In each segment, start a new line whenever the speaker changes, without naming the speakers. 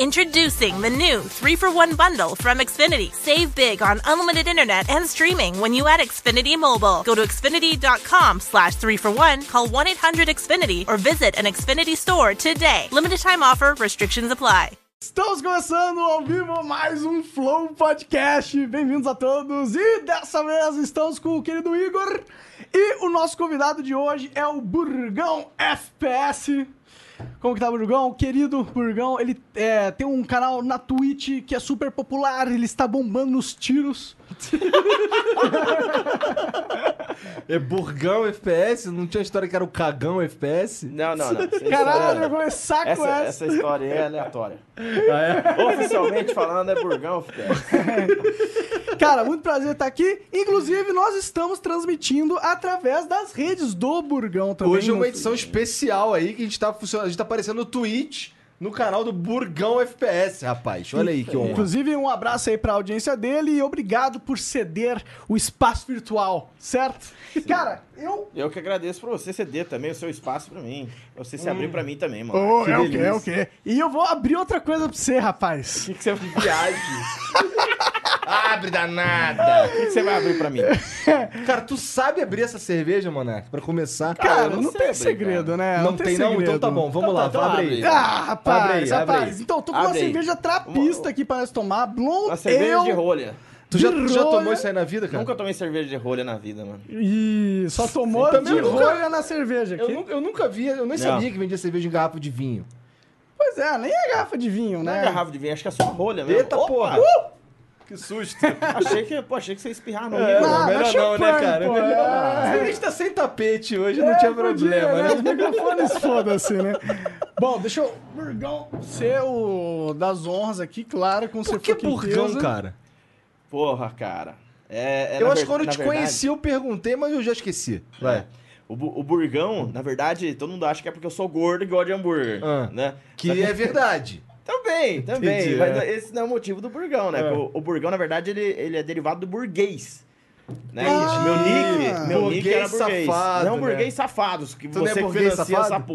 Introducing the new 3 for 1 bundle from Xfinity. Save big on unlimited internet and streaming when you add Xfinity Mobile. Go to xfinity.com slash 3 for 1, call 1 800 Xfinity, or visit an Xfinity store today. Limited time offer, restrictions apply.
Estamos começando ao vivo mais um Flow Podcast. Bem-vindos a todos. E dessa vez estamos com o querido Igor. E o nosso convidado de hoje é o Burgão FPS. Como que tá, Burgão? Querido Burgão, ele é, tem um canal na Twitch que é super popular, ele está bombando nos tiros.
É Burgão FPS? Não tinha história que era o Cagão FPS?
Não, não, não. Essa
Caralho, eu
história-
vou começar com
é. essa,
essa. Ah,
essa história aí é aleatória. Oficialmente falando, é Burgão, filho.
Cara, muito prazer estar aqui. Inclusive, nós estamos transmitindo através das redes do Burgão também.
Hoje é uma
no-
edição especial aí que a gente tá funcionando. A gente tá aparecendo no Twitch, no canal do Burgão FPS, rapaz. Olha aí que honra.
Inclusive, um abraço aí pra audiência dele e obrigado por ceder o espaço virtual, certo? Cara, eu.
Eu que agradeço pra você ceder também o seu espaço pra mim. Você se abrir pra mim também, mano.
Oh,
que
é o quê?
delícia.
É o quê? E eu vou abrir outra coisa pra você, rapaz.
O que, que você viagem?
Abre danada!
O que, que você vai abrir pra mim?
Cara, tu sabe abrir essa cerveja, Monark? Pra começar.
Cara,
eu não
não,
sei
tem
abrir,
segredo,
cara.
né?
não tem, não? Então tá bom, vamos
Então
lá,
tá, então
abre
abre
aí.
aí.
Ah, rapaz,
Abre aí, abre
rapaz.
aí.
Então, eu tô com uma
Abre aí.
cerveja trapista aqui pra nós tomar. Blonde.
Uma cerveja
eu... né?
de rolha.
Tu já,
de
tu já
rolha.
tomou isso aí na vida, cara?
né? Nunca tomei cerveja de rolha na vida, mano.
Ih, só tomou
Sim,
de
também nunca-
rolha na cerveja
Eu,
aqui.
nunca, eu nunca vi, eu nem
Não.
sabia que vendia cerveja em garrafa de vinho.
Pois é, nem a garrafa de vinho,
Não
né?
é garrafa de vinho, acho que é só rolha mesmo.
Eita
Opa!
porra!
Que susto! achei, que, pô, achei que você ia espirrar no
É,
rio.
Não,
não, melhor não, né,
champanhe,
cara?
pô,
Melhor
é.
não. A gente tá sem tapete hoje, não tinha
É, podia,
problema,
Os
né?
microfones, foda-se, né? Bom, deixa eu. Burgão ser é o das honras aqui, claro, com
Por que burgão, cara?
Porra, cara. É, é,
eu
na
acho
ver-
que quando eu
na
te
verdade-
conheci, eu perguntei, mas eu já esqueci.
É. O, bu- o burgão, na verdade, todo mundo acha que é porque eu sou gordo e gosto de hambúrguer,
Ah.
né? Só
Que é verdade.
Também, também.
Entendi,
mas
é.
esse não é o motivo do burgão, né?
É.
Porque O, o burgão, na verdade, ele, ele é derivado do burguês. Né?
Entendi.
Meu nick, meu nick era
Burguês
burguês.
safado,
não
né?
burguês safados, que
Tu não é
você que
burguês
financia
safado? Então
essa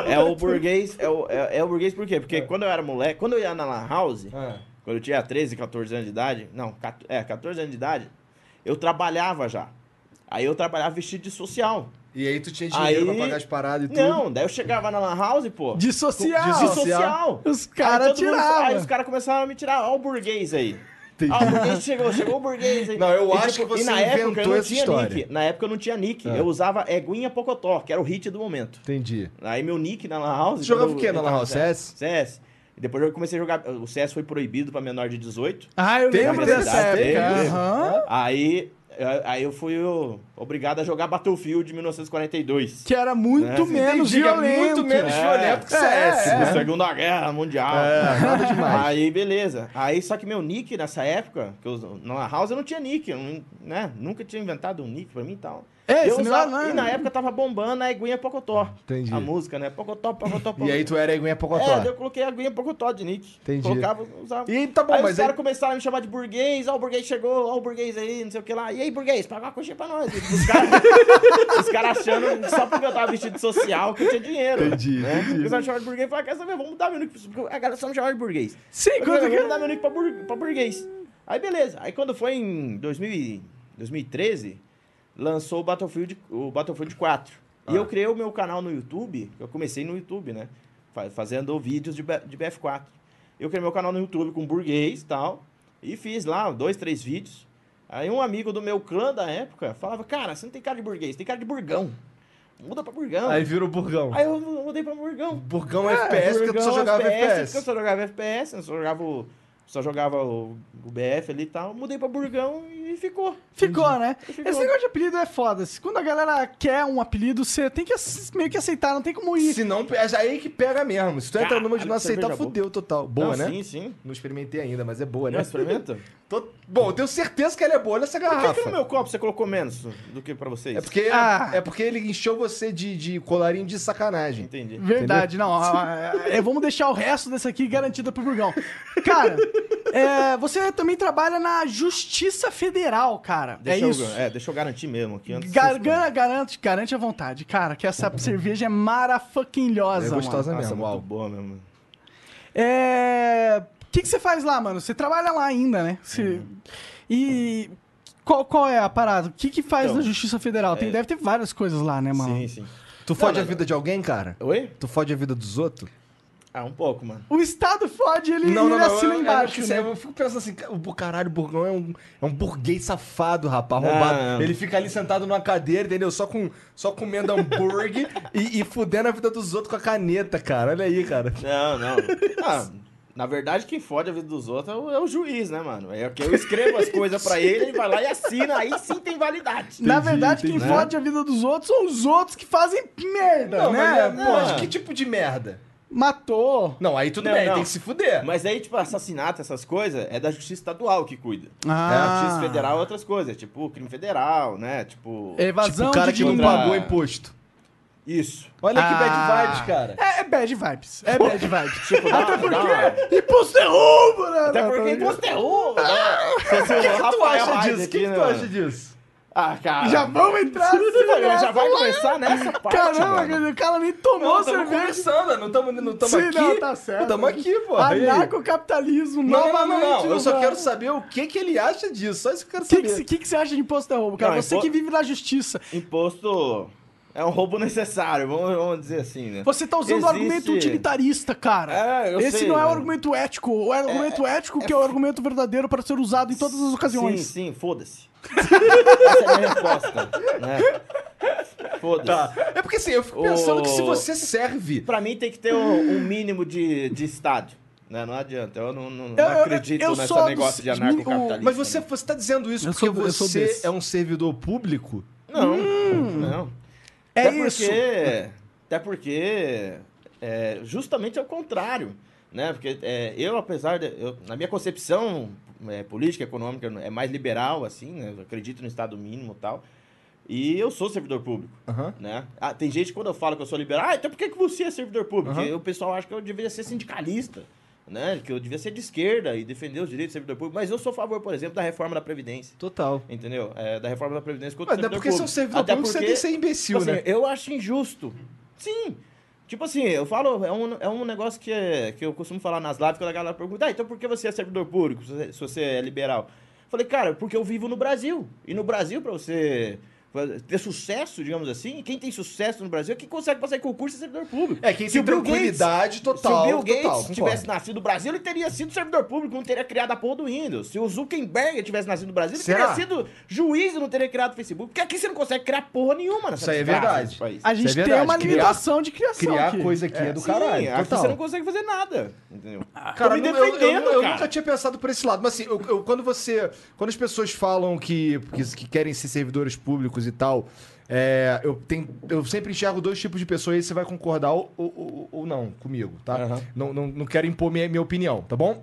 porra. É o burguês, é o, é, é o burguês por quê? Porque quando eu era moleque, quando eu ia na lan house,
Ah.
quando eu tinha 13, 14 anos de idade, não, 14 é, 14 anos de idade, eu trabalhava já. Aí eu trabalhava vestido de social.
E aí tu tinha dinheiro
Aí-
pra pagar as paradas e tudo.
Não, daí eu chegava na lan house, pô.
De social.
De
Dissociar.
social.
Os
Aí
caras
todo mundo- Aí os
tiravam.
caras começaram a me tirar. Ó, o burguês aí. Ó, o burguês chegou, chegou o burguês aí. tipo,
Não, eu acho que você inventou
não
essa
tinha
história.
nick. Na época eu não tinha nick.
É.
Eu usava Eguinha Pocotó, que era o hit do momento.
Entendi.
Aí meu nick na Lan House.
Você jogava
quando
o quê
eu
na Lan
entrava
House?
no
CS?
CS. E depois eu comecei a jogar. O CS foi proibido pra menor de 18.
Ah, eu
Teve
lembro
dessa
dessa
época,
época.
teve.
Aham.
Aí, aí eu fui ô, obrigado a jogar Battlefield 1942.
Que era muito
É.
menos
Entendi, que é
violento.
muito menos
É.
violento que CS.
É.
né?
Segunda Guerra Mundial.
É, nada demais.
Aí, beleza. Aí, só que meu nick nessa época, que eu, na House eu não tinha nick, eu não- né? Nunca tinha inventado um nick pra mim e tal.
É,
eu
esse
usava,
negócio, né?
E na época tava bombando a Eguinha Pocotó.
Entendi.
A música, né? Pocotó, Pocotó, Pocotó.
E aí tu era Eguinha Pocotó.
É, daí eu coloquei a Aguinha Pocotó de nick.
Entendi.
Colocava, usava.
E tá bom,
aí
mas
os
aí-
caras começaram a me chamar de burguês, ó, o burguês chegou, ó, o burguês aí, não sei o que lá. E aí, burguês, paga uma coxinha pra nós. Os caras os caras achando que só porque eu tava vestido de social que eu tinha dinheiro.
Entendi,
Né?
entendi.
O pessoal me chamava de burguês e falava, quer saber, vamos mudar meu nick. porque A galera só me chamava de burguês.
Sim,
É
Eu
quando
falei, vou
que.
mudar meu nick pra, bur- pra burguês. Aí beleza. Aí quando foi em 2000 e- 2013, lançou o Battlefield, o Battlefield 4.
Ah.
E eu criei o meu canal no YouTube, eu comecei no YouTube, né? fa- Fazendo vídeos de, B- de BF4. Eu criei meu canal no YouTube com burguês e tal. E fiz lá dois, três vídeos. Aí um amigo do meu clã da época falava, cara, você não tem cara de burguês, tem cara de burgão. Muda pra burgão.
Aí
Aí,
vira o Burgão.
eu É, mudei pra burgão.
Burgão FPS, porque tu só
Burgão,
jogava
Porque eu
FPS.
só jogava FPS, eu só jogava o, só jogava o, o BF ali e tal. Mudei pra Burgão e ficou.
Ficou, né?
Ficou.
Esse negócio de apelido é foda. Se Quando a galera quer um apelido, você tem que ace- meio que aceitar, não tem como ir.
Se não, é aí que pega mesmo. Se tu entra numa de não
Caralho, que
aceitar,
cerveja boa.
fudeu total. Boa,
Não,
né?
Sim, sim.
Não experimentei ainda, mas é boa, né?
Não, experimenta.
Tô- Bom, eu tenho certeza que ela é boa. Olha essa
Por
garrafa.
que, que no meu copo você colocou menos do que pra vocês?
É porque,
Ah.
é porque ele encheu você de, de colarinho de sacanagem.
Entendi.
Verdade, não. ah, ah, é, vamos deixar o resto dessa aqui garantida pro Burgão. Cara, é, você também trabalha na Justiça Federal, cara.
Deixa
é
eu,
isso.
É, deixa eu garantir mesmo aqui. Antes
Gar-
vocês-
gar- garante, garante à vontade, cara, que essa cerveja é marafucking
É gostosa
mano.
mesmo,
Nossa,
uau.
muito boa mesmo.
É, que, que você faz lá, mano? Você trabalha lá ainda, né? Você- E qual, qual é a parada? O que, que faz
Então,
na Justiça Federal? Tem, Deve ter várias coisas lá,
Tá
né, mano?
Sim, sim.
Tu fode
Não,
a
não.
vida de alguém, cara?
Oi?
Tu fode a vida dos outros?
Ah, um pouco, mano.
O Estado fode, ele, ele assina
eu- é eu-
embaixo.
eu,
né?
eu fico pensando assim, ca- o caralho, o Burgão é um, é um burguês safado, rapaz,
Não,
roubado.
não.
Ele fica ali sentado numa cadeira, entendeu? Só, com, só comendo hambúrguer e, e fudendo a vida dos outros com a caneta, cara. Olha aí, cara.
Não, não. Ah, na verdade, quem fode a vida dos outros é o, é o juiz, né, mano? É que eu escrevo as coisas pra ele, ele vai lá e assina, aí sim tem validade.
Na verdade, quem
entendi.
fode a vida dos outros são os outros que fazem merda,
Não, mas
né?
é,
não.
pô, de que tipo de merda?
Matou.
Não, aí tudo
Não,
bem,
não.
tem que se fuder.
Mas aí, tipo, assassinato, essas coisas, é da justiça estadual que cuida. É a
Ah.
justiça federal, outras coisas. Tipo, crime federal, né? Tipo.
Evasão
tipo, o cara
de
que não
dinheiro.
contra-
pagou imposto.
Isso.
Olha que
Ah.
bad vibes, cara.
É, é bad vibes. É bad vibes.
Tipo, dá,
Até
dá uma-
porque imposto é roubo, né?
Até
Não, tô
porque
ligado.
imposto é roubo, né? Se
Ah, O
fosse
que, que
o
tu
Rafael
acha
Reis
disso? O que,
aqui,
que
né,
tu acha
mano?
disso?
Ah, cara.
Já vamos entrar nesse
Mas
né?
negócio.
já vai começar nessa parte.
Caramba,
mano.
cara, o cara nem tomou
Não, tamo
cerveja.
conversando, não tamo, não tamo
Sim,
aqui.
não, tá certo.
Tamo aqui, pô. E aí?
Anarcocapitalismo,
Não, não,
novamente.
não, não. Eu
no
só
Brasil.
quero saber o que, que ele acha disso. Só isso que eu quero
O que,
saber.
que, cê- que, que você acha de imposto é roubo, cara?
Não,
você
impo-
que vive na justiça.
Imposto é um roubo necessário, vamos, vamos dizer assim, né?
Você tá usando o argumento
Existe-
utilitarista, cara.
É, eu
Esse
sei,
não é o
mano.
argumento ético. O argumento ético que é o argumento verdadeiro para ser usado em todas as ocasiões.
Sim, sim, foda-se. Essa é a minha resposta. Né? Foda-se.
Tá. É porque assim, eu fico pensando
Ô.
que se você serve.
Pra mim tem que ter um, um mínimo de, de estádio. Né? Não adianta, eu não, não, não
Eu- eu-
acredito
eu
nesse
sou
negócio
dos-
de né? anarcocapitalismo.
Mas você, você tá dizendo isso
Eu
porque
sou- eu sou
você
desse.
é um servidor público?
Não, não.
Hum. É
até
isso.
Porque, até porque é, justamente é o contrário. Né? Porque é, eu, apesar de. eu- na minha concepção é, política, econômica, é mais liberal, assim, né? Eu acredito no Estado mínimo e tal. E eu sou servidor público.
Aham.
né? Ah, tem gente que quando eu falo que eu sou liberal, ah, então por que, que você é servidor público?
Aham.
E o pessoal acha que eu deveria ser sindicalista, né? Que eu devia ser de esquerda e defender os direitos do servidor público. Mas eu sou a favor, por exemplo, da reforma da Previdência.
Total.
Entendeu? É, da reforma da Previdência contra
Mas
o
não é
servidor
porque
público.
você é um servidor
Até
público, você
porque-
tem que ser imbecil,
Tipo
né?
assim, Eu acho injusto. Sim. Tipo assim, eu falo, é um, é um negócio que, é- que eu costumo falar nas lives, quando a galera pergunta, ah, então por que você é servidor público, se você- se você é liberal? Eu Falei, cara, porque eu vivo no Brasil. E no Brasil, pra você fa- ter sucesso, digamos assim, quem tem sucesso no Brasil é quem consegue passar em concurso é servidor público.
É, quem
Se
tem
o Bill
tranquilidade É total.
Se o Bill Gates
total, concordo.
tivesse nascido no Brasil, ele teria sido servidor público, não teria criado a porra do Windows. Se o Zuckerberg tivesse nascido no Brasil, ele
Será?
teria sido juiz e não teria criado o Facebook. Porque aqui você não consegue criar porra nenhuma nessa
Isso aí é
desgraça
verdade.
nesse país.
A gente
Isso é
tem
verdade,
uma
criar-
limitação de criação
Criar
aqui.
coisa aqui é, do
Sim,
caralho.
aqui
total. Ah,
você não consegue fazer nada, entendeu?
Cara,
Tô me
eu não- eu-
defendendo,
eu, eu
cara.
nunca tinha pensado por esse lado. Mas assim, eu- eu- quando você. Quando as pessoas falam que, que, que querem ser servidores públicos e tal, é, eu, tenho, eu sempre enxergo dois tipos de pessoas e você vai concordar ou, ou- ou- ou não comigo, tá?
Aham.
Não, não, não quero impor minha, minha opinião, tá bom?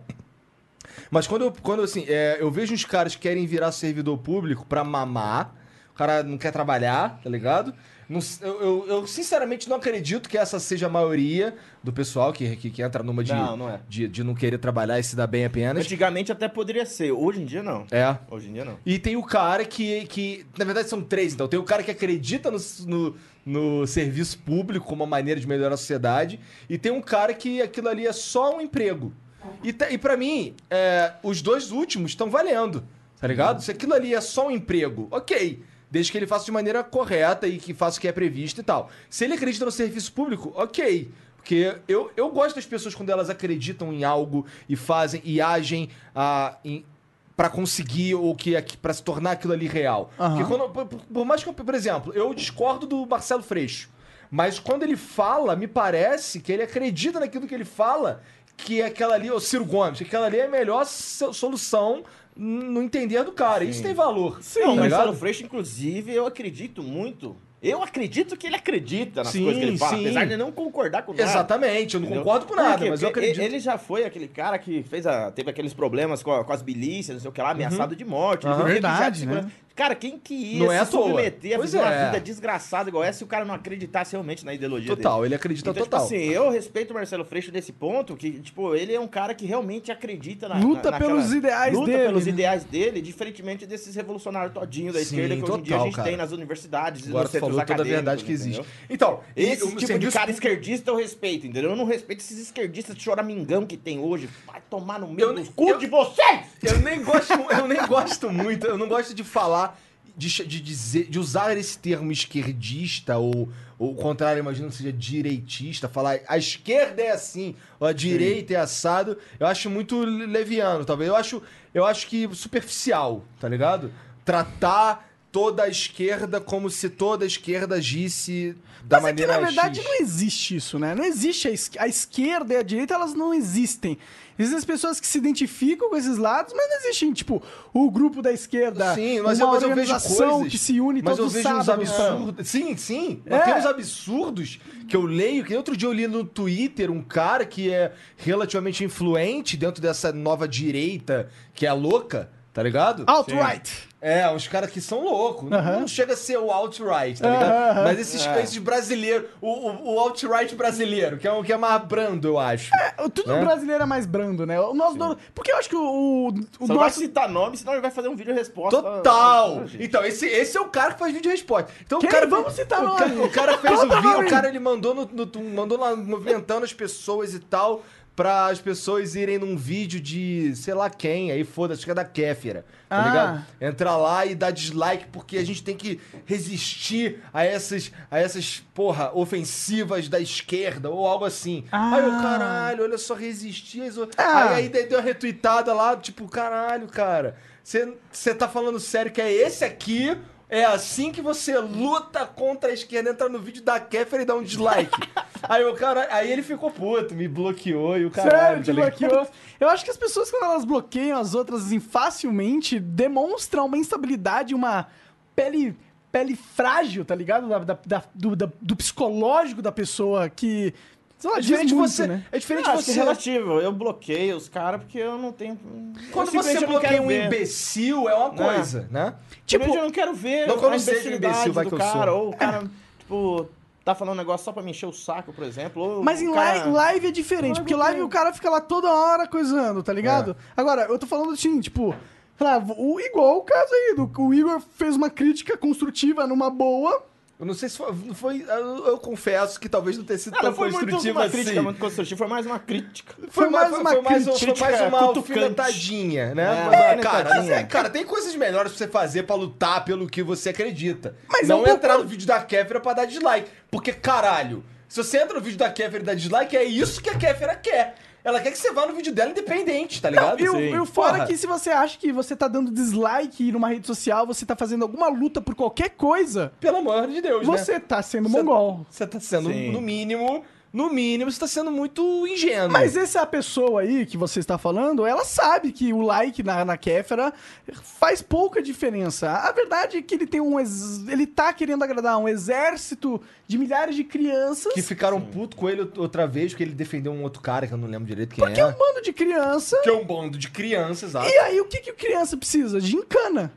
Mas quando, eu- quando assim, é, eu vejo uns caras que querem virar servidor público pra mamar, o cara não quer trabalhar, tá ligado? Não s- eu, eu- eu, sinceramente não acredito que essa seja a maioria do pessoal que, que, que entra numa de
Não, não é.
de, de não querer trabalhar e se dar bem apenas.
Antigamente até poderia ser, hoje em dia não.
É.
Hoje em dia não.
E tem o cara que, que. Na verdade, são três, então. Tem o cara que acredita no, no, no serviço público como uma maneira de melhorar a sociedade. E tem um cara que aquilo ali é só um emprego. E, tá- e para mim, é, os dois últimos estão valendo. Tá ligado? Se aquilo ali é só um emprego, ok. Desde que ele faça de maneira correta e que faça o que é previsto e tal. Se ele acredita no serviço público, ok. Porque eu, eu gosto das pessoas quando elas acreditam em algo e fazem e agem ah, em, para conseguir o que é para se tornar aquilo ali real.
Aham.
Porque quando- por, por- por mais que eu, por exemplo, eu discordo do Marcelo Freixo, mas quando ele fala, me parece que ele acredita naquilo que ele fala, que é aquela ali, o Ciro Gomes, que aquela ali é a melhor so- solução no entender do cara. Isso tem valor.
Sim,
não, o
tá
Marcelo
ligado?
Freixo, inclusive, eu acredito muito. Eu acredito que ele acredita nas
Sim,
coisas que ele fala,
sim.
apesar de eu não concordar com nada.
Exatamente, eu não
Entendeu?
concordo com nada,
Por quê?
mas eu
Porque
acredito.
Ele já foi aquele cara que fez a- teve aqueles problemas com, a- com as milícias, não sei o que lá, ameaçado de morte.
Uhum. Aham.
ele foi revisado de
Verdade,
segurança.
né?
Cara, quem que ia
Não
se
é à toa.
submeter a
Pois
viver uma
é.
vida desgraçada igual essa se o cara não acreditasse realmente na ideologia dele?
Total, ele acredita
Então,
total.
Tipo assim, eu respeito o Marcelo Freixo nesse ponto, que, tipo, ele é um cara que realmente acredita na.
Luta
na- naquela-
pelos ideais
luta
dele.
pelos
né?
ideais dele, diferentemente desses revolucionários todinho da
Sim,
esquerda que hoje em dia a
total,
gente
cara.
tem nas universidades e
Agora
nos
tu
centros
falou toda a
acadêmicos,
verdade que existe.
entendeu?
Então,
Esse
e- o
tipo de
serviço
cara esquerdista eu respeito, entendeu? Eu não respeito esses esquerdistas choramingão que tem hoje. Vai tomar no meio
Eu
do
não-
cu
eu-
de vocês!
Eu nem gosto, eu nem gosto muito, eu não gosto de falar, de, ch- de dizer, de usar esse termo esquerdista ou, ou o contrário, imagino que seja direitista, falar a esquerda é assim, ou a direita é assado, eu acho muito leviano, talvez. Eu acho, eu acho que superficial, tá ligado? Tratar toda a esquerda como se toda a esquerda agisse da
Mas é que,
maneira
na verdade,
X.
não existe isso, né? Não existe a, es- a esquerda e a direita, elas não existem. Existem as pessoas que se identificam com esses lados, mas não existem, tipo, o grupo da esquerda,
Sim, mas
uma
eu- mas eu vejo
organização
coisas,
que se une
Mas eu
todos os
vejo uns
sábados.
absurdos. Sim, sim. Mas
É.
tem uns absurdos que eu leio. Que outro dia eu li no Twitter um cara que é relativamente influente dentro dessa nova direita que é louca, tá ligado?
Alt-right.
É, uns caras que são loucos. Não-
Aham.
Não chega a ser o alt-right, tá
Aham,
ligado?
aham.
Mas esses,
É.
esses brasileiros. O, o, o alt-right brasileiro, que é o que é mais brando, eu acho.
O- Tudo
Né?
brasileiro é mais brando, né? O nosso dono- Porque eu acho que o, o, o
Só não vai
nosso.
citar nome, senão ele vai fazer um vídeo resposta.
Total!
Ah, gente.
Então, esse, esse é o cara que faz vídeo resposta. Então,
Quem?
o cara.
Vamos citar
o
nome.
cara, o cara fez o
Conta pra
vídeo,
mim.
o cara ele mandou, no, no- mandou lá movimentando as pessoas e tal, pra as pessoas irem num vídeo de sei lá quem, aí foda-se, acho que é da Kéfera. Tá
Ah.
ligado? Entrar lá e dar dislike, porque a gente tem que resistir a essas, a essas porra, ofensivas da esquerda ou algo assim.
Ah.
Aí o caralho, olha só, resistir. às o-
Ah.
Aí, aí daí deu uma retweetada lá, tipo, caralho, cara. Você tá falando sério que é esse aqui? É assim que você luta contra a esquerda, entra no vídeo da Kéfera e dá um dislike. aí o cara, aí ele ficou puto, me bloqueou e o caralho.
Sério, te
tá ligado?
bloqueou. Eu acho que as pessoas, quando elas bloqueiam as outras assim, facilmente, demonstram uma instabilidade, uma pele, pele frágil, tá ligado? Da- da- da- do, da- do psicológico da pessoa que. Sei lá,
É
diz
diferente
muito,
você,
né?
é diferente
Ah, acho que é
você
relativo. Eu bloqueio os caras porque eu não tenho.
Quando
simplesmente
você
eu não quero
bloqueia um
ver.
imbecil, é uma
Né?
coisa, né?
Tipo,
Tipo-
eu não quero ver
Não, quando
a
seja
imbecilidade
imbecil, vai
do
que eu
cara,
sou.
ou o cara, tipo, tá falando um negócio só pra me encher o saco, por exemplo. Ou
Mas em
o
li-
cara...
live, é diferente, porque live
tem.
o cara fica lá toda hora coisando, tá
É.
ligado? Agora, eu tô falando assim, tipo. sei lá, o, igual o caso aí, do, o Igor fez uma crítica construtiva numa boa.
Eu não sei se foi. foi- eu, eu confesso que talvez não tenha sido
Não,
tão
não foi muito
construtivo
uma
assim.
crítica muito construtiva, foi mais uma crítica.
Foi,
Foi mais
mais, foi-
uma
foi mais um-
crítica
foi mais uma
cutucante.
alfinetadinha, né?
É,
Mas, ah,
alfinetadinha.
cara, mas é, cara, tem coisas melhores pra você fazer pra lutar pelo que você acredita.
Mas é um
não
pouco-
entrar no vídeo da Kéfera pra dar dislike. Porque, caralho, se você entra no vídeo da Kéfera e dá dislike, é isso que a Kéfera quer. Ela quer que você vá no vídeo dela independente, tá ligado?
E o,
Sim.
e o fora é
Porra.
que se você acha que você tá dando dislike numa rede social, você tá fazendo alguma luta por qualquer coisa,
Pelo amor de Deus, né?
você tá sendo
Você-
mongol.
Você tá sendo,
Sim.
no mínimo, no mínimo, você tá sendo muito ingênuo.
Mas essa pessoa aí que você está falando, ela sabe que o like na, na Kéfera faz pouca diferença. A verdade é que ele tem um. ex- Ele tá querendo agradar um exército de milhares de crianças.
Que ficaram puto com ele outra vez, porque ele defendeu um outro cara que eu não lembro direito quem
Porque é
é.
um bando de criança.
Que é um bando de crianças, exato.
E aí, o que, que criança precisa? De encana.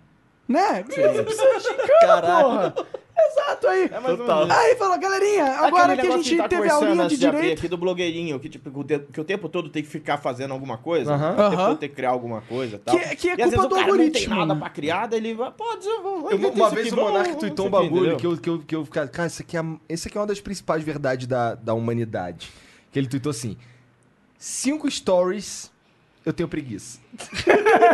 Né? Criança precisa de encana,
Caralho.
porra. Exato aí.
É mais ou
Total.
menos.
Aí fala, galerinha, agora
Aquele
que a
negócio
gente
tá
teve a
conversando
aulinha de
antes abrir
direito.
aqui do blogueirinho, que, tipo, que o te- que o tempo todo tem que ficar fazendo alguma coisa,
Aham.
o tempo
Aham.
todo tem que criar alguma coisa e tal.
Que- que é
e às
culpa
vezes
do
o cara
algoritmo,
não tem nada
né?
pra criar, daí ele vai, pô, diz, eu vou
Eu-
inventar
uma
isso
vez
aqui,
o
vamos-
Monark
vamos
tweetou um
isso aqui,
bagulho
entendeu?
que eu, que, eu, que eu ficava. Cara, isso aqui é, a- esse aqui é uma das principais verdades da, da humanidade. Que ele tweetou assim: cinco stories, eu tenho preguiça.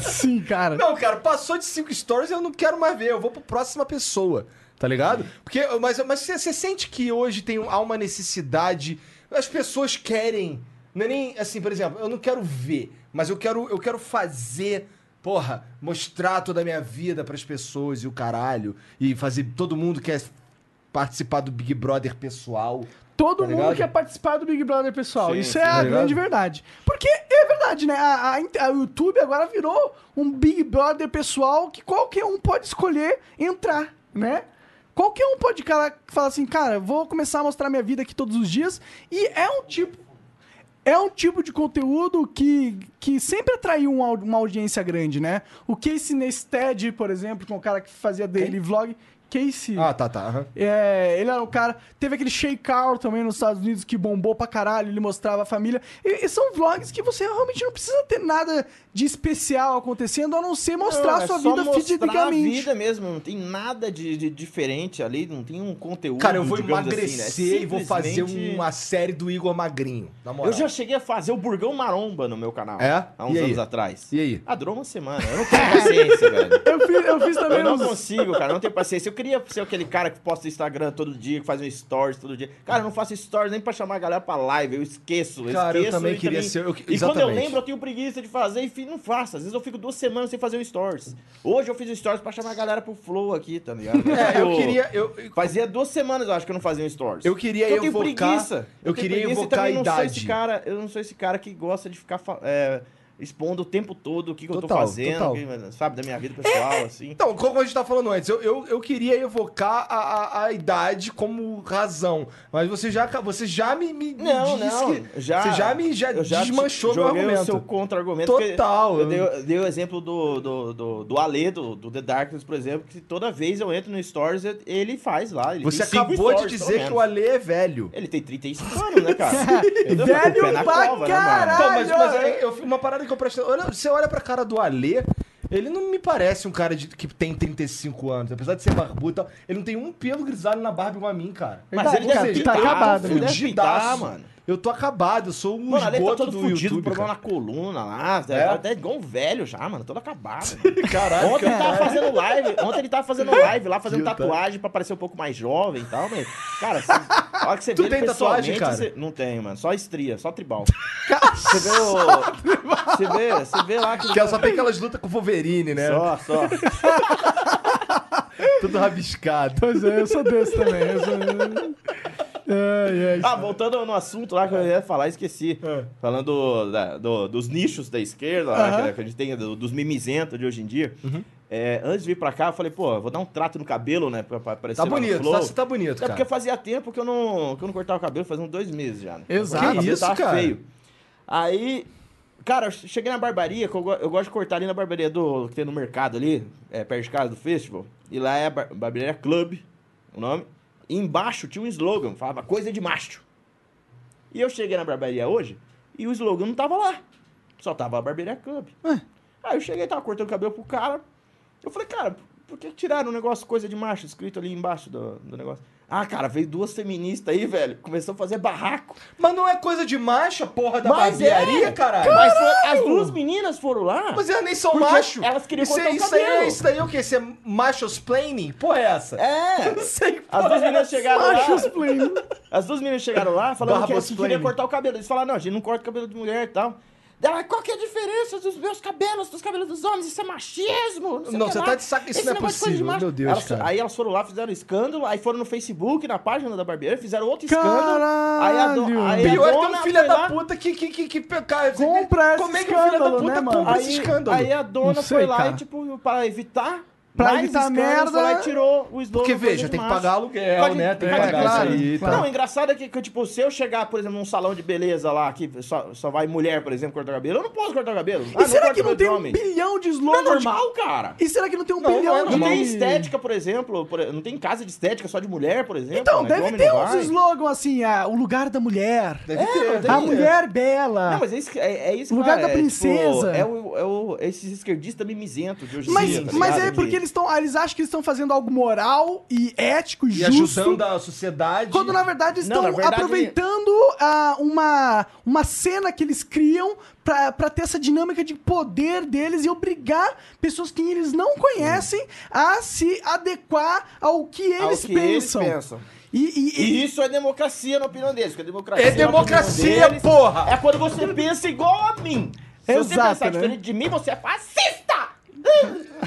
Sim, cara.
Não, cara, passou de cinco stories eu não quero mais ver, eu vou pra próxima pessoa, tá ligado? Porque, mas, mas você, você sente que hoje tem, há uma necessidade, as pessoas querem, não é nem, assim, por exemplo, eu não quero ver, mas eu quero, eu quero fazer, porra, mostrar toda a minha vida pras pessoas e o caralho, e fazer, todo mundo quer participar do Big Brother pessoal.
Todo
Tá
mundo
ligado?
quer participar do Big Brother, pessoal.
Sim,
Isso
sim,
é
tá
a
ligado?
grande verdade. Porque é verdade, né? A, a, a YouTube agora virou um Big Brother pessoal que qualquer um pode escolher entrar, né? Qualquer um pode cara, falar assim, cara, vou começar a mostrar minha vida aqui todos os dias. E é um tipo. é um tipo de conteúdo que, que sempre atraiu uma, au- uma audiência grande, né? O Casey Neistat, por exemplo, que é um cara que fazia daily vlog. Casey.
Ah, tá, tá. aham.
É, ele era o cara. Teve aquele Shay Carl também nos Estados Unidos que bombou pra caralho, ele mostrava a família. E, e são vlogs que você realmente não precisa ter nada de especial acontecendo, a não ser mostrar
Não,
a sua
é só
vida
mostrar
fidedigamente.
a vida mesmo, não tem nada de, de diferente ali, não tem um conteúdo.
Cara, eu vou
digamos assim, né?
emagrecer e vou fazer um
Simplesmente-
uma série do Igor Magrinho. Na moral.
Eu já cheguei a fazer o Burgão Maromba no meu canal.
É?
Há uns
E aí?
anos atrás.
E aí?
Ah, durou uma semana. Eu não tenho paciência, velho.
Eu fiz, eu fiz também
Eu não
uns-
consigo, cara. Eu não tenho paciência. Eu queria ser aquele cara que posta Instagram todo dia, que faz um stories todo dia. Cara, eu não faço stories nem pra chamar a galera pra live. Eu esqueço. Eu
Cara, eu
esqueço
também
e
queria ser- eu-
E quando eu
exatamente.
lembro, eu tenho preguiça de fazer e fi- não faço. Às vezes eu fico duas semanas sem fazer um stories. Hoje eu fiz um stories pra chamar a galera pro Flow aqui, tá ligado?
É, eu queria. Eu,
Fazia duas semanas, eu acho, que eu não fazia um stories.
eu queria
Porque eu tenho
evocar.
preguiça.
Eu,
tenho
queria
preguiça e
evocar a
também Não sou esse
idade.
cara, eu não sou esse cara que gosta de ficar fa- é, expondo o tempo todo o que, que eu tô
Total,
fazendo,
total.
que- sabe, da minha vida pessoal, assim.
Então, como a gente tá falando antes, eu, eu, eu queria evocar a, a, a idade como razão. Mas você já, ca- você já me, me, me
Não,
disse
não.
que.
já,
você já me já
eu já te
desmanchou meu
joguei
argumento.
o seu contra-argumento. porque
Total.
Eu dei, eu dei o exemplo do, do, do, do Ale, do, do The Darkness, por exemplo, que toda vez eu entro no Stories, ele faz lá. ele
Você
tem cinco
acabou de
stories, pelo
dizer que
menos.
o Ale é velho.
Ele tem 35 anos, né, cara? Entendeu? Tá com
Velho
o pé na
pra
cova, né, mano?
caralho!
Então, mas, mas
olha-
eu- eu fico- uma parada que eu presto. Olha, você olha pra cara do Alê, ele não me parece um cara de- que tem 35 anos. Apesar de ser barbudo e tal, ele não tem um pelo grisalho na barba igual a mim, cara.
tá-
Mas ele deve
seja,
pintar,
eu tô
acabado, né?
fudidaço.
Deve pintar, Tá, mano.
Eu tô acabado, eu sou um
Mano, ali tá
esgoto
todo
do
fudido,
YouTube,
problema
cara.
na coluna lá.
É?
Tá até igual um velho já, mano. Todo acabado. mano.
Caralho,
Ontem ele
cara.
tava fazendo live, ontem ele tava fazendo live lá, fazendo
Viu, tá?
tatuagem pra parecer um pouco mais jovem e tal, mas. Cara, assim, a hora que você
Tu
vê ele
tem tatuagem,
pessoalmente,
cara?
você- Não tenho, mano. Só estria, só tribal. Você vê o. Você vê, você vê lá que.
Que ela só tem aquelas lutas com o Wolverine, né?
Só, só.
Tudo rabiscado.
Pois é, eu sou desse também. Eu sou... Ai, ai.
Ah, voltando no assunto lá que eu ia falar, esqueci.
É.
Falando da- do- dos nichos da esquerda, lá,
Aham.
que, que a gente tem, do- dos mimizentos de hoje em dia.
Uhum.
É, antes de vir pra cá, eu falei, pô, eu vou dar um trato no cabelo, né? Pra, pra aparecer
Tá
lá no
bonito,
flow.
tá, você tá bonito,
É
cara.
porque fazia tempo que eu não, que eu não cortava o cabelo, fazia uns dois meses já. Né?
Exato.
O cabelo
Que isso,
tava
cara?
feio. Aí, cara, eu cheguei na barbaria, que eu, go- eu gosto de cortar ali na barbaria do, que tem no mercado ali, é, perto de casa do festival. E lá é a bar- barbearia Club, o nome. E embaixo tinha um slogan, falava coisa de macho. E eu cheguei na barbearia hoje e o slogan não tava lá. Só tava a barbearia Club. Aí eu cheguei, tava cortando o cabelo pro cara. Eu falei, cara, por que tiraram o negócio coisa de macho escrito ali embaixo do, do negócio? Ah, cara, veio duas feministas aí, velho. Começou a fazer barraco.
Mas não é coisa de macho, a porra da
Mas
barbearia,
é!
caralho.
Mas foi- as duas meninas foram lá.
Mas elas nem são
Porque
macho.
elas queriam
isso,
cortar
aí-
o
isso, aí,
cabelo.
isso daí é o quê? Isso é machosplaining? Porra, é essa?
É.
Não sei, porra.
As duas meninas chegaram lá.
Machos playing.
As duas meninas chegaram lá falando que, que
Barbosplaining.
queria cortar o cabelo. Eles falaram, não, a gente não corta o cabelo de mulher e tal. Ela, qual que é a diferença dos meus cabelos, dos cabelos dos homens? Isso é machismo! sei o
Não,
que
você
lá.
tá de saco- isso
Esse
não é
negócio de coisa de
possível,
macho."
meu Deus,
Elas-
cara.
Aí elas foram lá, fizeram escândalo, aí foram no Facebook, na página da barbeira, fizeram outro escândalo. Aí a, do,
Caralho!
aí a
Pior que é
dona
um filho
foi
da
lá-
puta que. que, que, que cara, você
Compra
vê
esse
Como é que o filho da
escândalo,
puta
né, mano?
compra
Aí,
esse escândalo?
aí a dona
Não
foi
sei,
lá
cara.
e, tipo, pra evitar.
Pra
mais
evitar
escândalo,
merda. né?
Foi lá e tirou o slogan.
Porque
coisa
veja,
de
tem que
macho.
pagar aluguel,
Pode-
né? Tem que
pode-
pagar
claro,
isso aí. e
claro.
tal.
Não, o engraçado é que, que, tipo, se eu chegar, por exemplo, num salão de beleza lá, que só, só vai mulher, por exemplo, cortar o cabelo, eu não posso cortar o cabelo. Ah,
E será
corto
que não
cabelo de
tem um
homem.
bilhão de
Não é
slogans?
normal, cara.
E será que não tem um
Não, não é
bilhão de...
Não tem estética, por exemplo, por- não tem casa de estética só de mulher, por exemplo.
Então,
né, que
deve
homem
ter
não
uns
vai.
slogans assim, ah, o lugar da mulher,
Deve ter,
mas
deve
a
ter.
mulher bela.
é. Não, mas é isso, que- é, é isso
Lugar
cara,
da
é, tipo,
princesa.
é, o, é o- esses esquerdistas mimizento de hoje em
Mas,
dia, tá
mas
ligado?
é
Que-
porque eles estão. Eles acham que eles estão fazendo algo moral e ético e,
E
justo.
ajudando a sociedade.
Quando na verdade eles
um Não,
estão
na verdade-
aproveitando ah, uma, uma cena que eles criam pra, pra ter essa dinâmica de poder deles e obrigar pessoas que eles não conhecem a se adequar ao que
ao
eles
que
pensam.
Eles pensam.
E, e- e-
E isso é democracia na opinião deles, porque a democracia
É
na opinião
democracia,
deles
porra!
É quando você pensa igual a mim. Se você
Exato,
pensar
né?
diferente de mim, você é fascista!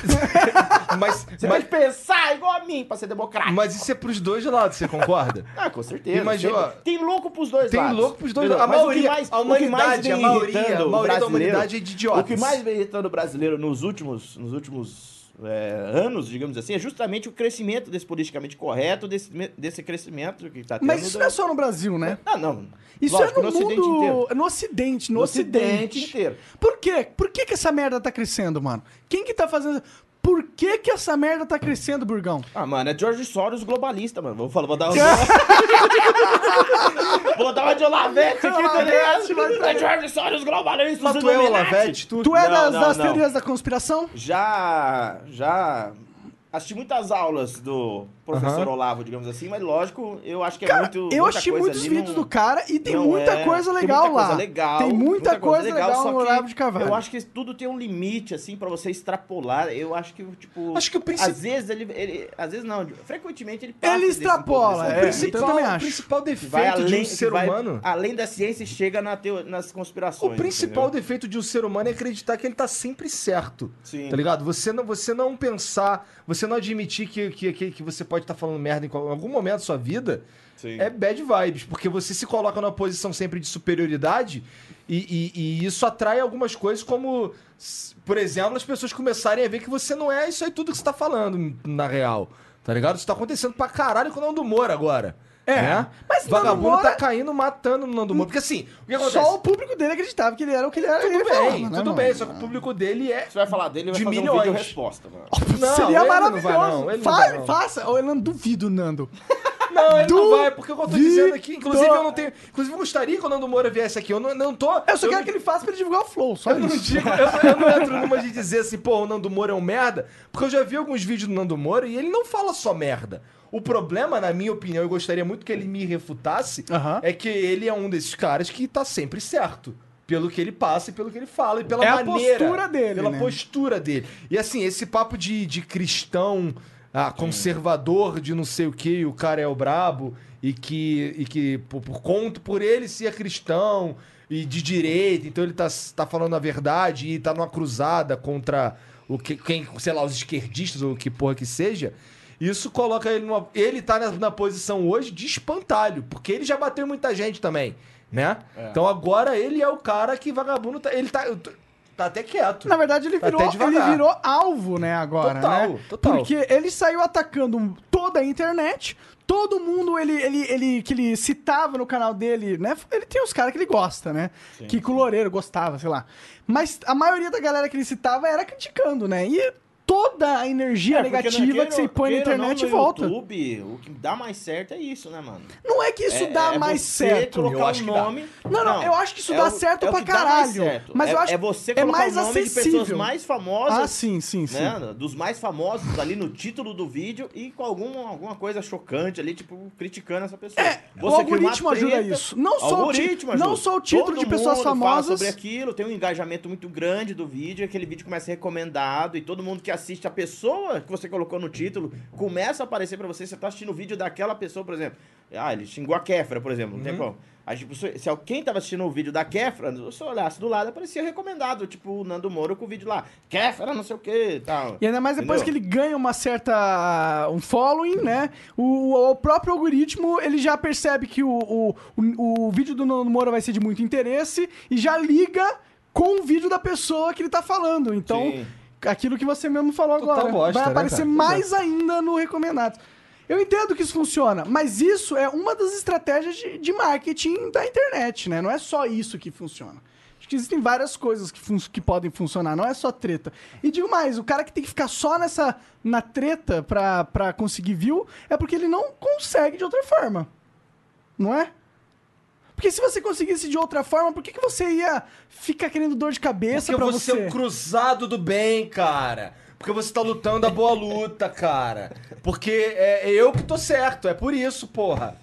Mas,
Você
mas,
vai pensar igual a mim pra ser democrático.
mas isso é pros dois lados, você concorda?
Ah, com certeza.
Imagina-
sempre. Tem louco pros dois
Tem
lados.
louco pros dois
Entendeu?
lados. A
Mas o que
maioria-
mais-
a
o que mais
humanidade,
vem
a maioria-
irritando
a
o
maioria da
brasileiro-
humanidade é de idiotas.
O que mais vem irritando o brasileiro nos últimos, nos últimos é, anos, digamos assim, é justamente o crescimento desse politicamente correto, desse, desse crescimento que está tendo.
Mas isso
do-
não é só no Brasil, né?
Ah, não.
Isso
Lógico,
é no, mundo...
Ocidente inteiro.
No Ocidente, no,
No
Ocidente.
inteiro.
Por quê? Por que, que essa merda tá crescendo, mano? Quem que tá fazendo... Por que que essa merda tá crescendo, Burgão?
Ah, mano, é George Soros globalista, mano. Vou falar, vou dar uma. vou dar uma de Olavete aqui, tá
Olavete,
ligado? É George Soros globalista,
Mas
os
tu é o
Illuminati.
Lavete, tu...
Tu é
Não,
das,
não,
das
não.
teorias da conspiração?
Já. Já. Assisti muitas aulas do professor
Aham.
Olavo, digamos assim, mas lógico, eu acho que é
Cara,
muito.
eu
muita
assisti
coisa
muitos
ali,
vídeos
não-
do cara e tem
Não
muita
é.
coisa
Tem
legal
muita
lá.
coisa legal.
Tem muita, coisa, legal,
só
no
que
Olavo de Carvalho.
Eu acho que tudo tem um limite, assim, pra você extrapolar. Eu acho que, tipo.
Acho que o principal...
Às vezes ele, ele- Às vezes não. Frequentemente ele passa
Ele
desse
extrapola,
ponto,
é.
desse
O
limite.
eu também
principal, o
acho.
principal
Que vai
defeito
além,
de um
que
ser
vai
humano...
Além da ciência e chega na teo- nas
O
conspirações.
principal defeito de um ser humano é acreditar que ele tá sempre certo.
entendeu? Sim.
Tá ligado? Você não, você não pensar, você não admitir que, que, que, que você pode estar falando merda em qual- em algum momento da sua vida
sim.
é bad vibes, porque você se coloca numa posição sempre de superioridade e, e- e isso atrai algumas coisas, como, s- por exemplo, as pessoas começarem a ver que você não é isso aí tudo que você tá falando, na real. Tá ligado? Isso tá acontecendo pra caralho com o Nando Moura agora.
É,
Né?
mas Nando
Vagabundo
Moura-
tá caindo, matando o Nando Moura. Porque assim, o que acontece?
Só o público dele acreditava que ele era o que ele era.
Tudo
ele
bem,
falava, né,
tudo
mano?
bem, só que o público dele é.
Você vai falar dele, vai
De
fazer
milhões.
um vídeo resposta, mano.
Não, ele
Seria
não vai, não.
maravilhoso.
Ele não
Fa-
vai, não.
Faça. Ô, eu não duvido, Nando.
Não, ele
Du-
não vai, porque é o que eu tô dizendo aqui. Inclusive,
do-
eu não tenho. Inclusive, eu gostaria que o Nando Moura viesse aqui. Eu não, não tô.
Eu só
eu
quero
não-
que ele faça pra ele divulgar o Flow, só
Eu não,
isso.
digo, eu, eu não entro numa de dizer assim, pô, o Nando Moura é um merda, porque eu já vi alguns vídeos do Nando Moura e ele não fala só merda. O problema, na minha opinião, eu gostaria muito que ele me refutasse,
Aham.
é que ele é um desses caras que tá sempre certo. Pelo que ele passa e pelo que ele fala, e pela
É a
maneira.
postura dele,
Pela
né?
postura dele. E assim, esse papo de, de cristão ah, conservador, de não sei o que, o cara é o brabo, e que, e que por, por conta, por ele ser cristão e de direita, então ele tá, tá falando a verdade e tá numa cruzada contra o que, quem, sei lá, os esquerdistas ou o que porra que seja. Isso coloca ele numa. Ele tá na, na posição hoje de espantalho, porque ele já bateu em muita gente também, né?
É.
Então agora ele é o cara que vagabundo tá. Ele tá. eu tô- Tá até quieto.
Na verdade, ele
Tá até
virou, ele
devagar.
virou alvo, né, agora,
Total,
né?
total.
Porque ele saiu atacando um- toda a internet, todo mundo ele, ele, ele, que ele citava no canal dele, né? Ele tem os caras que ele gosta, né? que coloreiro gostava, sei lá. Mas a maioria da galera que ele citava era criticando, né? E toda a energia
porque, né,
negativa
queira-
que você põe na
queira ou não,
internet
no
volta.
YouTube, o que dá mais certo é isso, né, mano?
Não é que isso
É-
dá
é
mais
você
certo.
Colocar
Eu acho
um
que dá.
nome...
Não, não, eu acho que isso dá
o-
certo
é o
pra
que dá mais
caralho.
certo.
Mas
é,
eu acho
é
que
você
é
colocar
mais
o nome de pessoas
acessível.
mais
Ah,
famosas,
sim, sim, sim.
né, dos mais famosos ali no título do vídeo e com algum, alguma coisa chocante ali, tipo, criticando essa pessoa. É,
o algoritmo ajuda isso. Não só o ti- não só o título de pessoas famosas.
sobre aquilo, tem um engajamento muito grande do vídeo, aquele vídeo começa recomendado e todo mundo que assiste a pessoa que você colocou no título começa a aparecer pra você, você tá assistindo o vídeo daquela pessoa, por exemplo. Ah, ele xingou a Kefra, por exemplo, não
Uhum.
tem como. Aí, tipo, se se alguém tava assistindo o vídeo da Kefra, se eu olhasse do lado, aparecia recomendado, tipo, o Nando Moro com o vídeo lá, Kefra, não sei o que, tal.
E ainda mais depois
Entendeu?
que ele ganha uma certa. um following, né? O, o próprio algoritmo ele já percebe que o, o, o, o vídeo do Nando Moura vai ser de muito interesse e já liga com o vídeo da pessoa que ele tá falando. Então,
Sim.
aquilo que você mesmo falou
Total
agora
bosta,
vai
né,
aparecer
cara?
mais ainda no recomendado. Eu entendo que isso funciona, mas isso é uma das estratégias de, de marketing da internet, né? Não é só isso que funciona. Acho que existem várias coisas que, fun- que podem funcionar, não é só treta. E digo mais, o cara que tem que ficar só nessa na treta pra, pra conseguir view é porque ele não consegue de outra forma. Não é? Porque se você conseguisse de outra forma, por que, que você ia ficar querendo dor de cabeça
Porque
pra
você
você?
é um cruzado do bem, cara. Porque você tá lutando a boa luta, cara. Porque é eu que tô certo, é por isso, porra.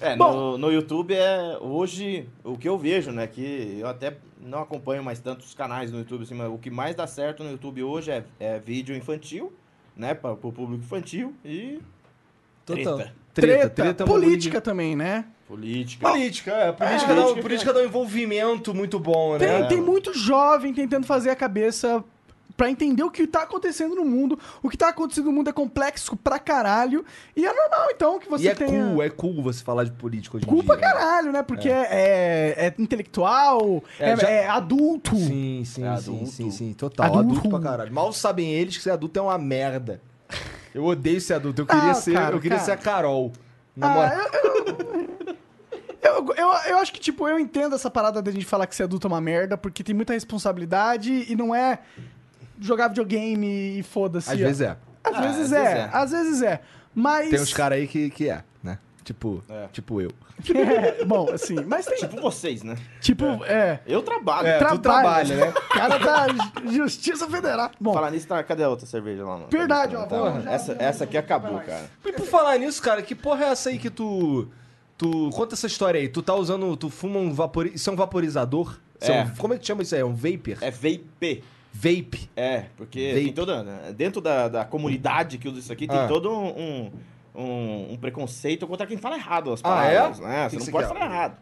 É,
Bom.
no, no YouTube é hoje o que eu vejo, né? Que eu até não acompanho mais tantos canais no YouTube, assim, mas o que mais dá certo no YouTube hoje é, é vídeo infantil, né? Para o público infantil e Total.
Treta,
treta,
treta é uma
política também, né?
política.
Política, é. Política,
É,
dá,
política,
política dá um envolvimento muito bom, né?
Tem, tem muito jovem tentando fazer a cabeça pra entender o que tá acontecendo no mundo. O que tá acontecendo no mundo é complexo pra caralho. E é normal, então, que você
e é
tenha.
cool, é cool você falar de política hoje em
Culpa
dia. né?
caralho, né? Porque é, é intelectual, é,
É, já-
é adulto.
Sim, sim,
É
sim,
adulto.
sim, sim, total.
Adulto.
Adulto. pra caralho. Mal sabem eles que ser adulto é uma merda. Eu odeio ser adulto. Eu queria
Ah,
ser,
cara,
eu queria
cara.
ser a Carol. Na
Ah,
moral.
eu, eu, eu, eu, eu acho que, tipo, eu entendo essa parada da gente falar que ser adulto é uma merda, porque tem muita responsabilidade e não é jogar videogame e foda-se.
Às vezes é.
Às
Ah,
vezes é, às vezes é. Mas.
Tem uns caras aí que, que é, né? Tipo,
É.
tipo eu.
É, bom, assim, mas tem.
Tipo vocês, né?
Tipo, é.
Eu trabalho.
É,
trabalho
tu trabalha, né?
Cara da Justiça Federal. Bom,
Falar nisso, tá, cadê a outra cerveja lá? mano?
Verdade, ó,
Tá,
vamos
mano,
já-
essa, essa aqui acabou, cara.
E por falar nisso, cara, que porra é essa aí que tu. Tu. Conta essa história aí. Tu tá usando. Tu fuma um vapor. Isso é um vaporizador? Isso é
É.
um- como é que chama isso aí? É um vapor?
É vape.
Vape.
É, porque
Vape.
tem toda. né, Dentro da, da comunidade que usa isso aqui, tem
Ah.
todo um, um, um preconceito contra quem fala errado as
Ah,
palavras.
é?
Né?
Que
Você
que
não
você
pode
quer?
falar errado.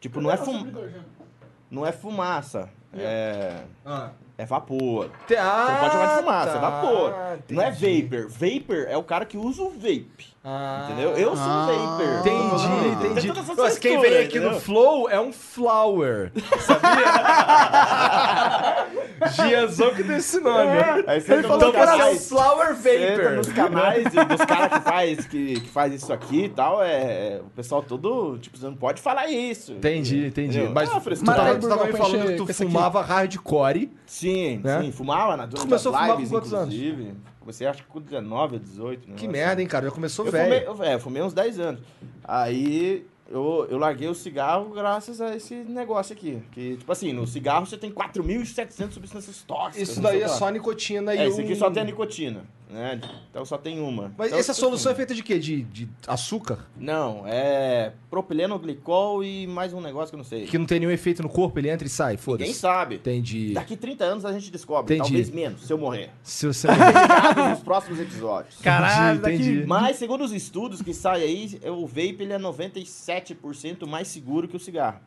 Tipo, não é, fum... não é fumaça. É,
Ah,
é vapor.
Você
Você não pode chamar de fumaça, é
ah, tá.
vapor. Não é
Entendi.
vapor. Vapor é o cara que usa o vape.
Ah.
Entendeu? Eu sou um
Ah.
vapor.
Entendi,
Tem
entendi.
todas essas
Mas quem
misturas,
veio aqui
entendeu?
no Flow é um flower. Sabia? Gianzão que deu esse nome.
É, Aí você
Ele
entra
falou
Então
nos
que era
você é um
canais,
flower
você entra nos
vapor.
canais e dos caras que faz, que, que faz isso aqui e tal, é, é, o pessoal todo, tipo, você não pode falar isso.
Entendi, entendi.
Entendeu?
Ah, Mas
É uma
tu tá-
frescura.
tava,
Mas-
tu tava me
Burgão,
falando
preenche
que tu
com essa aqui.
fumava hardcore.
Sim,
Né?
sim, fumava na durante
começou a
as
fumar com
lives,
quantos anos?
inclusive. Comecei acho que com 19 ou 18. né?
Que merda, hein, cara? Já começou
Eu fumei,
velho.
eu, é, eu fumei uns 10 anos. Aí eu, eu larguei o cigarro graças a esse negócio aqui. Que, tipo assim, no cigarro você tem 4.700 substâncias tóxicas.
Isso
não sei
daí é
o que lá.
só nicotina e
É, isso aqui
um-
só tem a nicotina, né? Então só tem uma.
Mas
Então,
essa
tipo
solução é
assim,
feita de quê? De, de açúcar?
Não, é propileno, glicol e mais um negócio que eu não sei.
Que não tem nenhum efeito no corpo, ele entra e sai,
Ninguém
foda-se.
sabe.
Entendi.
Daqui 30 anos a gente descobre,
Entendi.
talvez menos, se eu morrer.
Se você...
Ligados nos próximos episódios.
caralho, daqui.
entendi.
Mas, segundo os estudos que saem aí, o vape ele é 97% mais seguro que o cigarro.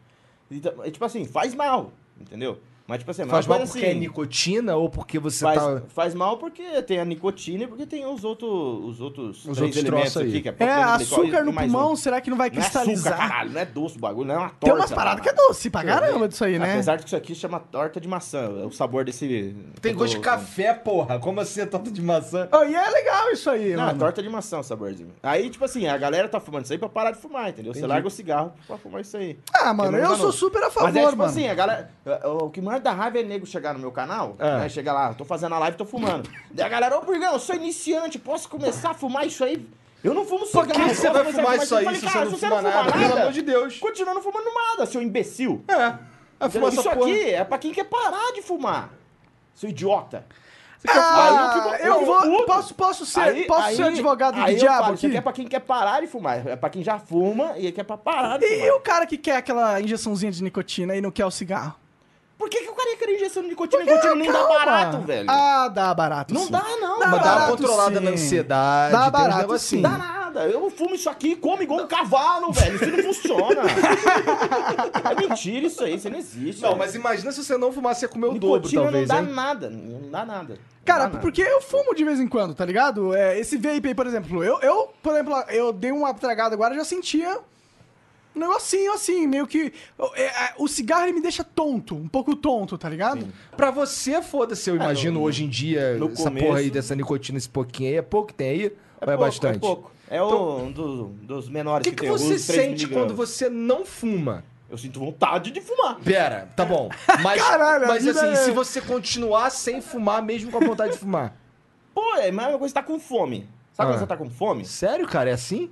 Então, é tipo assim, faz mal, entendeu? Mas, tipo assim, é uma
Faz mal
coisa
porque é
assim,
nicotina ou porque você
faz,
tá...
faz mal porque tem a nicotina e porque tem os, outro, os outros
Os
três
outros
elementos
troços aí.
aqui. Que é,
É,
propileno, glicol e-
açúcar no
e mais
pulmão,
um.
será que não vai
Não é açúcar,
cristalizar?
caralho, não é doce o bagulho, não é uma torta.
Tem umas paradas que é
caralho.
doce pra caramba disso aí, né?
Apesar de que isso aqui chama torta de maçã, o sabor desse...
Tem
do-
gosto de café, porra. Como assim é torta de maçã?
Oh, e é legal isso aí,
Não,
né?
é
mano.
torta de maçã o saborzinho. Aí, tipo assim, a galera tá fumando isso aí pra parar de fumar, entendeu? Você
Entendi.
larga o cigarro pra fumar isso aí.
Ah, mano,
Porque não
eu
dá
sou
não.
super a favor,
Mas é tipo
mano.
assim, a galera. o- O que mais dá raiva é nego chegar no meu canal,
É.
né? Chegar lá, tô fazendo a live, tô fumando. Daí a galera, ô Burgão, eu sou iniciante, posso começar a fumar isso aí? Eu não fumo
Por
cigarro.
que, que você
posso
vai
começar a
fumar isso
Eu
aí
falei,
se você
cara,
não fuma nada? Pelo amor de Deus.
Continua não fumando nada, seu imbecil.
É. Vai fumar
Isso
essa porra.
aqui é pra quem quer parar de fumar, seu idiota. Você quer fumar?
Ah,
fico-
eu
fico
vou.
puto.
Posso, posso ser, posso ser advogado do
aí eu
diabo
falo, Isso
aqui?
aqui é pra quem quer parar de fumar, é pra quem já fuma e é que é pra parar de
E,
fumar.
e o cara que quer aquela injeçãozinha de nicotina e não quer o cigarro?
Por que, que o cara ia querer injeção de nicotina? Nicotina nem dá
Calma.
barato, velho.
Ah, dá barato.
não
sim.
dá, não.
Dá
Mas
cara.
dá uma
barato,
controlada
sim.
na ansiedade.
Dá
tem uns
barato,
negócios
sim.
assim.
Dá nada. Eu fumo isso aqui, como igual um cavalo, velho. Isso não funciona. é mentira isso aí, isso não existe.
Não,
velho.
mas imagina se você não fumasse, você ia comer o dobro,
nicotina
talvez,
não dá
hein?
nada. Não dá nada. Ah, Não dá
Cara,
nada.
porque eu fumo de vez em quando, tá ligado? É, esse vape aí, por exemplo, eu, eu, por exemplo, eu dei uma tragada agora e já sentia um negocinho assim, meio que. é, é, o cigarro ele me deixa tonto, um pouco tonto, tá ligado?
Pra você, foda-se, eu imagino
no-
hoje em dia,
no
essa
começo-
porra aí dessa nicotina, esse pouquinho aí, é pouco que tem aí? ou é
pouco,
bastante?
É pouco. É
Então
o, um do- dos
O
menores
que,
que,
que
tem.
você
os três
sente
miligramas.
quando você não fuma?
Eu sinto vontade de fumar.
Pera, tá bom. Mas,
Caralho, a
mas
vida
assim,
é-
se você continuar sem fumar, mesmo com a vontade de fumar.
Pô, é a mesma coisa que tá com fome. Sabe
Ah.
quando você tá com fome?
Sério, cara? É assim?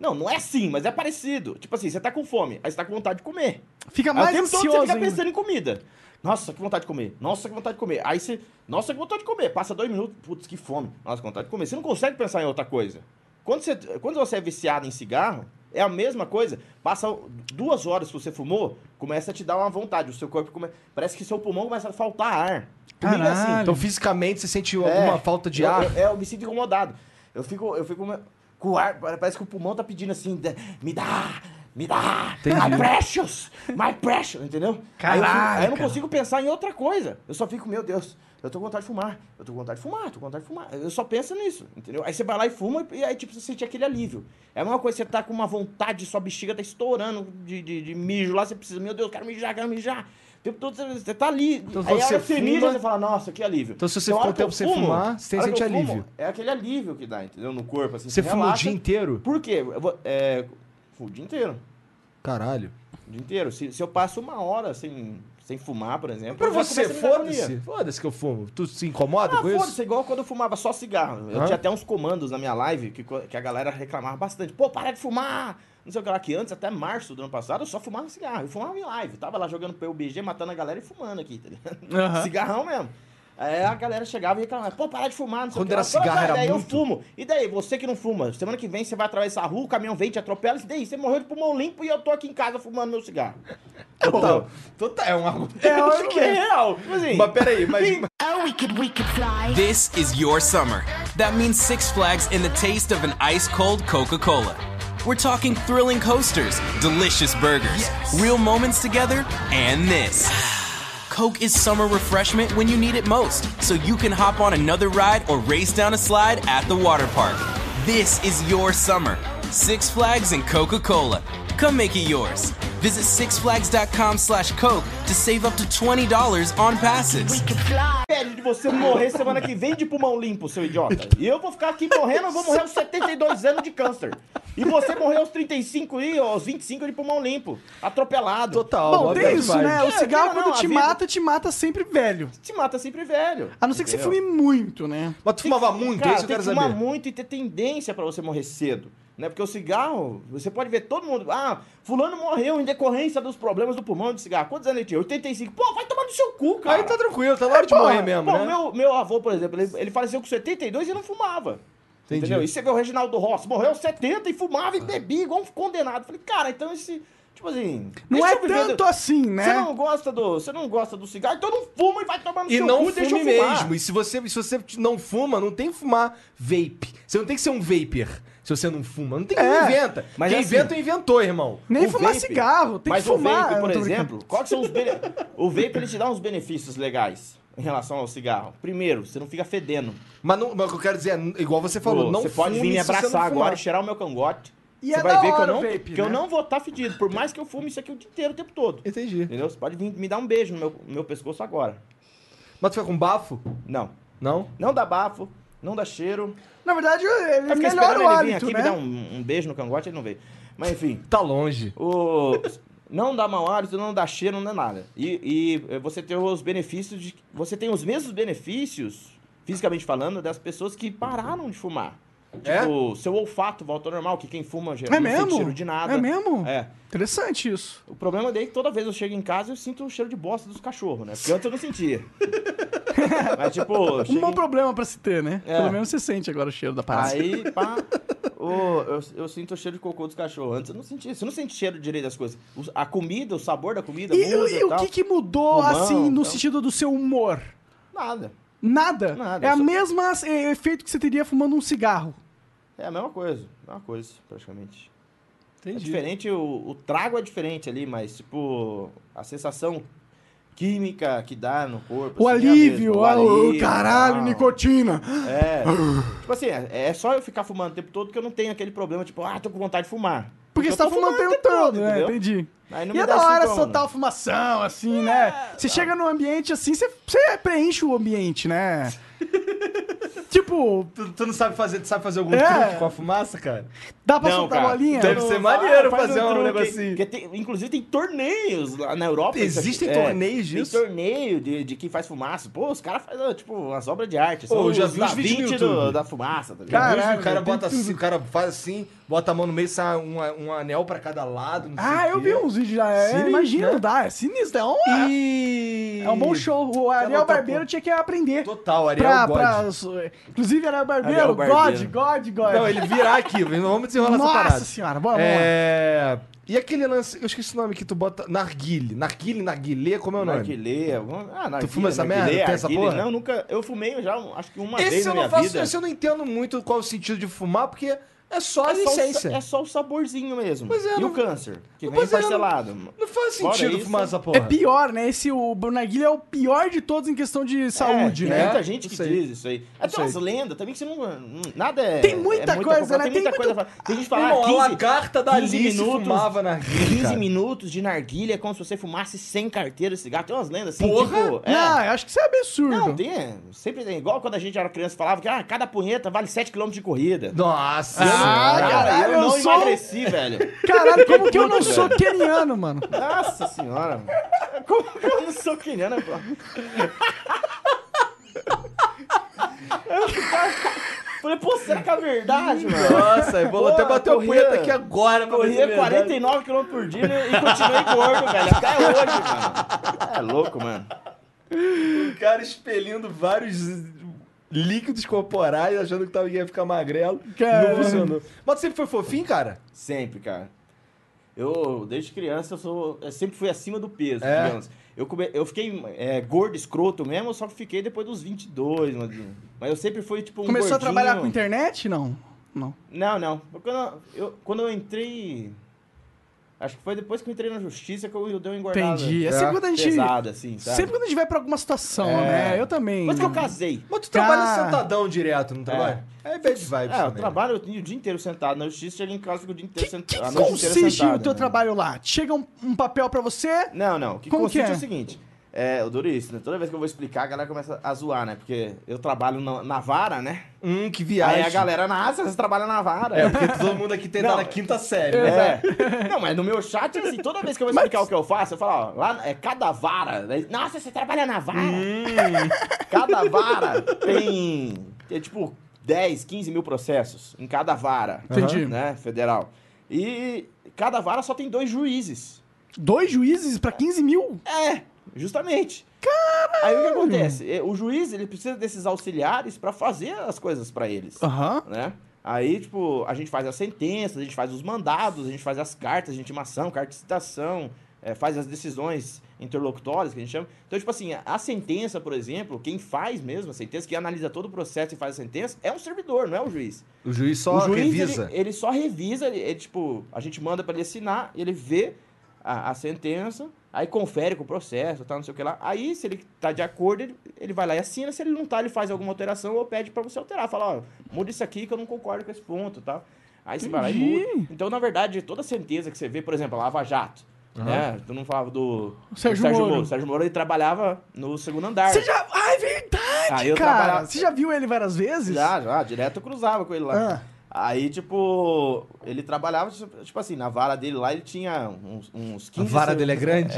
Não, não é assim, mas é parecido. Tipo assim, você tá com fome, aí você tá com vontade de comer.
Fica
Aí É o
mais
tempo todo você
ansioso.
fica
ainda.
pensando em comida. Nossa, que vontade de comer. Nossa, que vontade de comer. Aí você. Nossa, que vontade de comer. Passa dois minutos. Putz, que fome. Nossa, que vontade de comer. Você não consegue pensar em outra coisa. Quando você, quando você é viciado em cigarro, é a mesma coisa. Passa duas horas que você fumou, começa a te dar uma vontade. O seu corpo começa. Parece que seu pulmão começa a faltar ar. Comigo é
Caralho.
assim.
Então, fisicamente, você sente
É.
alguma falta de
Eu-
ar?
eu- É, eu, me sinto incomodado. Eu fico, eu fico me- com o ar, parece que o pulmão tá pedindo assim, "Dá- me dá, Me dá!
Entendi.
My precious! My precious! Entendeu? Aí eu, fico- aí eu não
Caraca.
consigo pensar em outra coisa. Eu só fico, meu Deus, eu tô com vontade de fumar. Eu tô com vontade de fumar, tô com vontade de fumar. Eu só penso nisso, entendeu? Aí você vai lá e fuma e aí, tipo, você sente aquele alívio. É a mesma coisa, você tá com uma vontade, sua bexiga tá estourando de, de, de mijo lá, você precisa, meu Deus, quero mijar, quero mijar. O tempo todo você, você tá ali.
Então,
aí a
você
hora que você mija,
fuma-
você fala, nossa, que alívio.
Então, se você
a hora
ficou um
que eu
tempo sem fumar, você
a hora que
sente
eu fumo,
alívio.
É aquele alívio que dá, entendeu? No corpo, assim.
Você
você
fuma o
relaxa.
dia inteiro?
Por quê? Eu vou- é, o dia inteiro.
Caralho.
O dia inteiro. Se, se eu passo uma hora sem, sem fumar, por exemplo.
Pra
eu já
você,
começo a me dar agonia.
foda-se. Foda-se que eu fumo. Tu se incomoda
Ah,
com
foda-se,
isso?
é igual quando eu fumava só cigarro. Eu
Hã?
tinha até uns comandos na minha live que, co- que a galera reclamava bastante. Pô, para de fumar! Não sei o que lá, que antes, até março do ano passado, eu só fumava cigarro. Eu fumava em live. Eu tava lá jogando PUBG, matando a galera e fumando aqui, tá ligado?
Aham.
Cigarrão mesmo. Aí a galera chegava e reclamava, pô, para de fumar, não sei o
Quando
que. lá.
era
Fala,
cigarro,
cara,
era
daí
muito.
eu fumo. E daí, você que não fuma, semana que vem você vai atravessar a rua, o caminhão vem, te atropela, e daí você morreu de pulmão limpo e eu tô aqui em casa fumando meu cigarro.
Total. Total. É um argumento.
Eu acho que é real. Tipo assim,
Mas peraí, mas.
Oh, we could, we could fly.
This is your summer. That means Six Flags and the taste of an ice cold Coca Cola. We're talking thrilling coasters, delicious burgers, real moments together, and this. Coke is summer refreshment when you need it most, so you can hop on another ride or race down a slide at the water park. This is your summer. Six Flags and Coca-Cola. Come make it yours. Visit sixflags.com slash Coke to save up to $20 on passes.
We could fly.
impede de você morrer semana que vem de pulmão limpo, seu idiota. E eu vou ficar aqui morrendo, eu vou morrer aos 72 anos de câncer. E você morreu aos 35 e aos 25 de pulmão limpo, atropelado.
Total.
Bom,
óbvio
tem
que
isso,
vai.
né? O
É,
cigarro,
queira ou
quando
não,
te
a vida-
mata, te mata sempre velho.
Te mata sempre velho.
A não ser que você
Entendeu?
fume muito, né?
Mas tu
Tem que-
fumava muito, é
cara,
isso que eu
tem
quero
que fumar
saber.
muito e ter tendência pra você morrer cedo. Né? Porque o cigarro, você pode ver todo mundo. Ah, fulano morreu em decorrência dos problemas do pulmão de cigarro. Quantos anos ele tinha? 85. Pô, vai tomar no seu cu, cara.
Aí tá tranquilo, tá na hora de
Porra,
morrer mesmo,
pô,
né?
meu, meu avô, por exemplo, ele, ele faleceu com 72 e não fumava.
Entendi.
Entendeu? E você vê o Reginaldo Rossi, morreu aos 70 e fumava
Ah.
e bebia igual um condenado. Falei, cara, então esse. Tipo assim.
Não
deixa
é
eu viver
tanto
do-
assim,
Você
né?
não gosta do. Você não gosta do cigarro, então não fuma e vai tomar no
E
seu
não
cu, deixa eu
fume
fumar.
mesmo. E se você, se você não fuma, não tem que fumar vape. Você não tem que ser um vapor se você não fuma. Não tem que
É,
não inventa.
mas
Quem
assim,
inventa, inventou, irmão.
Nem
O
fumar
vape-
cigarro, tem
Mas
que fumar.
o vape, por
Eu tô brincando.
exemplo, quais são os bene... O vape ele te dá uns benefícios legais em relação ao cigarro. Primeiro, você não fica fedendo.
Mas, não, mas o que eu quero dizer, é, igual você falou,
Pô,
não
você pode
fume
vir me
se você não
abraçar
fumar.
agora e cheirar o meu cangote.
E
você
é
vai
da
ver que eu
hora o
não,
vape,
que
né?
eu não vou estar fedido, por mais que eu fume isso aqui o dia inteiro, o tempo todo.
Entendi.
Entendeu? Você pode vir me dar um beijo no meu, no meu pescoço agora.
Mas tu fica com bafo?
Não.
Não?
Não dá bafo, não dá cheiro.
Na verdade, ele
Eu fiquei
melhora
esperando
É o
ele vir
hálito,
é aqui
né?
me dar um, um beijo no cangote, ele não veio. Mas enfim.
Tá longe.
O... Não dá mau hálito, não dá cheiro, não dá nada. E, e você tem os benefícios de. Você tem os mesmos benefícios, fisicamente falando, das pessoas que pararam de fumar.
É?
Tipo, seu olfato volta ao normal, que quem fuma já
É
não sente
mesmo?
cheiro de nada.
É mesmo?
É.
Interessante isso.
O problema daí é que toda vez eu chego em casa eu sinto o cheiro de bosta dos cachorros, né? Porque antes eu não sentia. Mas tipo, eu
Um
chego
bom
em-
problema pra se ter, né?
É.
Pelo menos você sente agora o cheiro da parada.
Aí, pá, ô, eu, eu sinto o cheiro de cocô dos cachorros. Antes eu não sentia. Você não sente cheiro direito das coisas. O- a comida, o sabor da comida,
E,
muda
e o
tal.
que, que mudou,
Pulmão,
assim, no
então.
sentido do seu humor?
Nada.
Nada.
Nada,
É a
só-
mesma é, efeito que você teria fumando um cigarro.
É a mesma coisa. A mesma coisa, praticamente. É
Entendi.
diferente, o, o trago é diferente ali, mas, tipo, a sensação química que dá no corpo.
O
assim, é a
alívio,
mesma.
ó, o caralho,
tal.
nicotina.
É. tipo assim, é, é só eu ficar fumando o tempo todo que eu não tenho aquele problema, tipo, ah, tô com vontade de fumar.
Porque
eu
você tá
tô
fumando o tempo todo, né?
entendeu?
Entendi.
Aí não
e
me
é
dá
da hora
sintoma. É, tá.
soltar a fumação, assim, né? Você chega num ambiente assim, você, você preenche o ambiente, né? tipo,
Tu, tu não sabe fazer, tu sabe fazer algum
É.
truque com a fumaça, cara?
dá pra
Não,
soltar a
cara.
bolinha?
Deve
Então,
ser
fala,
maneiro
faz
fazer um
truque.
negocinho.
Porque tem- inclusive tem torneios lá na Europa.
Existem
isso aqui.
torneios disso?
É, Tem torneio de, de quem faz fumaça. Pô, os caras fazem, tipo, umas obras de arte.
Ô, eu já
os
vi uns
Da
vídeos no
Vinci
YouTube.
do- da fumaça, tá ligado?
Caralho,
Hoje o cara
tem
bota assim, o cara faz assim, bota a mão no meio, sai um, um anel pra cada lado. não sei
Ah,
o
eu
quê. Ah.
vi uns vídeos já. é,
Sinistro,
imagina,
né?
não dá. É sinistro. É um,
E...
é um bom show. O Ariel
botar
Barbeiro
pro-
tinha que aprender.
Total, Ariel
Pra,
God.
pra- inclusive, Ariel Barbeiro,
Ariel Barbeiro.
God, God, God.
Não, ele virá aqui, não vamos desenrolar essa
Nossa
parada.
senhora, bora, vamos
é... E aquele lance, eu esqueci o nome que tu bota, narguile, narguile, narguilê, como é o nome?
Narguilé, alguma... Ah, narguilé,
fuma essa
narguilé,
merda? Tem essa
narguilé.
porra?
Não, nunca... Eu fumei já, um- acho que uma vez
Esse
na
eu não
minha
faço,
vida.
esse eu não entendo muito qual o sentido de fumar, porque É só a
É só o sa-
licença.
é só o saborzinho mesmo.
Pois é,
e
não-
o câncer, que vem
Pois é, não-
parcelado.
Não faz
Fora
sentido
isso,
fumar essa porra.
É pior, né? Esse o Bonaguilha é o pior de todos em questão de saúde,
É,
né?
Tem muita gente que
Isso aí.
diz isso aí. Até
Isso
umas
aí.
lendas também que você não. hum, Nada é.
Tem muita
é
coisa,
fofoca,
né?
Tem
Tem
muita
muito-
coisa. pra falar. Tem gente que
Irmão,
fala. ah,
a
15,
lagarta da
15
Alice
minutos,
fumava na rede,
15
cara.
minutos de narguilha é como se você fumasse sem carteira de cigarro. Tem umas lendas assim,
Porra!
tipo. É.
Não, eu acho que isso é absurdo.
Não, tem. é, Sempre tem. Igual quando a gente era criança falava que ah, cada punheta vale 7km de corrida.
Ah,
Nossa. senhora.
Cara,
caralho,
eu
eu
não
sou-
emagreci, velho.
Caralho, como que eu não sou
um
keniano, mano?
Nossa senhora. mano. Como que eu não sou queniano? pô? Eu ficava- Falei, pô, será que é verdade, mano?
Nossa, eu vou até
Porra,
bater o
corria-
punheta aqui agora. pra ver se é
Corria
verdade.
49 km por dia né, e continuei gordo, velho. Até hoje, mano. É louco, mano.
O um cara expelindo vários líquidos corporais, achando que tava, ia ficar magrelo.
Cara.
Não funcionou. Mas tu sempre foi fofinho, cara?
Sempre, cara. Eu, desde criança, eu, sou, eu sempre fui acima do peso,
É?
digamos. Eu, come- eu fiquei é, gordo, escroto mesmo, só que fiquei depois dos 22, mas, mas eu sempre fui, tipo, um
Começou a
gordinho-
trabalhar com internet? Não. Não.
Não, não. Quando eu, eu- quando eu entrei... Acho que foi depois que eu entrei na justiça que eu, eu dei uma engordada.
Entendi. É
É,
sempre quando a gente.
Pesada, assim, sabe?
Sempre quando a gente vai pra alguma situação,
É.
né? Eu também.
Depois que eu casei.
Mas tu
Cara.
trabalha sentadão direto, não trabalha? É, bad vibes
É,
também.
eu trabalho o dia inteiro sentado na justiça, chego em casa, fico o dia inteiro
Que,
sentado.
que
a noite inteira
consiste o
sentado,
teu
né?
trabalho lá? Chega um, um papel pra você.
Não, não. O que
Como
consiste
que é?
é? o seguinte. É, o duro é isso, né? Toda vez que eu vou explicar, a galera começa a zoar, né? Porque eu trabalho na, na vara, né?
Hum, que
Aí
viagem.
a galera, nossa, você trabalha na vara.
É, porque todo mundo aqui tem
Não.
na quinta série, né?
É. Não, mas no meu chat, assim, toda vez que eu vou explicar o que eu faço, eu falo, ó, lá é cada vara. né? Nossa, você trabalha na vara? Cada vara tem, tem, tipo, 10, 15 mil processos em cada vara.
Entendi.
Né, federal. E cada vara só tem dois juízes.
Dois juízes pra 15 mil?
É, justamente. Aí o que acontece? É, O juiz, ele precisa desses auxiliares pra fazer as coisas pra eles,
Aham.
né? Aí, tipo, a gente faz as sentenças, a gente faz os mandados, a gente faz as cartas de intimação, carta de citação, é, faz as decisões interlocutórias, que a gente chama. Então, tipo assim, a- a sentença, por exemplo, quem faz mesmo a sentença, que analisa todo o processo e faz a sentença, é um servidor, não é o juiz
O juiz só
o juiz,
revisa.
Ele, ele só revisa, ele, ele, tipo, a gente manda pra ele assinar, ele vê a, a sentença, aí confere com o processo, tá, não sei o que lá. Aí, se ele tá de acordo, ele, ele vai lá e assina. Se ele não tá, ele faz alguma alteração ou pede pra você alterar. Fala, ó, muda isso aqui que eu não concordo com esse ponto, tá? Aí você vai lá e
Entendi.
muda. Então, na verdade, toda sentença que você vê, por exemplo, a Lava Jato, né? Tu não falava do,
O
do
Sérgio Moro.
O Sérgio Moro, ele trabalhava no segundo andar.
Você já. Ah, é verdade,
Ah, eu
cara.
trabalhava-
Você já viu ele várias vezes?
Já, já, direto eu cruzava com ele lá.
Ah.
Aí, tipo, ele trabalhava, tipo assim, na vara dele lá, ele tinha uns, uns assim. 15...
A vara dele é grande?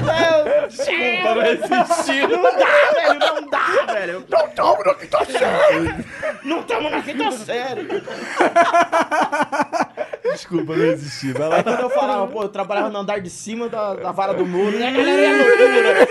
Desculpa, não existiu.
Não dá, velho, não dá, velho. Não estamos na quinta série. Não estamos na quinta série.
É. Desculpa, não existiu. Vai
Aí
lá.
quando eu falava, pô, eu trabalhava no andar de cima da, da vara do muro, né, galera? É loucura.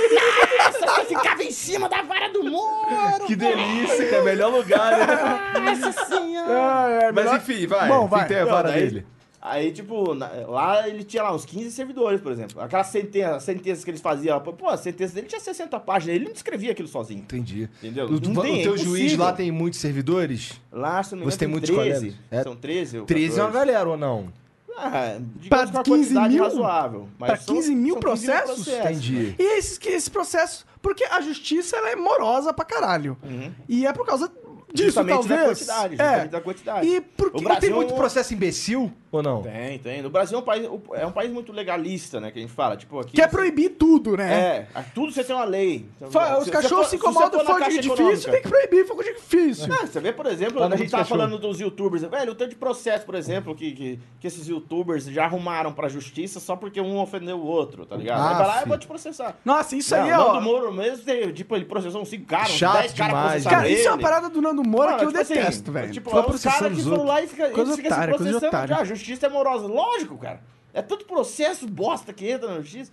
Nossa, você ficava em cima da vara do muro.
Que delícia, que é o melhor lugar, né?
Nossa senhora.
Ah, é, melhor-
Mas enfim, vai.
Bom,
Bom,
vai.
a vara
Não, daí-
dele.
Aí, tipo, na- lá ele tinha lá uns 15 servidores, por exemplo. Aquelas sentenças, sentenças que eles faziam, pô, a sentença dele tinha 60 páginas, ele não escrevia aquilo sozinho.
Entendi.
Entendeu?
O, o
Não tem, é
teu juiz
impossível.
lá tem muitos servidores?
Lá, se não me
Você tem
engano,
muitos
tem 13.
colegas?
né?
É.
São 13 ou
13 é uma
14.
galera ou não?
Ah, digamos
Pra
que é uma
15
quantidade
mil?
razoável. Mas
Pra 15 mil processos?
Entendi.
E esses, que- esse processo. Porque a justiça ela é morosa pra caralho. E é por causa disso,
Uhum. Justamente
talvez. É.
da quantidade, justamente da quantidade.
E por
O
que
Mas tem um-
Brasil- é
muito processo imbecil ou não?
Tem, tem. No Brasil é um país, é um país muito legalista, né? Que a gente fala. Tipo, aqui.
quer proibir tudo, é né?
É, tudo você tem uma lei. Então,
Fa- Os
se você
cachorros
for-
se
você
incomodam
for na
fogo de
Caixa
difícil,
Econômica-
tem que proibir fogo de difícil.
Ah, você vê, por exemplo,
Lá
a
no
gente
Rio
tava
de Cachorro.
falando dos youtubers. Velho, o tanto de processo, por exemplo, que, que, que esses youtubers já arrumaram pra justiça só porque um ofendeu o outro, tá ligado?
Ah,
Aí vai lá, eu
sim.
vou te processar.
Nossa, isso aí é.
não, o
ó.
Nando Moro mesmo, teve, tipo, ele processou uns 5 caras, uns
Chato
10 caras
demais,
processaram
Cara, isso é uma
ele.
parada do Nando Moura
Mano,
que eu
Tá tipo assim,
detesto, velho.
Tipo,
Ficar
é os
processando
caras que
os
foram
outros.
lá e fica,
Coisa
eles ficam se
otária, coisa de
processando.
otário.
Ah, a justiça é morosa. Lógico, cara. É tanto processo bosta que entra na justiça.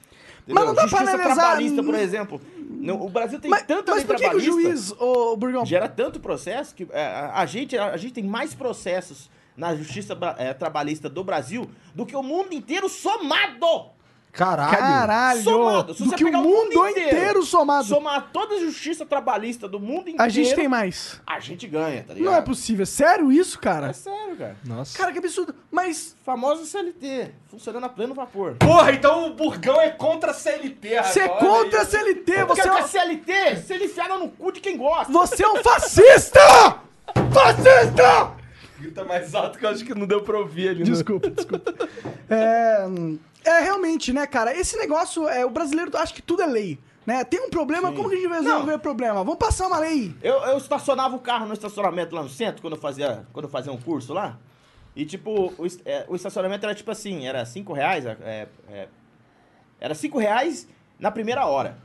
Mas não dá pra
justiça
analisar-
trabalhista, por exemplo. Não, o Brasil tem
mas
tanta
mas
lei
por que, que o
trabalhista-
juiz, ô Burgão?
Gera tanto processo que é, a, a gente, a, a gente tem mais processos na justiça bra- é, trabalhista do Brasil do que o mundo inteiro somado.
Caralho.
Caralho!
Somado. Se
Do
você
que o
pegar
mundo inteiro, somado.
Somar toda a justiça trabalhista do mundo inteiro.
A gente tem mais.
A gente ganha, tá ligado?
Não é possível. É sério isso,
É
cara?
sério, cara.
Nossa.
Cara, que absurdo. Mas
Famosa CLT, funcionando a pleno vapor.
Porra, então o Burgão é contra a CLT,
você é contra a CLT, você
Porque
é,
a
um,
CLT, se ele enfiar no cu de quem gosta.
você é um fascista! Fascista!
Grita mais alto que eu acho que não deu pra ouvir ali.
Desculpa, desculpa. É, é realmente, né, cara? Esse negócio, é, o brasileiro acha que tudo é lei. Né? Tem um problema, como que a gente vai resolver o problema? Vamos passar uma lei.
Eu, eu estacionava o carro no estacionamento lá no centro, quando eu fazia, quando eu fazia um curso lá. E, tipo, o, es- é, o estacionamento era tipo assim, era 5 reais. é, é, era 5 reais na primeira hora.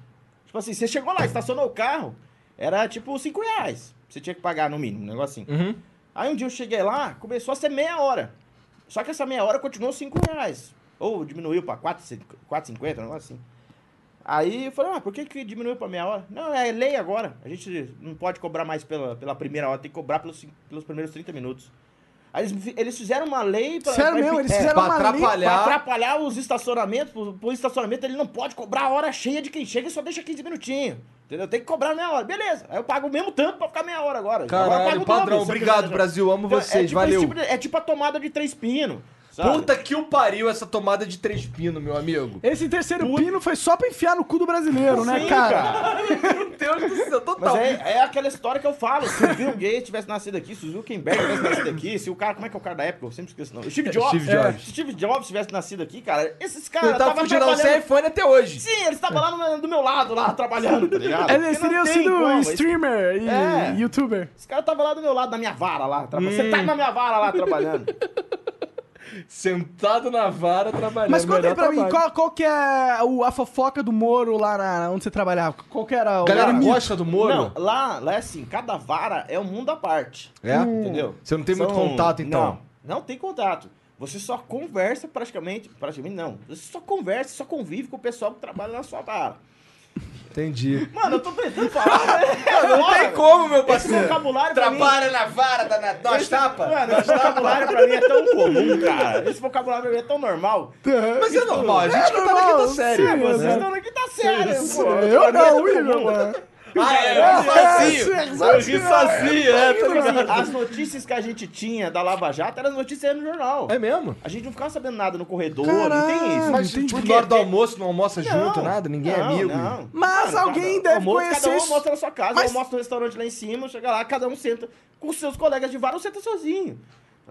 Tipo assim, você chegou lá, estacionou o carro, era tipo 5 reais. Você tinha que pagar no mínimo, um negocinho.
Uhum.
Aí um dia eu cheguei lá, começou a ser meia hora. Só que essa meia hora continuou 5 reais. Ou diminuiu pra 4,50, um negócio assim. Aí eu falei, ah, por que, que diminuiu pra meia hora? Não, é lei agora. A gente não pode cobrar mais pela, pela primeira hora, tem que cobrar pelos, cin- pelos primeiros 30 minutos. Aí eles, fi- eles fizeram uma lei pra.
Sério
pra
mesmo,
fi-
eles
é,
fizeram
pra
uma lei.
atrapalhar.
Pra atrapalhar os estacionamentos, pro, pro estacionamento ele não pode cobrar a hora cheia de quem chega e só deixa 15 minutinhos. Entendeu? Tem que cobrar meia hora. Beleza. Aí eu pago o mesmo tanto pra ficar meia hora agora. agora eu pago
Caralho,
o dobro,
padrão.
se eu
Obrigado,
quiser.
Brasil. Amo
Então,
vocês.
tipo
Valeu.
esse tipo de- é tipo a tomada de três pinos. sabe?
Puta que o pariu essa tomada de três pinos, meu amigo.
Esse terceiro pino foi só pra enfiar no cu do brasileiro, né,
Sim,
cara?
Meu Deus do céu,
Mas
total.
é, é aquela história que eu falo. Se um o Bill Gates tivesse nascido aqui, se o Zuckerberg tivesse nascido aqui, se o cara. Como é que é o cara da época? Eu sempre esqueço o nome. Steve Jobs.
Steve
é.
Jobs.
Se Steve Jobs tivesse nascido aqui, cara, esses
Eu
caras
tava
estavam
fugindo sem
trabalhando.
iPhone até hoje.
Sim, eles estavam lá no- do meu lado, lá, trabalhando, tá ligado?
Ele
Porque não
seria
tem
sido
como, esse-
streamer e
É.
youtuber.
Esse cara tava lá do meu lado, na minha vara lá. Traba... Você
Hum.
tá na minha vara lá trabalhando.
Sentado na vara trabalhando.
Mas conta aí
É Melhor
pra mim,
trabalho.
qual, qual que é o, a fofoca do Moro lá na, onde você trabalhava? Qual que era o.
Galera
era o mito?
gosta do Moro?
Não, lá, lá é assim, cada vara é um mundo à parte.
É?
Entendeu?
Você não tem muito contato, então?
Não, não tem contato. Você só conversa praticamente, praticamente não. Você só conversa, só convive com o pessoal que trabalha na sua vara.
Entendi.
Mano, eu tô tentando falar. né?
Não, tem como, meu
Esse
parceiro.
vocabulário pra mim-
Trabalha na vara da na, das tapas.
Mano, esse vocabulário pra mim é tão comum, cara. Esse vocabulário pra mim é tão normal.
Mas é normal, a gente que tá na
normal,
quinta série.
sim,
pô.
Vocês estão aqui, tá sério, pô.
Eu não, né? Igor, mano.
Ah, é, eu ri sozinho. Eu ri sozinho, é, tá ligado?
assim, As notícias que a gente tinha da Lava Jato eram as notícias aí no jornal.
É mesmo?
A gente não ficava sabendo nada no corredor, não tem
Caralho,
isso.
Mas
entendi.
tipo, na hora do almoço, não almoça junto, nada, ninguém é
não,
amigo.
não.
Mas alguém deve conhecer
Cada um
isso.
almoça na sua casa,
Mas-
eu almoço no restaurante lá em cima, chega lá, cada um senta com seus colegas de vara ou senta sozinho.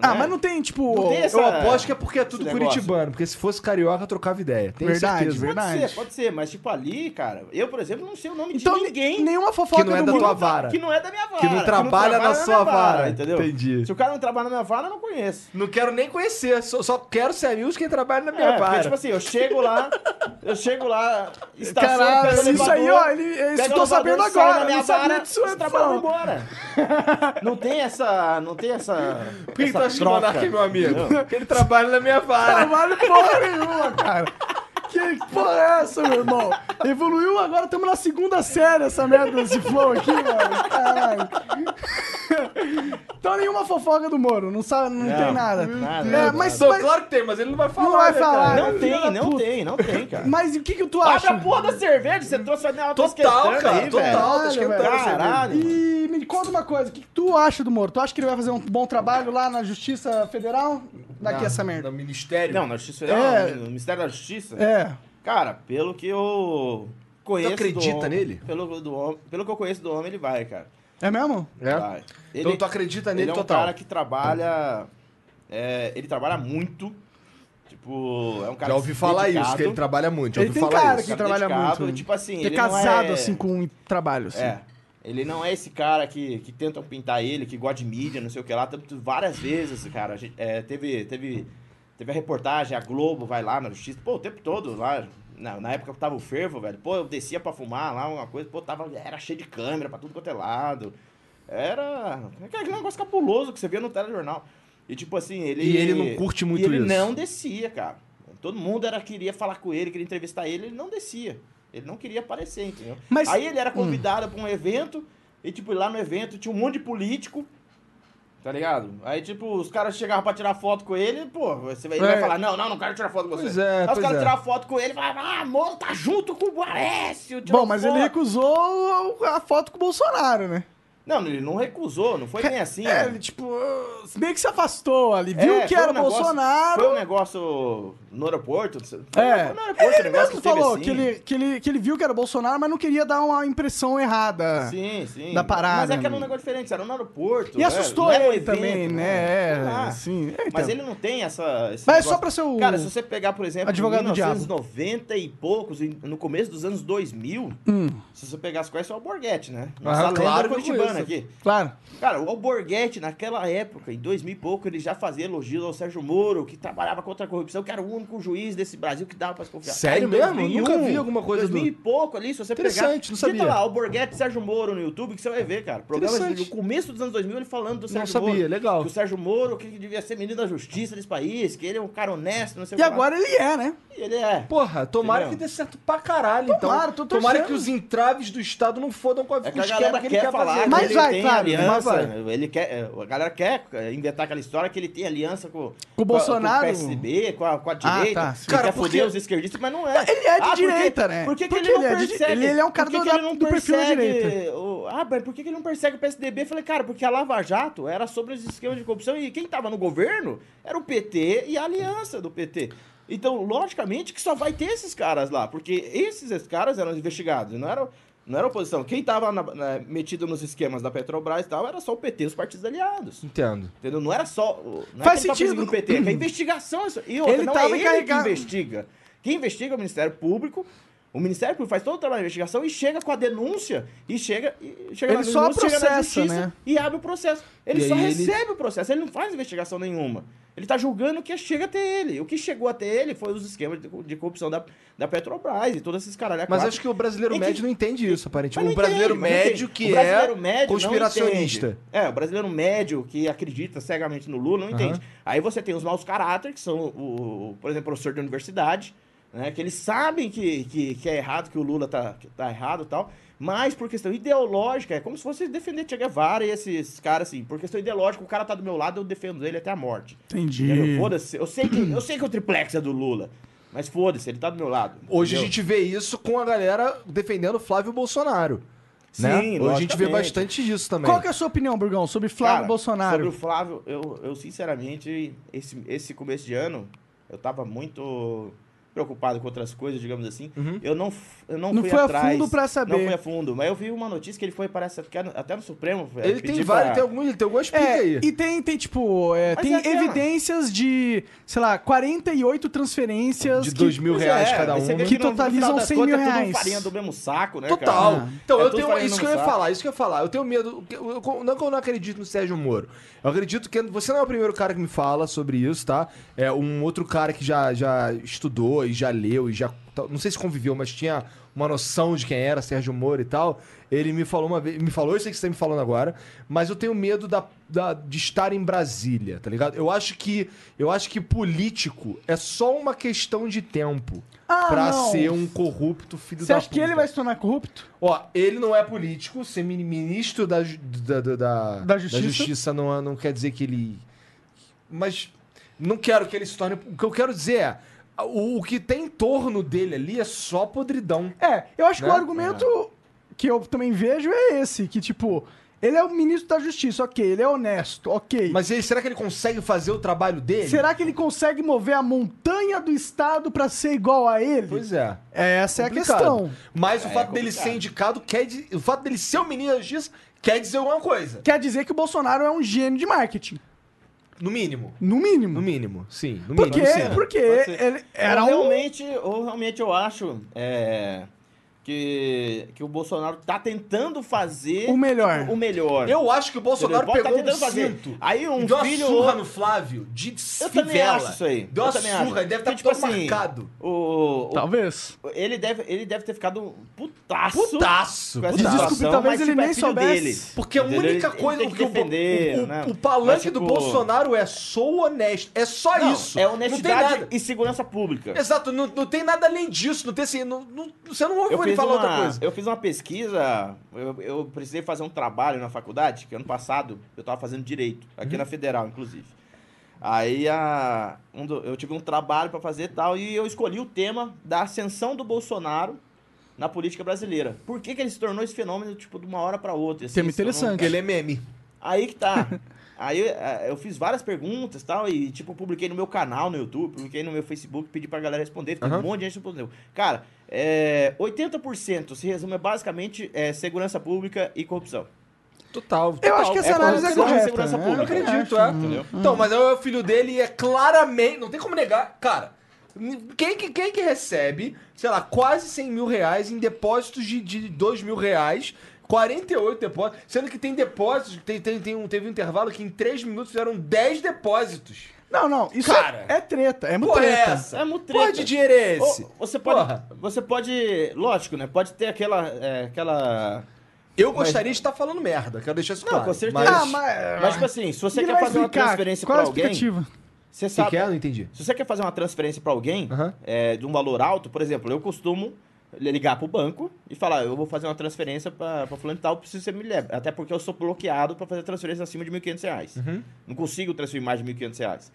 Ah,
né?
mas não tem, tipo.
Não tem essa-
Eu aposto que é porque é tudo
Esse negócio.
curitibano, porque se fosse carioca, eu trocava ideia. Tenho
Verdade,
certeza.
verdade.
Pode ser, pode ser, mas tipo ali, cara, eu, por exemplo, não sei o nome
Então,
de ninguém
nenhuma fofoca
que não é
do
da
mundo.
tua vara.
que não é da minha vara.
Que não trabalha na sua
minha
vara,
entendeu?
entendi.
Se o cara não trabalha na minha vara, eu não conheço.
Não quero nem conhecer, só, só quero ser amigo de quem trabalha na minha
É, porque,
vara.
tipo assim, eu chego lá, eu chego lá, estaciono,
Caralho,
pego o
isso
elevador,
aí, ó, ele- isso
pego
eu tô
o elevador,
sabendo
saio
agora,
na
não
minha
sabia
vara,
disso antes,
os trabalhadores
não.
vão embora. Não tem essa, não tem essa,
Por que tu acha
essa
que o Monark é meu amigo?
entendeu?
Porque ele trabalha na minha vara.
Trabalho porra nenhuma, cara. Que porra é essa, meu irmão? Evoluiu, agora estamos na segunda série essa merda desse flow aqui, mano. Caralho. Então nenhuma fofoca do Moro, não sabe, não, tem nada.
nada,
É,
nada.
mas,
Não,
mas-
claro que tem, mas ele não vai falar.
Não vai
né,
falar.
cara?
Não tem, não tem, não tem, cara.
mas o que que tu
Abre
acha?
a porra da cerveja, você trouxe a minha
Total, cara. total.
Caralho,
Tá esquentando
velho.
a cerveja.
Caralho.
E me conta uma coisa, o que, que tu acha do Moro? Tu acha que ele vai fazer um bom trabalho lá na Justiça Federal? Daqui
Na-
essa merda.
No ministério.
Não, na justiça,
É.
não, no Ministério da Justiça.
É.
Cara, pelo que eu conheço
Tu acredita
do homem-
nele?
Pelo, do homem- pelo que eu conheço do homem, ele vai, cara.
É mesmo?
É?
Vai.
Então tu acredita nele
ele é um
total.
cara que trabalha. é, ele trabalha muito. Tipo, é um cara
Já ouvi falar isso, que ele
trabalha.
trabalha muito. Já
Ele
ouvi
tem
falar
cara
isso.
que trabalha muito, né?
Tipo assim,
Ele é
ele não
casado,
é-
assim, com um trabalho, assim.
É. Ele não é esse cara que, que tentam pintar ele, que gosta de mídia, não sei o que lá. Tanto- Várias vezes, cara. a gente- é, teve, teve, teve a reportagem, a Globo vai lá na justiça. Pô, o tempo todo lá. Na, na época que tava o fervo, velho. Pô, eu descia pra fumar lá, uma coisa. Pô, tava, era cheio de câmera pra tudo quanto é lado. Era. Aquele negócio capuloso que você via no telejornal. E tipo assim, ele.
E ele não curte muito
e ele
isso.
não descia, cara. Todo mundo era, queria falar com ele, queria entrevistar ele, ele não descia. Ele não queria aparecer, entendeu?
Mas- Hum.
Aí ele era convidado pra um evento, e tipo, lá no evento tinha um monte de político. Tá ligado? Aí, tipo, os caras chegavam pra tirar foto com ele, pô, você vai, ele
É.
vai falar, não, não, não quero tirar foto com você.
Pois é,
Aí os
pois
caras
é.
tiravam foto com ele e falavam, ah, mano, tá junto com o Guarécio. tirou
Bom, mas ele
foto.
recusou o- a foto com o Bolsonaro, né?
Não, ele não recusou, não foi bem assim.
É,
né?
ele, tipo, ah, meio que se afastou ali.
É,
Viu que
foi
era
um negócio-
Bolsonaro.
Foi um negócio no aeroporto. Foi
É,
no aeroporto,
ele
o negócio
mesmo
que teve
falou
assim.
que, ele, que, ele, que ele viu que era Bolsonaro, mas não queria dar uma impressão errada.
Sim, sim.
Da parada,
Mas é que era
né?
um negócio diferente, era no aeroporto.
E
é,
assustou
não era um
ele
evento,
também, né?
Sei
É,
lá.
sim. É,
Mas
então.
ele não tem essa. esse
Mas é
negócio-
só pra ser o
Cara, se você pegar, por exemplo,
advogado do diabo.
1990 e poucos, em- no começo dos anos 2000,
Hum.
se você pegar as coisas, é o Alborguete, né?
Ah,
Nossa lenda
claro que eu
curitibana
conheço.
aqui.
Claro.
Cara, o Alborguete, naquela época, em 2000 e pouco, ele já fazia elogios ao Sérgio Moro, que trabalhava contra a corrupção, que era o único juiz desse Brasil que dava pra se confiar.
Sério
Em
mesmo? Nunca vi alguma coisa
2000
do-
um, e pouco ali, se você
Interessante,
pegar...
não sabia.
digita lá, Alborguete e Sérgio Moro no YouTube, que você vai ver, cara. Programa
Interessante.
do começo dos anos 2000, ele falando do Sérgio
Não sabia,
Moro.
legal.
Que o Sérgio Moro, que ele devia ser menino da justiça desse país, que ele é um cara honesto, não sei
E
o que lá.
agora ele é, né?
E ele é...
Porra, tomara
Entendeu?
que dê certo pra caralho, então.
Tomara, tô
tomara
torcendo.
que os entraves do Estado não fodam com a,
É
com
que
o
a
esquema
galera
que
quer,
ele quer
falar
fazer.
que
Mas
ele
vai,
tem
claro,
aliança,
mas
ele quer, é, a galera quer é, inventar aquela história que ele tem aliança com,
o Bolsonaro?
com o PSDB, com a, com a direita,
tá, sim.
ele
Cara,
quer
porque-
foder os esquerdistas, mas não é.
Ele é de
por que-
direita, né?
Por que, que
Porque
ele, não
ele é de-
persegue?
ele é um cara
por que
do-
que ele
da-
não
do perfil da
persegue
direita.
o- ah, mas por que, que ele não persegue o PSDB? Eu falei, cara, porque a Lava Jato era sobre os esquemas de corrupção e quem tava no governo era o PT e a aliança do PT. Então, logicamente, que só vai ter esses caras lá, porque esses caras eram investigados, não eram... Não era oposição. Quem tava na- na- metido nos esquemas da Petrobras e tal era só o PT e os partidos aliados.
Entendo.
Entendeu? Não era só. o- Não
Faz
é quem tá
sentido.
perseguindo o PT, é que a investigação. é só- E outra,
Ele
não
tava
é ele que
encarregado.
investiga. Quem investiga é o Ministério Público. O Ministério Público faz todo o trabalho de investigação e chega com a denúncia e chega. E chega
Ele só processa, né?
e abre o processo. Ele
E
só
aí ele-
recebe o processo, ele não faz investigação nenhuma. Ele tá julgando o que chega até ele. O que chegou até ele foi os esquemas de, de corrupção da, da Petrobras e todos esses caralhos.
Mas acho que o brasileiro
E É que-
médio não entende isso,
Mas
aparentemente.
não
O Tipo, um brasileiro
entende, mas não
médio
entende.
que
O brasileiro
é
médio não
conspiracionista.
entende. É, o brasileiro médio que acredita cegamente no Lula não
Aham.
entende. Aí você tem os maus caráter, que são, o, o- por exemplo, professor de universidade, né, que eles sabem que, que, que é errado, que o Lula tá, que tá errado e tal, mas por questão ideológica, é como se fosse defender Che Guevara e esses caras assim. Por questão ideológica, o cara tá do meu lado, eu defendo ele até a morte.
Entendi.
Entendeu? Foda-se, eu sei, que, eu sei que o triplex é do Lula, mas foda-se, ele tá do meu lado.
Hoje a
entendeu?
gente vê isso com a galera defendendo Flávio Bolsonaro.
Sim,
né? Hoje a gente vê
logicamente.
bastante disso também.
Qual que é a sua opinião, Burgão, sobre Flávio
Cara,
Bolsonaro?
Sobre o Flávio, eu, eu sinceramente, esse, esse começo de ano, eu tava muito preocupado com outras coisas, digamos assim.
Uhum.
Eu não, f- eu não,
Não
fui
foi a
atrás.
fundo pra saber.
Não fui a fundo, mas eu vi uma notícia que ele foi, parece, até no- até no Supremo. é,
Ele tem
pedir
vários,
pra-
tem algum, ele tem algumas picas
É,
aí.
e tem, tem tipo, é,
Mas
tem
é aquela.
evidências de, sei lá, 48 transferências
De
que-
dois mil
Pois
reais
é,
cada
aí você
um.
vê
né?
Que
no- no final
totalizam
das
100
contas,
mil
é tudo
reais.
farinha do mesmo saco, né,
Total.
cara?
Então,
É
eu
tudo
tenho.
farinha
Isso
do
que eu
mesmo
ia
saco.
falar, isso que eu ia falar. Eu tenho medo. eu- eu- não que eu não acredito no Sérgio Moro. Eu acredito que você não é o primeiro cara que me fala sobre isso, tá? É um outro cara que já, já estudou e já leu e já. tá- Não sei se conviveu, mas tinha uma noção de quem era Sérgio Moro e tal. Ele me falou uma vez. Me falou isso aí que você tá me falando agora. Mas eu tenho medo da, da- de estar em Brasília, tá ligado? Eu acho que. Eu acho que político é só uma questão de tempo.
Ah,
pra
não.
ser um corrupto filho
Você
da
acha que ele
puta.
vai se tornar corrupto?
Ó, ele não é político, ser mini- ministro da, ju- da, da, da,
Da justiça.
justiça não, é- não quer dizer que ele. Mas não quero que ele se torne. O que eu quero dizer é. O, o que tem em torno dele ali é só podridão.
É, eu acho que
Né?
o
É.
argumento que eu também vejo é esse, que tipo, ele é o ministro da justiça, ok, ele é honesto, ok.
Mas ele- será que ele consegue fazer o trabalho dele?
Será que ele consegue mover a montanha do Estado pra ser igual a ele?
Pois é.
É, Essa
Complicado.
é a questão.
Mas o
É,
fato dele
complicado.
ser indicado quer di- O fato dele ser o menino da justiça quer dizer alguma coisa.
Quer dizer que o Bolsonaro é um gênio de marketing.
No mínimo.
No mínimo.
No mínimo, sim. No
Por
mínimo.
quê?
sim.
Porque
Pode ser.
ele era
Ou
um.
realmente, ou realmente eu acho é, que, que o Bolsonaro tá tentando fazer
O melhor.
tipo, o melhor.
Eu acho que o Bolsonaro
Ele bota
pegou
tá tentando
um
fazer.
cinto.
Aí um
deu
filho-
uma surra no Flávio de
Eu
fivela.
também acho isso aí.
Deu
Eu
uma
também
surra,
acho.
ele deve estar
Porque, tipo
todo
assim,
marcado.
O, o-
Tá. Talvez.
ele, deve, ele deve ter ficado um putaço.
Putaço,
com essa
putaço.
situação,
Desculpe, talvez
mas,
ele
tipo, é
nem
filho
soubesse.
Porque a
Entendeu?
única
Ele- ele
coisa
tem
o
que
que o,
defender,
o, o-
né?
o palanque
Mas,
do
tipo,
Bolsonaro é sou honesto. É só
Não,
isso.
É
Não tem
honestidade
nada.
e segurança pública.
Exato, não, não tem nada além disso. Não tem assim. não- não- você não ouve
Eu
ele me
fiz
fala
uma-
outra coisa.
Eu fiz uma pesquisa, eu, eu precisei fazer um trabalho na faculdade, que ano passado eu estava fazendo direito, aqui
Uhum.
na Federal, inclusive. Aí a, um do- eu tive um trabalho para fazer e tal, e eu escolhi o tema da ascensão do Bolsonaro na política brasileira. Por que, que ele se tornou esse fenômeno, tipo, de uma hora para outra? assim,
Tema
se tornou um
interessante.
Porque ele é meme.
Aí que tá. Aí eh, eu fiz várias perguntas e tal, e tipo, publiquei no meu canal no YouTube, publiquei no meu Facebook, pedi pra galera responder, teve
Aham.
um monte de gente respondeu. Cara, é, 80% se resume a basicamente é, segurança pública e corrupção.
Total.
Eu acho que essa
É
análise é
corrupção e
correta.
segurança
né?
pública.
Eu acredito, é.
Entendeu?
Então, mas é o filho dele e é claramente. Não tem como negar. Cara, quem que, quem que recebe, sei lá, quase 100 mil reais em depósitos de, de 2 mil reais. 48 depósitos, sendo que tem depósitos, tem, tem, tem um, teve um intervalo que em 3 minutos fizeram 10 depósitos.
Não, não. Isso
Cara.
é, é treta. É muito
Porra, é
treta.
essa?
É muito treta.
Porra de dinheiro é
Ou-
esse?
você pode.
Porra.
Você pode. Lógico, né? Pode ter aquela. é, aquela.
Eu gostaria de estar falando merda, quero deixar isso
Não,
claro.
com certeza.
Mas...
Ah, mas.
Mas, tipo assim, se você
Ele
quer
vai
fazer uma
explicar.
transferência
Qual é
pra
a
alguém,
explicativa?
você
O que,
sabe.
que é? Não entendi.
Se você quer fazer uma transferência pra alguém
Aham.
é, de um valor alto, por exemplo, eu costumo ligar pro banco e falar, eu vou fazer uma transferência pra pra fulano e tal, preciso que você me leve. Até porque eu sou bloqueado pra fazer transferência acima de R$ 1.500. reais.
Uhum.
Não consigo transferir mais de R$ 1.500. reais.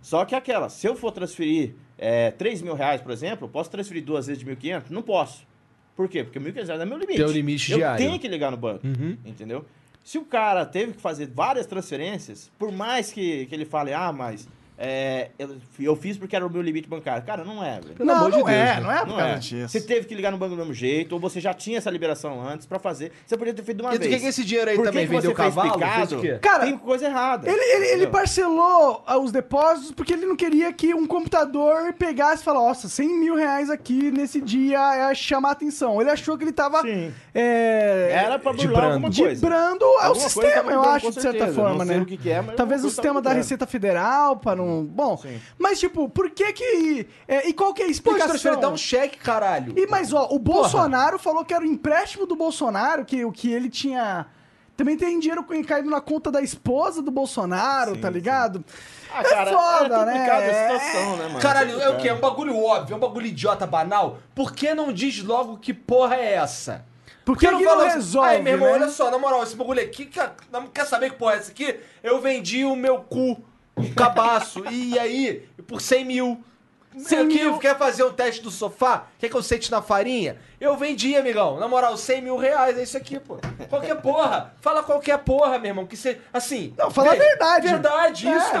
Só que aquela, se eu for transferir é, 3 mil reais, por exemplo, eu posso transferir duas vezes de 1.500? Não posso. Por quê? Porque 1.500 reais é meu limite.
Teu limite
eu
diário.
tenho que ligar no banco,
Uhum.
entendeu? Se o cara teve que fazer várias transferências, por mais que, que ele fale, ah, mas é, eu, eu fiz porque era o meu limite bancário. Cara, não é, velho.
não,
amor de
não
Deus,
é,
né?
não é por
Não
causa
é.
disso.
Você teve que ligar no banco do mesmo jeito, ou você já tinha essa liberação antes pra fazer. Você podia ter feito de uma
E do
vez.
que, que esse dinheiro aí
Por que
também?
que
Vendeu
você fez
cavalo? Fez o
picado?
quê?
Cara,
Tem coisa errada.
Ele, ele, ele
entendeu?
parcelou ah, os depósitos porque ele não queria que um computador pegasse e falasse, nossa, 100 mil reais aqui nesse dia é chamar atenção. Ele achou que ele tava
Sim.
é,
Era pra burlar
Dibrando.
alguma coisa.
dibrando ao
Alguma coisa tá
sistema, eu
mudando,
acho,
com
de certa
certeza.
forma,
Não sei
né?
o que que é, mas
Talvez o
alguma coisa tá
sistema da
mudando.
Receita Federal para não... Bom,
Sim.
mas tipo, por que que... é, e qual que é a
Pode
explicação?
transferir, dá um cheque, caralho.
E mas ó, o Bolsonaro falou que era o empréstimo do Bolsonaro, que o que ele tinha. Também tem dinheiro que caído na conta da esposa do Bolsonaro, tá ligado?
Ah, cara,
é foda,
é complicado
né?
a situação, né, mano?
Caralho, é o quê? É
Complicado.
um bagulho óbvio, é um bagulho idiota, banal. Por que não diz logo que porra é essa?
Porque
não
que não
assim,
resolve,
Aí, meu irmão,
né?
olha só, na moral, esse bagulho aqui, quer, quer saber que porra é essa aqui? Eu vendi o meu cu, o cabaço, e aí, por 100 mil.
100
100
mil.
Quer fazer o teste do sofá? Quer que eu sente na farinha? Eu vendi, amigão. Na moral, 100 mil reais, é isso aqui, pô. Qualquer porra. Fala qualquer porra, meu irmão, que você, assim...
Não, fala a
velho,
verdade.
Verdade,
É,
isso que tá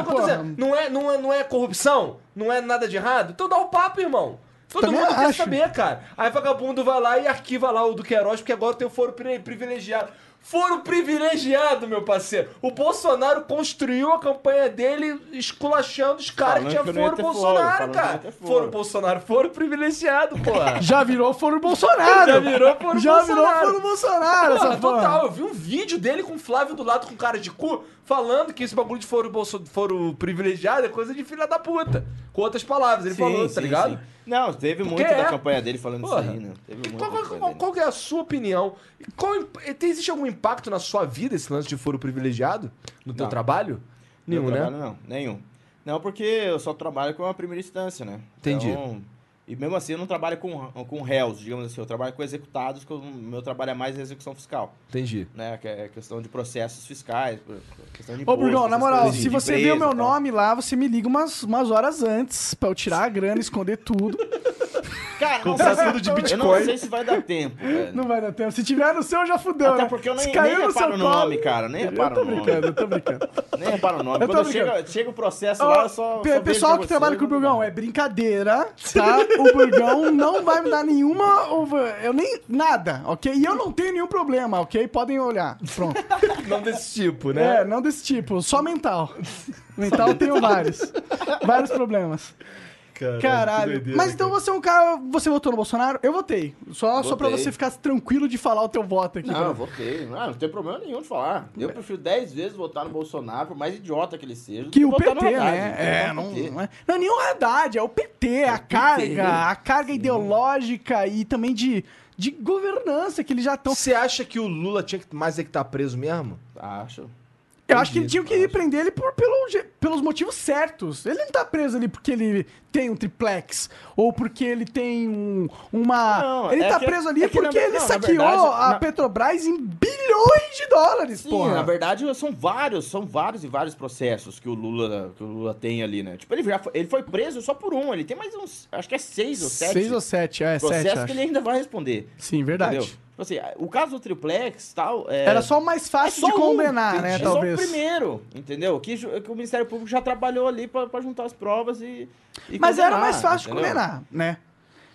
porra.
acontecendo. Não é, não, é, não é corrupção? Não é nada de errado? Então dá o papo, irmão. Todo
Também
mundo quer
acho.
saber, cara. Aí vagabundo vai lá e arquiva lá o do Queiroz, porque agora tem o foro pri- privilegiado. Foro privilegiado, meu parceiro. O Bolsonaro construiu a campanha dele esculachando os caras que
Falando
tinha
que não ia
foro
ter
Bolsonaro,
foro, falando que
cara.
não ia ter foro.
Foro Bolsonaro, foro privilegiado, porra.
Já virou foro Bolsonaro!
Já virou foro
Já virou
Bolsonaro.
foro Bolsonaro,
Porra,
essa porra.
total, eu vi um vídeo dele com o Flávio do lado com cara de cu falando que esse bagulho de foro, bolso, foro privilegiado é coisa de filha da puta. Com outras palavras, ele
Sim,
falou,
sim,
tá ligado?
sim. Não, teve muito
é.
da campanha dele falando
Porra.
isso aí, né? Teve muito
Qual,
da
qual-
campanha
qual-
dele.
qual que é a sua opinião? E Qual, imp- e tem- existe algum impacto na sua vida esse lance de foro privilegiado? No teu
Não.
trabalho?
Meu
Nenhum,
trabalho,
né?
Não, nenhum. Não, porque eu só trabalho com a primeira instância, né?
Entendi.
Então, e mesmo assim eu não trabalho com, com réus, digamos assim. Eu trabalho com executados, que o meu trabalho é mais execução fiscal,
Entendi.
né? Que é questão de processos fiscais, por- questão de
Ô,
imposto,
Burgão, na
essas
moral,
coisas de-
se
de
você
empresa né?
vê o meu
e tal.
nome lá, você me liga umas, umas horas antes pra eu tirar a grana, esconder tudo.
Cara, não
Comprar
sei se-
tudo de
Eu não
Bitcoin.
sei se vai dar tempo, velho.
Não vai dar tempo. Se tiver no seu, já fudeu.
Até
né?
porque eu nem-
Se
nem
caiu no
reparo
seu
no
colo-
nome, cara, nem
Eu
reparo
tô
no nome.
brincando, eu tô brincando.
Nem repara o nome.
Eu tô
Quando
brincando.
chega, chega o processo
Ó,
lá, eu só.
pe-
só vejo
pessoal
pra
que
você
trabalha
e
com o
mando
Burgão,
embora.
é brincadeira, tá? O Burgão não vai me dar nenhuma. over- Eu nem. Nada, ok? E eu não tenho nenhum problema, ok? Podem olhar. Pronto.
Não desse tipo,
É,
né?
não desse tipo, só mental. Mental eu tenho vários. Vários problemas.
Caralho.
Caralho. Mas então você é um cara. Você votou no Bolsonaro? Eu votei. Só, só pra
Votei.
você ficar tranquilo de falar o teu voto aqui.
Não,
pra-
eu votei. Ah, Não, não tem problema nenhum de falar. Eu prefiro 10 vezes votar no Bolsonaro, por mais idiota que ele seja, do
Que o
votar
PT,
no
né?
Haddad.
É,
Eu
não,
voto no PT.
não é, não é nenhum Haddad, é o PT, a
né?
carga, a carga ideológica e também de, de
então,
governança que eles já estão.
Você acha que o Lula tinha que mais é que tá preso mesmo?
Acho.
Eu acho que ele tinha que prender ele por- pelo je- pelos motivos certos. Ele não tá preso ali porque ele tem um triplex ou porque ele tem um, uma.
Não,
ele
é
tá
que-
preso ali
é que na-
porque ele
não, na
saqueou
verdade,
a
na-
Petrobras em bilhões de dólares,
Sim,
porra.
na verdade, são vários, são vários e vários processos que o Lula, que o Lula tem ali, né? Tipo, ele, já foi, ele foi preso só por um, ele tem mais uns, acho que é seis ou sete
Seis ou sete, é,
processos
sete.
que
acho.
ele ainda vai responder.
Sim, verdade.
Entendeu? Tipo assim, o caso do triplex tal. é-
Era só o mais
é
fácil
só
de
um,
condenar, né,
entendi. É
talvez.
só o primeiro, entendeu? Que, ju- que o Ministério Público já trabalhou ali pra, pra juntar as provas e. e
Mas era
condenar,
mais fácil de
entendeu?
condenar, né?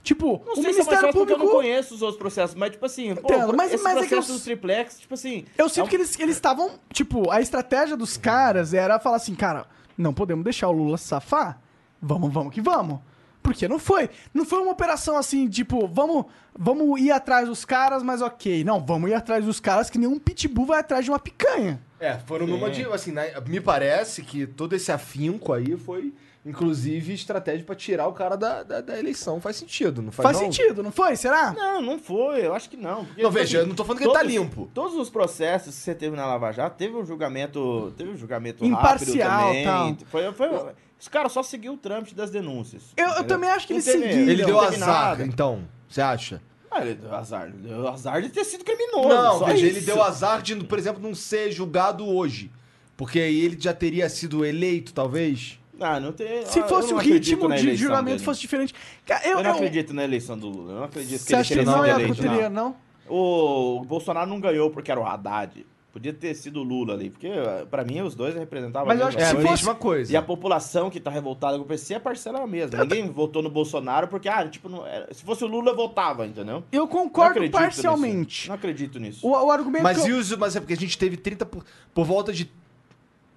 Tipo,
Não
o
sei se é mais
Ministério
fácil porque eu não
Público.
conheço os outros processos, mas tipo assim, pô,
Entendo, mas-
esse
mas é que
processo
eu-
do triplex, tipo assim...
Eu
é um-
sinto que eles eles estavam. tipo, a estratégia dos caras era falar assim, cara, não podemos deixar o Lula se safar. Vamos, vamos que vamos. Porque não foi. Não foi uma operação assim, tipo, vamos, vamos ir atrás dos caras, mas ok. Não, vamos ir atrás dos caras que nenhum pitbull vai atrás de uma picanha.
É, foram numa de. Assim, na- me parece que todo esse afinco aí foi, inclusive, estratégia pra tirar o cara da, da, da eleição. Faz sentido, não faz
Faz
não?
sentido, não foi? Será?
Não, não foi, eu acho que não. Porque,
Não,
tipo
veja,
assim,
eu não tô falando que ele tá
todos-
limpo.
Todos os processos que você teve na Lava Jato, teve um julgamento, teve um julgamento
Imparcial,
rápido
tal.
também. Foi, foi, os caras só seguiu o trâmite das denúncias.
Eu- eu
entendeu?
também acho que
Não
eles
teve-
seguiram.
Ele
não
deu
teve
azar,
nada.
então. Você acha?
Ah, ele deu azar. Ele deu azar de ter sido criminoso.
Não,
só
veja, ele
isso.
deu azar de, por exemplo, não ser julgado hoje. Porque aí ele já teria sido eleito, talvez.
Ah, não tem...
Se
ah, eu
fosse
não
o
acredito
ritmo
na
de
eleição
julgamento
dele.
fosse diferente. Cara,
Eu,
Eu,
não
eu-
acredito na eleição do Lula. Eu não acredito que
Você
ele
acha que
seria
não ia
eleito,
teria, não?
O o Bolsonaro não ganhou porque era o Haddad. Podia ter sido o Lula ali, porque eh, pra mim os dois representavam
Mas eu
a
acho
mesma
que se
coisa.
fosse-
É, coisa.
E a população que tá revoltada com o PC, a parcela é a mesma. Ninguém votou no Bolsonaro porque, ah, tipo, não era- se fosse o Lula, votava, entendeu?
Eu
Não
concordo
acredito nisso.
parcialmente.
Não acredito nisso.
O, o argumento
Mas,
que eu-
e os, mas é porque a gente teve 30 por, por volta de.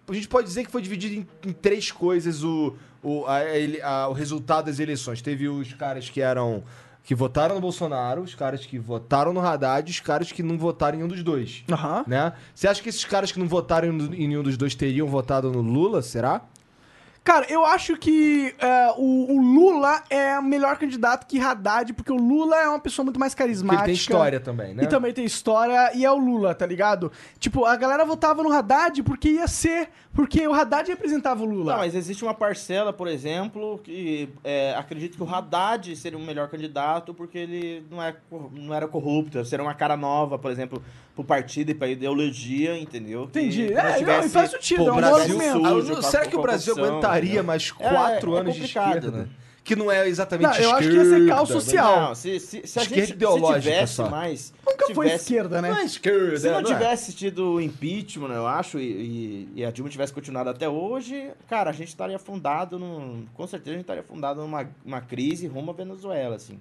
A gente pode dizer que foi dividido em, em três coisas o, o, a- ele- a- o resultado das eleições. Teve os caras que eram. que votaram no Bolsonaro, os caras que votaram no Haddad e os caras que não votaram em um dos dois.
Aham.
Né? Você acha que esses caras que não votaram em um em nenhum dos dois teriam votado no Lula? Será?
Cara, eu acho que é, o, o Lula é o melhor candidato que Haddad, porque o Lula é uma pessoa muito mais
Porque
carismática.
ele tem história também, né?
E também tem história, e é o Lula, tá ligado? Tipo, a galera votava no Haddad porque ia ser. Porque o Haddad representava o Lula.
Não, mas existe uma parcela, por exemplo, que é, acredita que o Haddad seria o melhor candidato porque ele não, é, cor- não era corrupto, seria uma cara nova, por exemplo, pro partido e pra ideologia, entendeu? Que-
Entendi.
que não
É, não,
tivesse-
e faz sentido,
Pô,
é
o
um
Brasil
bom
sujo,
argumento.
Ah, Será que o Brasil
corrupção,
aguentaria
né?
mais
É,
quatro
é
anos de
complicado,
esquerda?
né?
Que não é exatamente
Não, eu acho que ia
esquerda. né?
ser caos social.
Não, se, se, se a
Esquerda
gente se
ideológica
tivesse
só.
mais.
Nunca foi
tivesse-
esquerda, né?
Não é esquerda,
Se não
é?
tivesse tido o impeachment, eu acho, e, e- e a Dilma tivesse continuado até hoje, cara, a gente estaria afundado num. Com certeza a gente estaria afundado numa uma crise rumo à Venezuela, assim.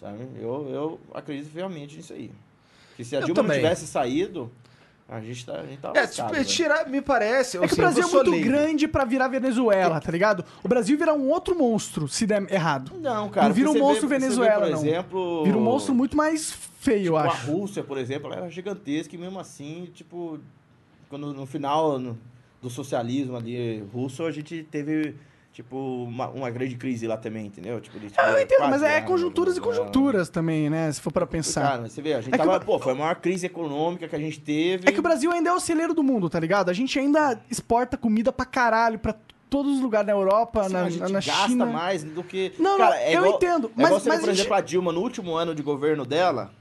Sabe? Eu, eu acredito realmente nisso aí. Que se a
Eu
Dilma
também.
não tivesse saído, a gente tá, a gente tava
É,
lascado,
tipo,
né?
tirar, me parece.
É que o Brasil é muito grande pra virar Venezuela, tá ligado? O Brasil vira um outro monstro se der errado.
Não, cara.
Não vira um
porque você
monstro
vê- você vê,
Venezuela,
por
não.
exemplo,
Vira um monstro muito mais feio, eu
Tipo, a
acho.
Rússia, por exemplo, ela era gigantesca e mesmo assim, tipo, quando no final no- do socialismo ali russo, a gente teve, tipo, uma, uma grande crise lá também, entendeu? Tipo, de, tipo,
Eu entendo,
quase
mas é
lá,
conjunturas e
lá,
conjunturas também, né? Se for pra pensar.
Cara, mas você vê, a gente
É que
tava,
o-
pô, foi a maior crise econômica que a gente teve.
É que o Brasil ainda é o celeiro do mundo, tá ligado? A gente ainda exporta comida pra caralho pra todos os lugares na Europa,
Assim,
na,
a gente
na
gasta
China.
mais do que.
Não, não, eu entendo,
É
mas-
igual você vê,
mas
por
a gente-
exemplo, a Dilma, no último ano de governo dela,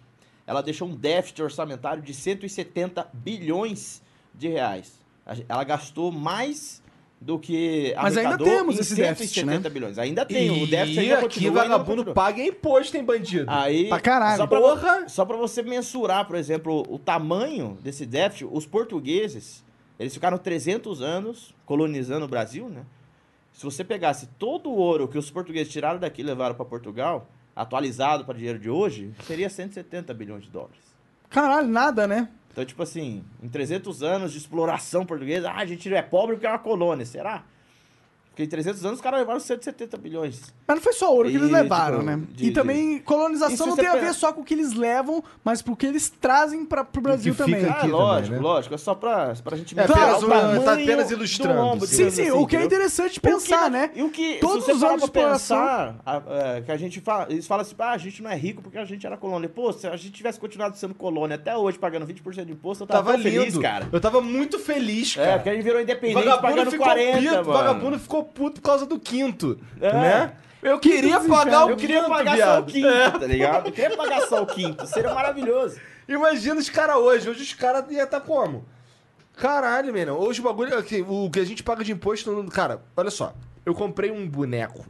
ela deixou um déficit orçamentário de 170 bilhões de reais. A gen- Ela gastou mais do que
Mas ainda
arrecadou
temos
em
esse déficit, né?
170 bilhões. Ainda tem, um, o déficit
E
ainda
aqui
continua, ainda
vagabundo
continua.
paga imposto, hein, bandido?
Aí,
Pra caralho.
Só pra,
Porra!
só pra você mensurar, por exemplo, o tamanho desse déficit, os portugueses, eles ficaram 300 anos colonizando o Brasil, né? Se você pegasse todo o ouro que os portugueses tiraram daqui e levaram para Portugal, atualizado para dinheiro de hoje, seria 170 bilhões de dólares.
Caralho, nada, né?
Então, tipo assim, em 300 anos de exploração portuguesa, ah, a gente é pobre porque é uma colônia, será? Porque em 300 anos os caras levaram 170 bilhões.
Mas não foi só ouro que eles
E,
levaram,
tipo,
né?
de-
e também
Isso
colonização não
você
tem a
pega-
ver só com o que eles levam, mas pro que eles trazem pra, pro Brasil
fica
também.
aqui
Ah,
também,
lógico,
né?
lógico. É só pra, pra gente
É apenas
o
uma- tá
tamanho
apenas
do
ilustrando,
lombo,
sim.
Sim,
digamos
sim,
assim,
o que é
entendeu?
interessante pensar,
na-
né?
E o que,
Todos
se
os
você parar
anos de
pra
exploração-
pensar, a- a- que a gente fala, eles falam assim, ah, a gente não é rico porque a gente era colônia. Pô, se a gente tivesse continuado sendo colônia até hoje, pagando 20% de imposto, eu tava,
Tava
tão feliz,
lindo.
cara.
Eu tava muito feliz, cara.
É, porque a gente virou independente
Vagabundo
pagando
ficou,
40,
puto,
mano.
vagabundo ficou puto por causa do quinto,
É.
né? Eu queria
desinferno.
pagar o
Eu queria
quinto,
pagar só o
viado. É.
quinto, tá ligado? Eu queria pagar só o quinto, seria maravilhoso.
Imagina os caras hoje. Hoje os caras iam estar como? Caralho, meu irmão. Hoje o bagulho. aqui, O que a gente paga de imposto. não- Cara, olha só. Eu comprei um boneco.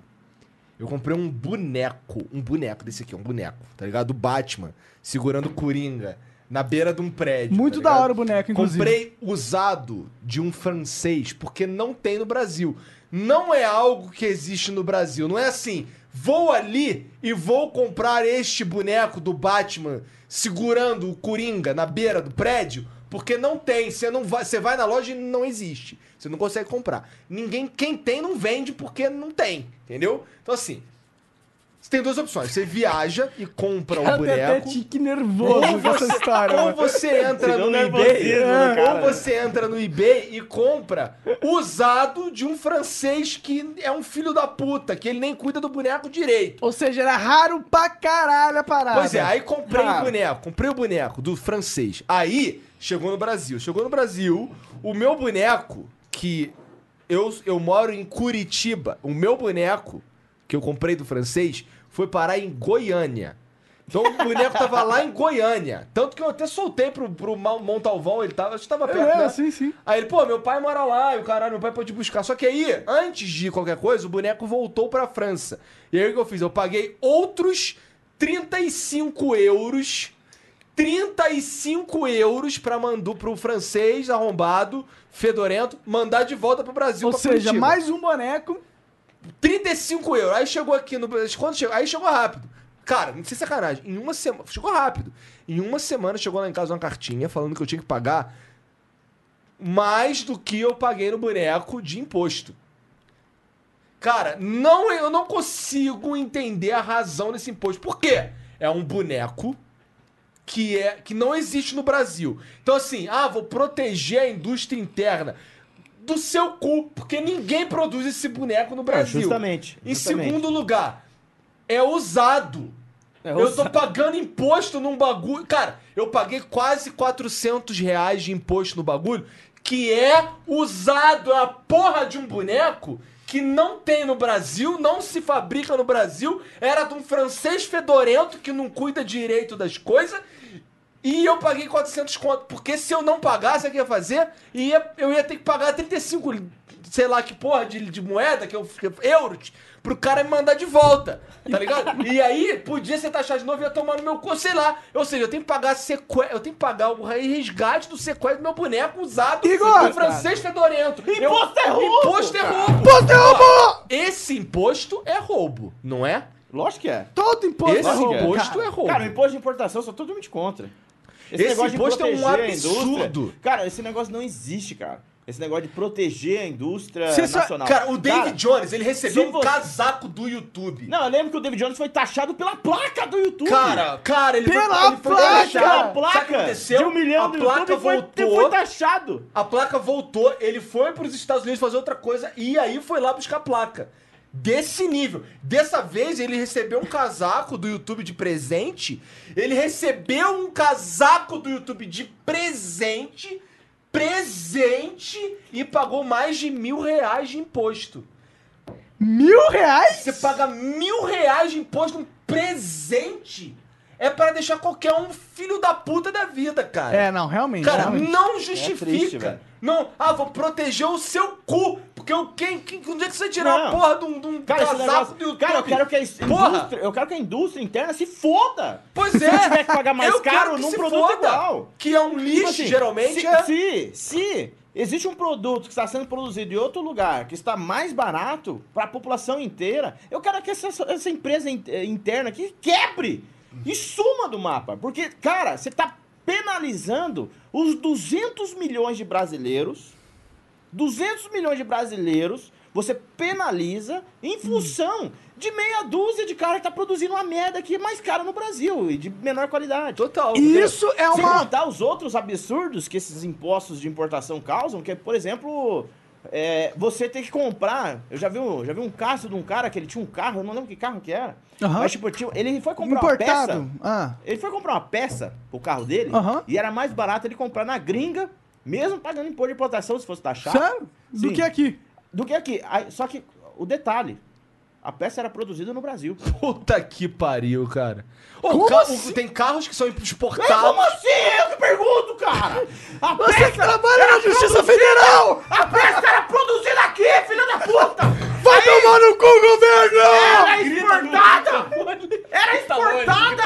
Eu comprei um boneco. Um boneco desse aqui, um boneco, tá ligado? Do Batman, segurando Coringa, na beira de um prédio.
Muito
tá
da
ligado?
hora o boneco, inclusive.
Comprei usado de um francês, porque não tem no Brasil. Não é algo que existe no Brasil. Não é assim, vou ali e vou comprar este boneco do Batman segurando o Coringa na beira do prédio, porque não tem. Você não vai, você vai na loja e não existe. Você não consegue comprar. Ninguém, quem tem não vende porque não tem, entendeu? Então assim, você tem duas opções. Você viaja e compra o
Cara, tem até
um boneco.
tique nervoso com essa história,
Ou
mano.
você entra
Tirou
no
o nervosismo
eBay,
do
é,
cara,
ou
né?
você entra no eBay e compra usado de um francês que é um filho da puta, que ele nem cuida do boneco direito.
Ou seja, era raro pra caralho a parada.
Pois é, aí comprei
Cara.
o boneco, comprei o boneco do francês. Aí chegou no Brasil. Chegou no Brasil, o meu boneco, que eu, eu moro em Curitiba, o meu boneco que eu comprei do francês foi parar em Goiânia. Então o boneco tava lá em Goiânia. Tanto que eu até soltei pro, pro Mal- Montalvão, ele tava, acho que tava
Eu
perto,
lembro,
né?
É, sim, sim.
Aí ele, pô, meu pai mora lá, e o caralho, meu pai pode buscar. Só que aí, antes de qualquer coisa, o boneco voltou pra França. E aí o que eu fiz? Eu paguei outros 35 euros. 35 euros pra mandar pro francês arrombado, fedorento, mandar de volta pro Brasil
Ou
pra
seja,
Curitiba.
mais um boneco.
35 euros. Aí chegou aqui no Brasil. Quando chegou? Aí chegou rápido. Cara, não sei sacanagem. Em uma semana. Chegou rápido. Em uma semana chegou lá em casa uma cartinha falando que eu tinha que pagar mais do que eu paguei no boneco de imposto. Cara, não, eu não consigo entender a razão desse imposto. Por quê? É um boneco que, é, que não existe no Brasil. Então, assim, ah, vou proteger a indústria interna. Do seu cu, porque ninguém produz esse boneco no Brasil.
justamente,
Em
justamente.
É, segundo lugar, é usado. eu tô pagando imposto num bagulho. Cara, eu paguei quase 400 reais de imposto no bagulho, que é usado é a porra de um boneco que não tem no Brasil, não se fabrica no Brasil, era de um francês fedorento que não cuida direito das coisas. E eu paguei 400 conto, porque se eu não pagasse, o que eu ia fazer? Ia, eu ia ter que pagar 35, sei lá que porra, de, de moeda, que eu, que- euros, pro cara me mandar de volta, tá ligado? e aí, podia ser taxado de novo e ia tomar no meu cu, sei lá. Ou seja, eu tenho que pagar seque... eu tenho que pagar o re- resgate do sequestro do meu boneco usado
Igor!
do francês fedorento.
Imposto
Eu-
é roubo,
Imposto é
cara.
roubo!
Imposto é roubo!
Esse imposto é roubo, não é?
Lógico que é.
Todo imposto
Esse
é roubo.
imposto
cara.
é roubo.
Cara, o imposto de importação, eu sou totalmente contra.
Esse
de
imposto é um
proteger a indústria-
absurdo.
Cara, esse negócio não existe, cara. Esse negócio de proteger a indústria
Cê sabe-
É, nacional.
Cara, o David
Cara,
Jones, ele recebeu
se
um
você-
casaco do YouTube.
Não, eu lembro que o David Jones foi taxado pela placa do YouTube.
Cara, cara, ele
Pela
ele
placa!
taxado a
taxado. Sabe o que
placa
aconteceu?
de um milhão
a
do
placa
YouTube foi-
voltou.
foi taxado.
A placa voltou, ele foi pros Estados Unidos fazer outra coisa e aí foi lá buscar a placa. Desse nível. Dessa vez ele recebeu um casaco do YouTube de presente. Ele recebeu um casaco do YouTube de presente. Presente e pagou mais de mil reais de imposto.
Mil reais?
Você paga mil reais de imposto num presente? É pra deixar qualquer um filho da puta da vida, cara.
É, não, realmente.
Cara,
realmente.
não
É triste,
justifica.
velho.
não, ah, vou proteger o seu cu. Porque o quem, quem, onde é que você tirar
Não.
a porra de um, de um
Cara, esse
casaco
negócio-
do YouTube?
cara, eu quero que a
Porra!
indústria, eu quero que a indústria interna se foda.
Pois
se
é.
eu tiver que pagar mais
Eu quero
caro
que
num
se
produto
foda,
igual.
Que é um lixo,
Tipo assim,
geralmente.
se,
é.
se, se existe um produto que está sendo produzido em outro lugar que está mais barato para a população inteira, eu quero que essa, essa empresa in- eh, interna que quebre e suma do mapa. Porque, cara, você está penalizando os 200 milhões de brasileiros 200 milhões de brasileiros Você penaliza em função de meia dúzia de cara que tá produzindo uma merda que é mais cara no Brasil e de menor qualidade.
Total.
Isso é
Sem
uma.
contar os outros absurdos que esses impostos de importação causam, que é, por exemplo, é, você ter que comprar. Eu já vi, um, já vi um caso de um cara que ele tinha um carro, eu não lembro que carro que era.
Aham.
Mas, tipo, tinha- ele foi comprar uma
Importado.
peça.
Ah.
Ele foi comprar uma peça pro carro dele
Aham.
e era mais barato ele comprar na gringa, mesmo pagando imposto de importação, se fosse taxado,
Sério? Do
Sim.
que aqui?
do que aqui. Aí- Só que o detalhe: a peça era produzida no Brasil.
Puta que pariu, cara. Ô,
Como
carro-
assim?
Tem carros que são
Mas como
exportados.
assim? Eu que pergunto, cara! A
Você que trabalha na Justiça Federal!
A peça era produzida aqui, filho da puta!
Vai tomar no cu, governo! Tá,
Era exportada! Era exportada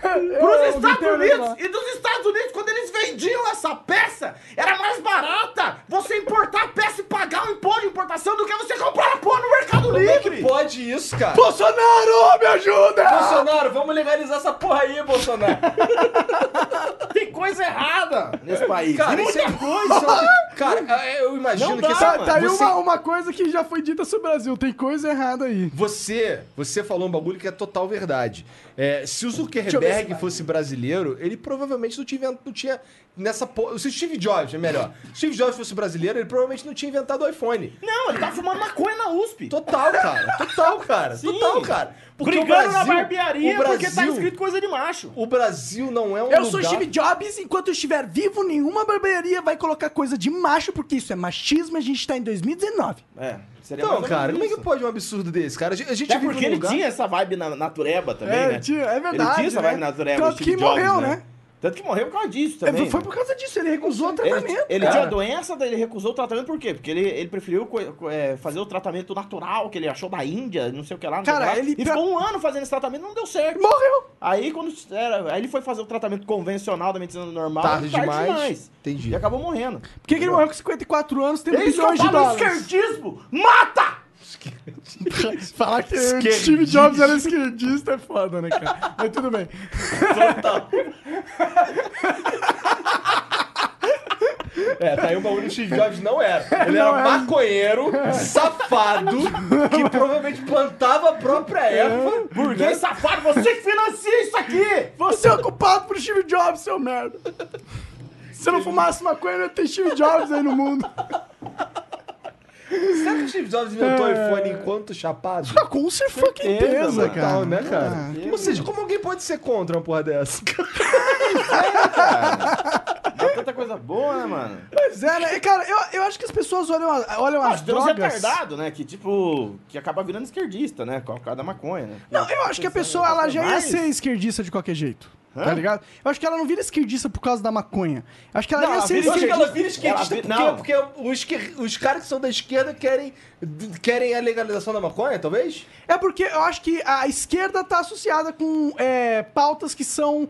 pros Estados Unidos! E dos Estados Unidos, quando eles vendiam essa peça, era mais barata você importar a peça e pagar o imposto de importação do que você comprar a porra no Mercado
é
Livre!
Pode isso, cara.
Bolsonaro, me ajuda!
Bolsonaro, vamos legalizar essa porra aí, Bolsonaro.
Tem coisa errada nesse país.
né?
Cara, isso é coisa. Cara, eu imagino
Não
que
dá,
essa-
Tá, tá aí
você-
uma, uma coisa que já foi dita sobre o Brasil. Tem coisa errada aí.
Você, você falou um bagulho que é total verdade. É, se o
eu ver
Zuckerberg fosse brasileiro, ele provavelmente não tinha, invent- não tinha nessa porra. Se o Steve Jobs, é melhor. Se Steve Jobs fosse brasileiro, ele provavelmente não tinha inventado o iPhone.
Não, ele tá fumando maconha na USP.
Total, cara. Total, cara.
Sim.
Total, cara. Porque o
Brigando na
Brasil-
barbearia
o Brasil,
porque tá escrito coisa de macho.
O Brasil não é um
Eu
lugar...
sou Steve Jobs, enquanto eu estiver vivo, nenhuma barbearia vai colocar coisa de macho, porque isso é machismo, a gente tá em 2019.
É, seria
Então,
Não, É cara, como é que pode um absurdo desse, cara? A gente a gente
Até
vive
porque
num
ele
lugar-
tinha essa vibe na, natureba também,
É,
né?
tinha- é
Ele
verdade,
tinha essa
né?
vibe natureba.
Tanto
o
que
Steve Jobs,
morreu, né?
Tanto que morreu por causa disso também.
É, foi
né?
por causa disso, ele recusou o tratamento.
Ele, é ele
cara.
tinha a doença, daí ele recusou o tratamento por quê? Porque ele, ele preferiu co- co- é, fazer o tratamento natural que ele achou da Índia, não sei o que lá. não sei o
Cara,
que lá.
ele
E
pra-
ficou um ano fazendo esse tratamento não deu certo.
Morreu!
Aí quando era, aí ele foi fazer o tratamento convencional da medicina normal,
Tarde
e tarde
demais.
demais.
Entendi.
E acabou morrendo.
Por que que ele morreu com 54 anos, tendo
Eles
bilhões de dólares?
esquerdismo mata!
Falar que
Esquerdista.
Steve Jobs era esquerdista é foda, né, cara? Mas tudo bem.
É, tá aí o bagulho do Steve Jobs não é. era. Ele
Não
era um
era.
maconheiro, safado, que provavelmente plantava a própria erva.
Porque
Né?
safado, você que financia isso aqui!
Você é o culpado por Steve Jobs, seu merda! Se eu não fumasse maconha, não ia ter Steve Jobs aí no mundo.
Será que o Steve Jobs inventou o iPhone enquanto chapado?
Com certeza,
mano.
cara.
Total, né, cara? Ou seja, como alguém pode ser contra uma porra dessa?
Tem tanta coisa boa, né, mano?
Pois é, né? E, Cara, eu, eu acho que as pessoas olham, a- olham
Ah,
as
tem uns
drogas...
retardado, né? Que tipo, que acaba virando esquerdista, né? Por causa da maconha, né?
Não, eu acho que a pessoa, ela já ia
Mas-
ser esquerdista de qualquer jeito. Tá
Hã?
ligado? Eu acho que ela não vira esquerdista por causa da maconha. Eu acho que ela
Não,
ia
assim,
ser
ela vira- eu acho que
esquerdista.
ela vira esquerdista
Por quê? tipo, porque os, que- os caras que são da esquerda querem, d- querem a legalização da maconha, talvez?
É porque eu acho que a esquerda tá associada com é, pautas que são.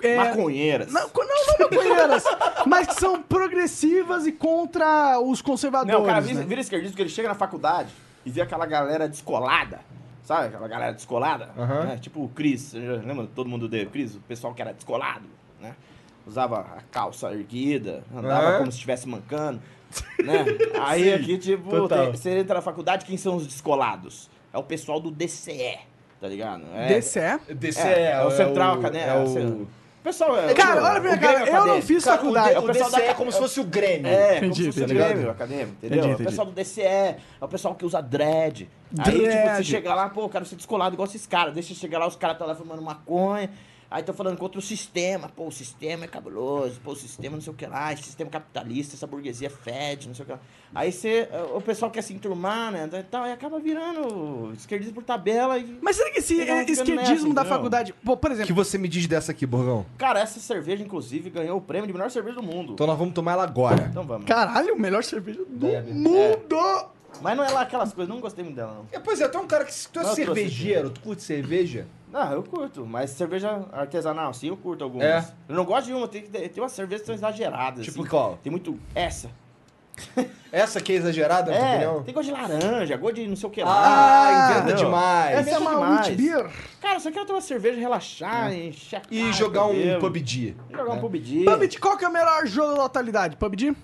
é,
Maconheiras.
Não, co- não, não maconheiras, mas que são progressivas e contra os conservadores.
Não, o cara
né?
vira, vira esquerdista porque ele chega na faculdade e vê aquela galera descolada. Sabe aquela galera descolada?
Aham.
né? Tipo o Cris, você já lembra? Todo mundo odeia o Cris, o pessoal que era descolado, né? Usava a calça erguida, andava
Aham.
como se estivesse mancando, né? Aí aqui, tipo,
total.
tem- você entra na faculdade, quem são os descolados? É o pessoal do DCE, tá ligado? É,
DCE.
Desse
É, é, o Central,
o-
cadê?
É o...
Pessoal, é,
Cara,
o-
olha pra
o
minha
Grêmio
cara, eu não
acadêmico.
fiz
Cara,
faculdade.
o, D- o
O pessoal
DCE é
da-
como se fosse o Grêmio.
É,
Entendi,
como se fosse
tá
o
ligado?
Grêmio acadêmico, entendeu?
Entendi,
É O pessoal do DCE, é o pessoal que usa dread. Aí, tipo,
Dread.
você chega lá, pô, eu quero ser descolado igual esses caras. Deixa eu chegar lá, os caras estão lá fumando maconha. Aí estão falando contra o sistema. Pô, o sistema é cabuloso. Pô, o sistema não sei o que lá. Esse sistema capitalista, essa burguesia fede, não sei o que lá. Aí você, o pessoal quer se enturmar, né? E tal, e acaba virando esquerdista por tabela. E...
Mas será que esse
Ele tá não fica
esquerdismo
nessa,
da
assim, não.
faculdade. Pô, por
O que
exemplo.
você me diz dessa aqui, Borgão?
Cara, essa cerveja, inclusive, ganhou o prêmio de melhor cerveja do mundo.
Então nós vamos tomar ela agora.
Então vamos.
Caralho, o melhor cerveja do
é.
Bebe.
mundo!
Mas não é lá aquelas coisas, não gostei muito dela, não.
É, pois é, tu é um cara que se tu é
Não, eu trouxe
cervejeiro, tu curte cerveja?
Não, eu curto, mas cerveja artesanal, sim, eu curto algumas.
É?
Eu não gosto de uma, tem, que ter- tem umas cervejas que são exageradas.
Tipo
assim.
qual?
Tem muito. Essa.
Essa aqui é exagerada, na
É,
tua opinião?
tem gosto de laranja, gosto de não sei o que lá.
Ah,
Ah,
inventa
não.
demais.
Essa é
mesmo
uma
demais.
wheat beer.
Cara, eu só quero tomar cerveja, relaxar, encher a cara,
Hum. E jogar um
entendeu?
PUBG.
Jogar um PUBG.
PUBG, qual que é o melhor jogo da atualidade? PUBG?
O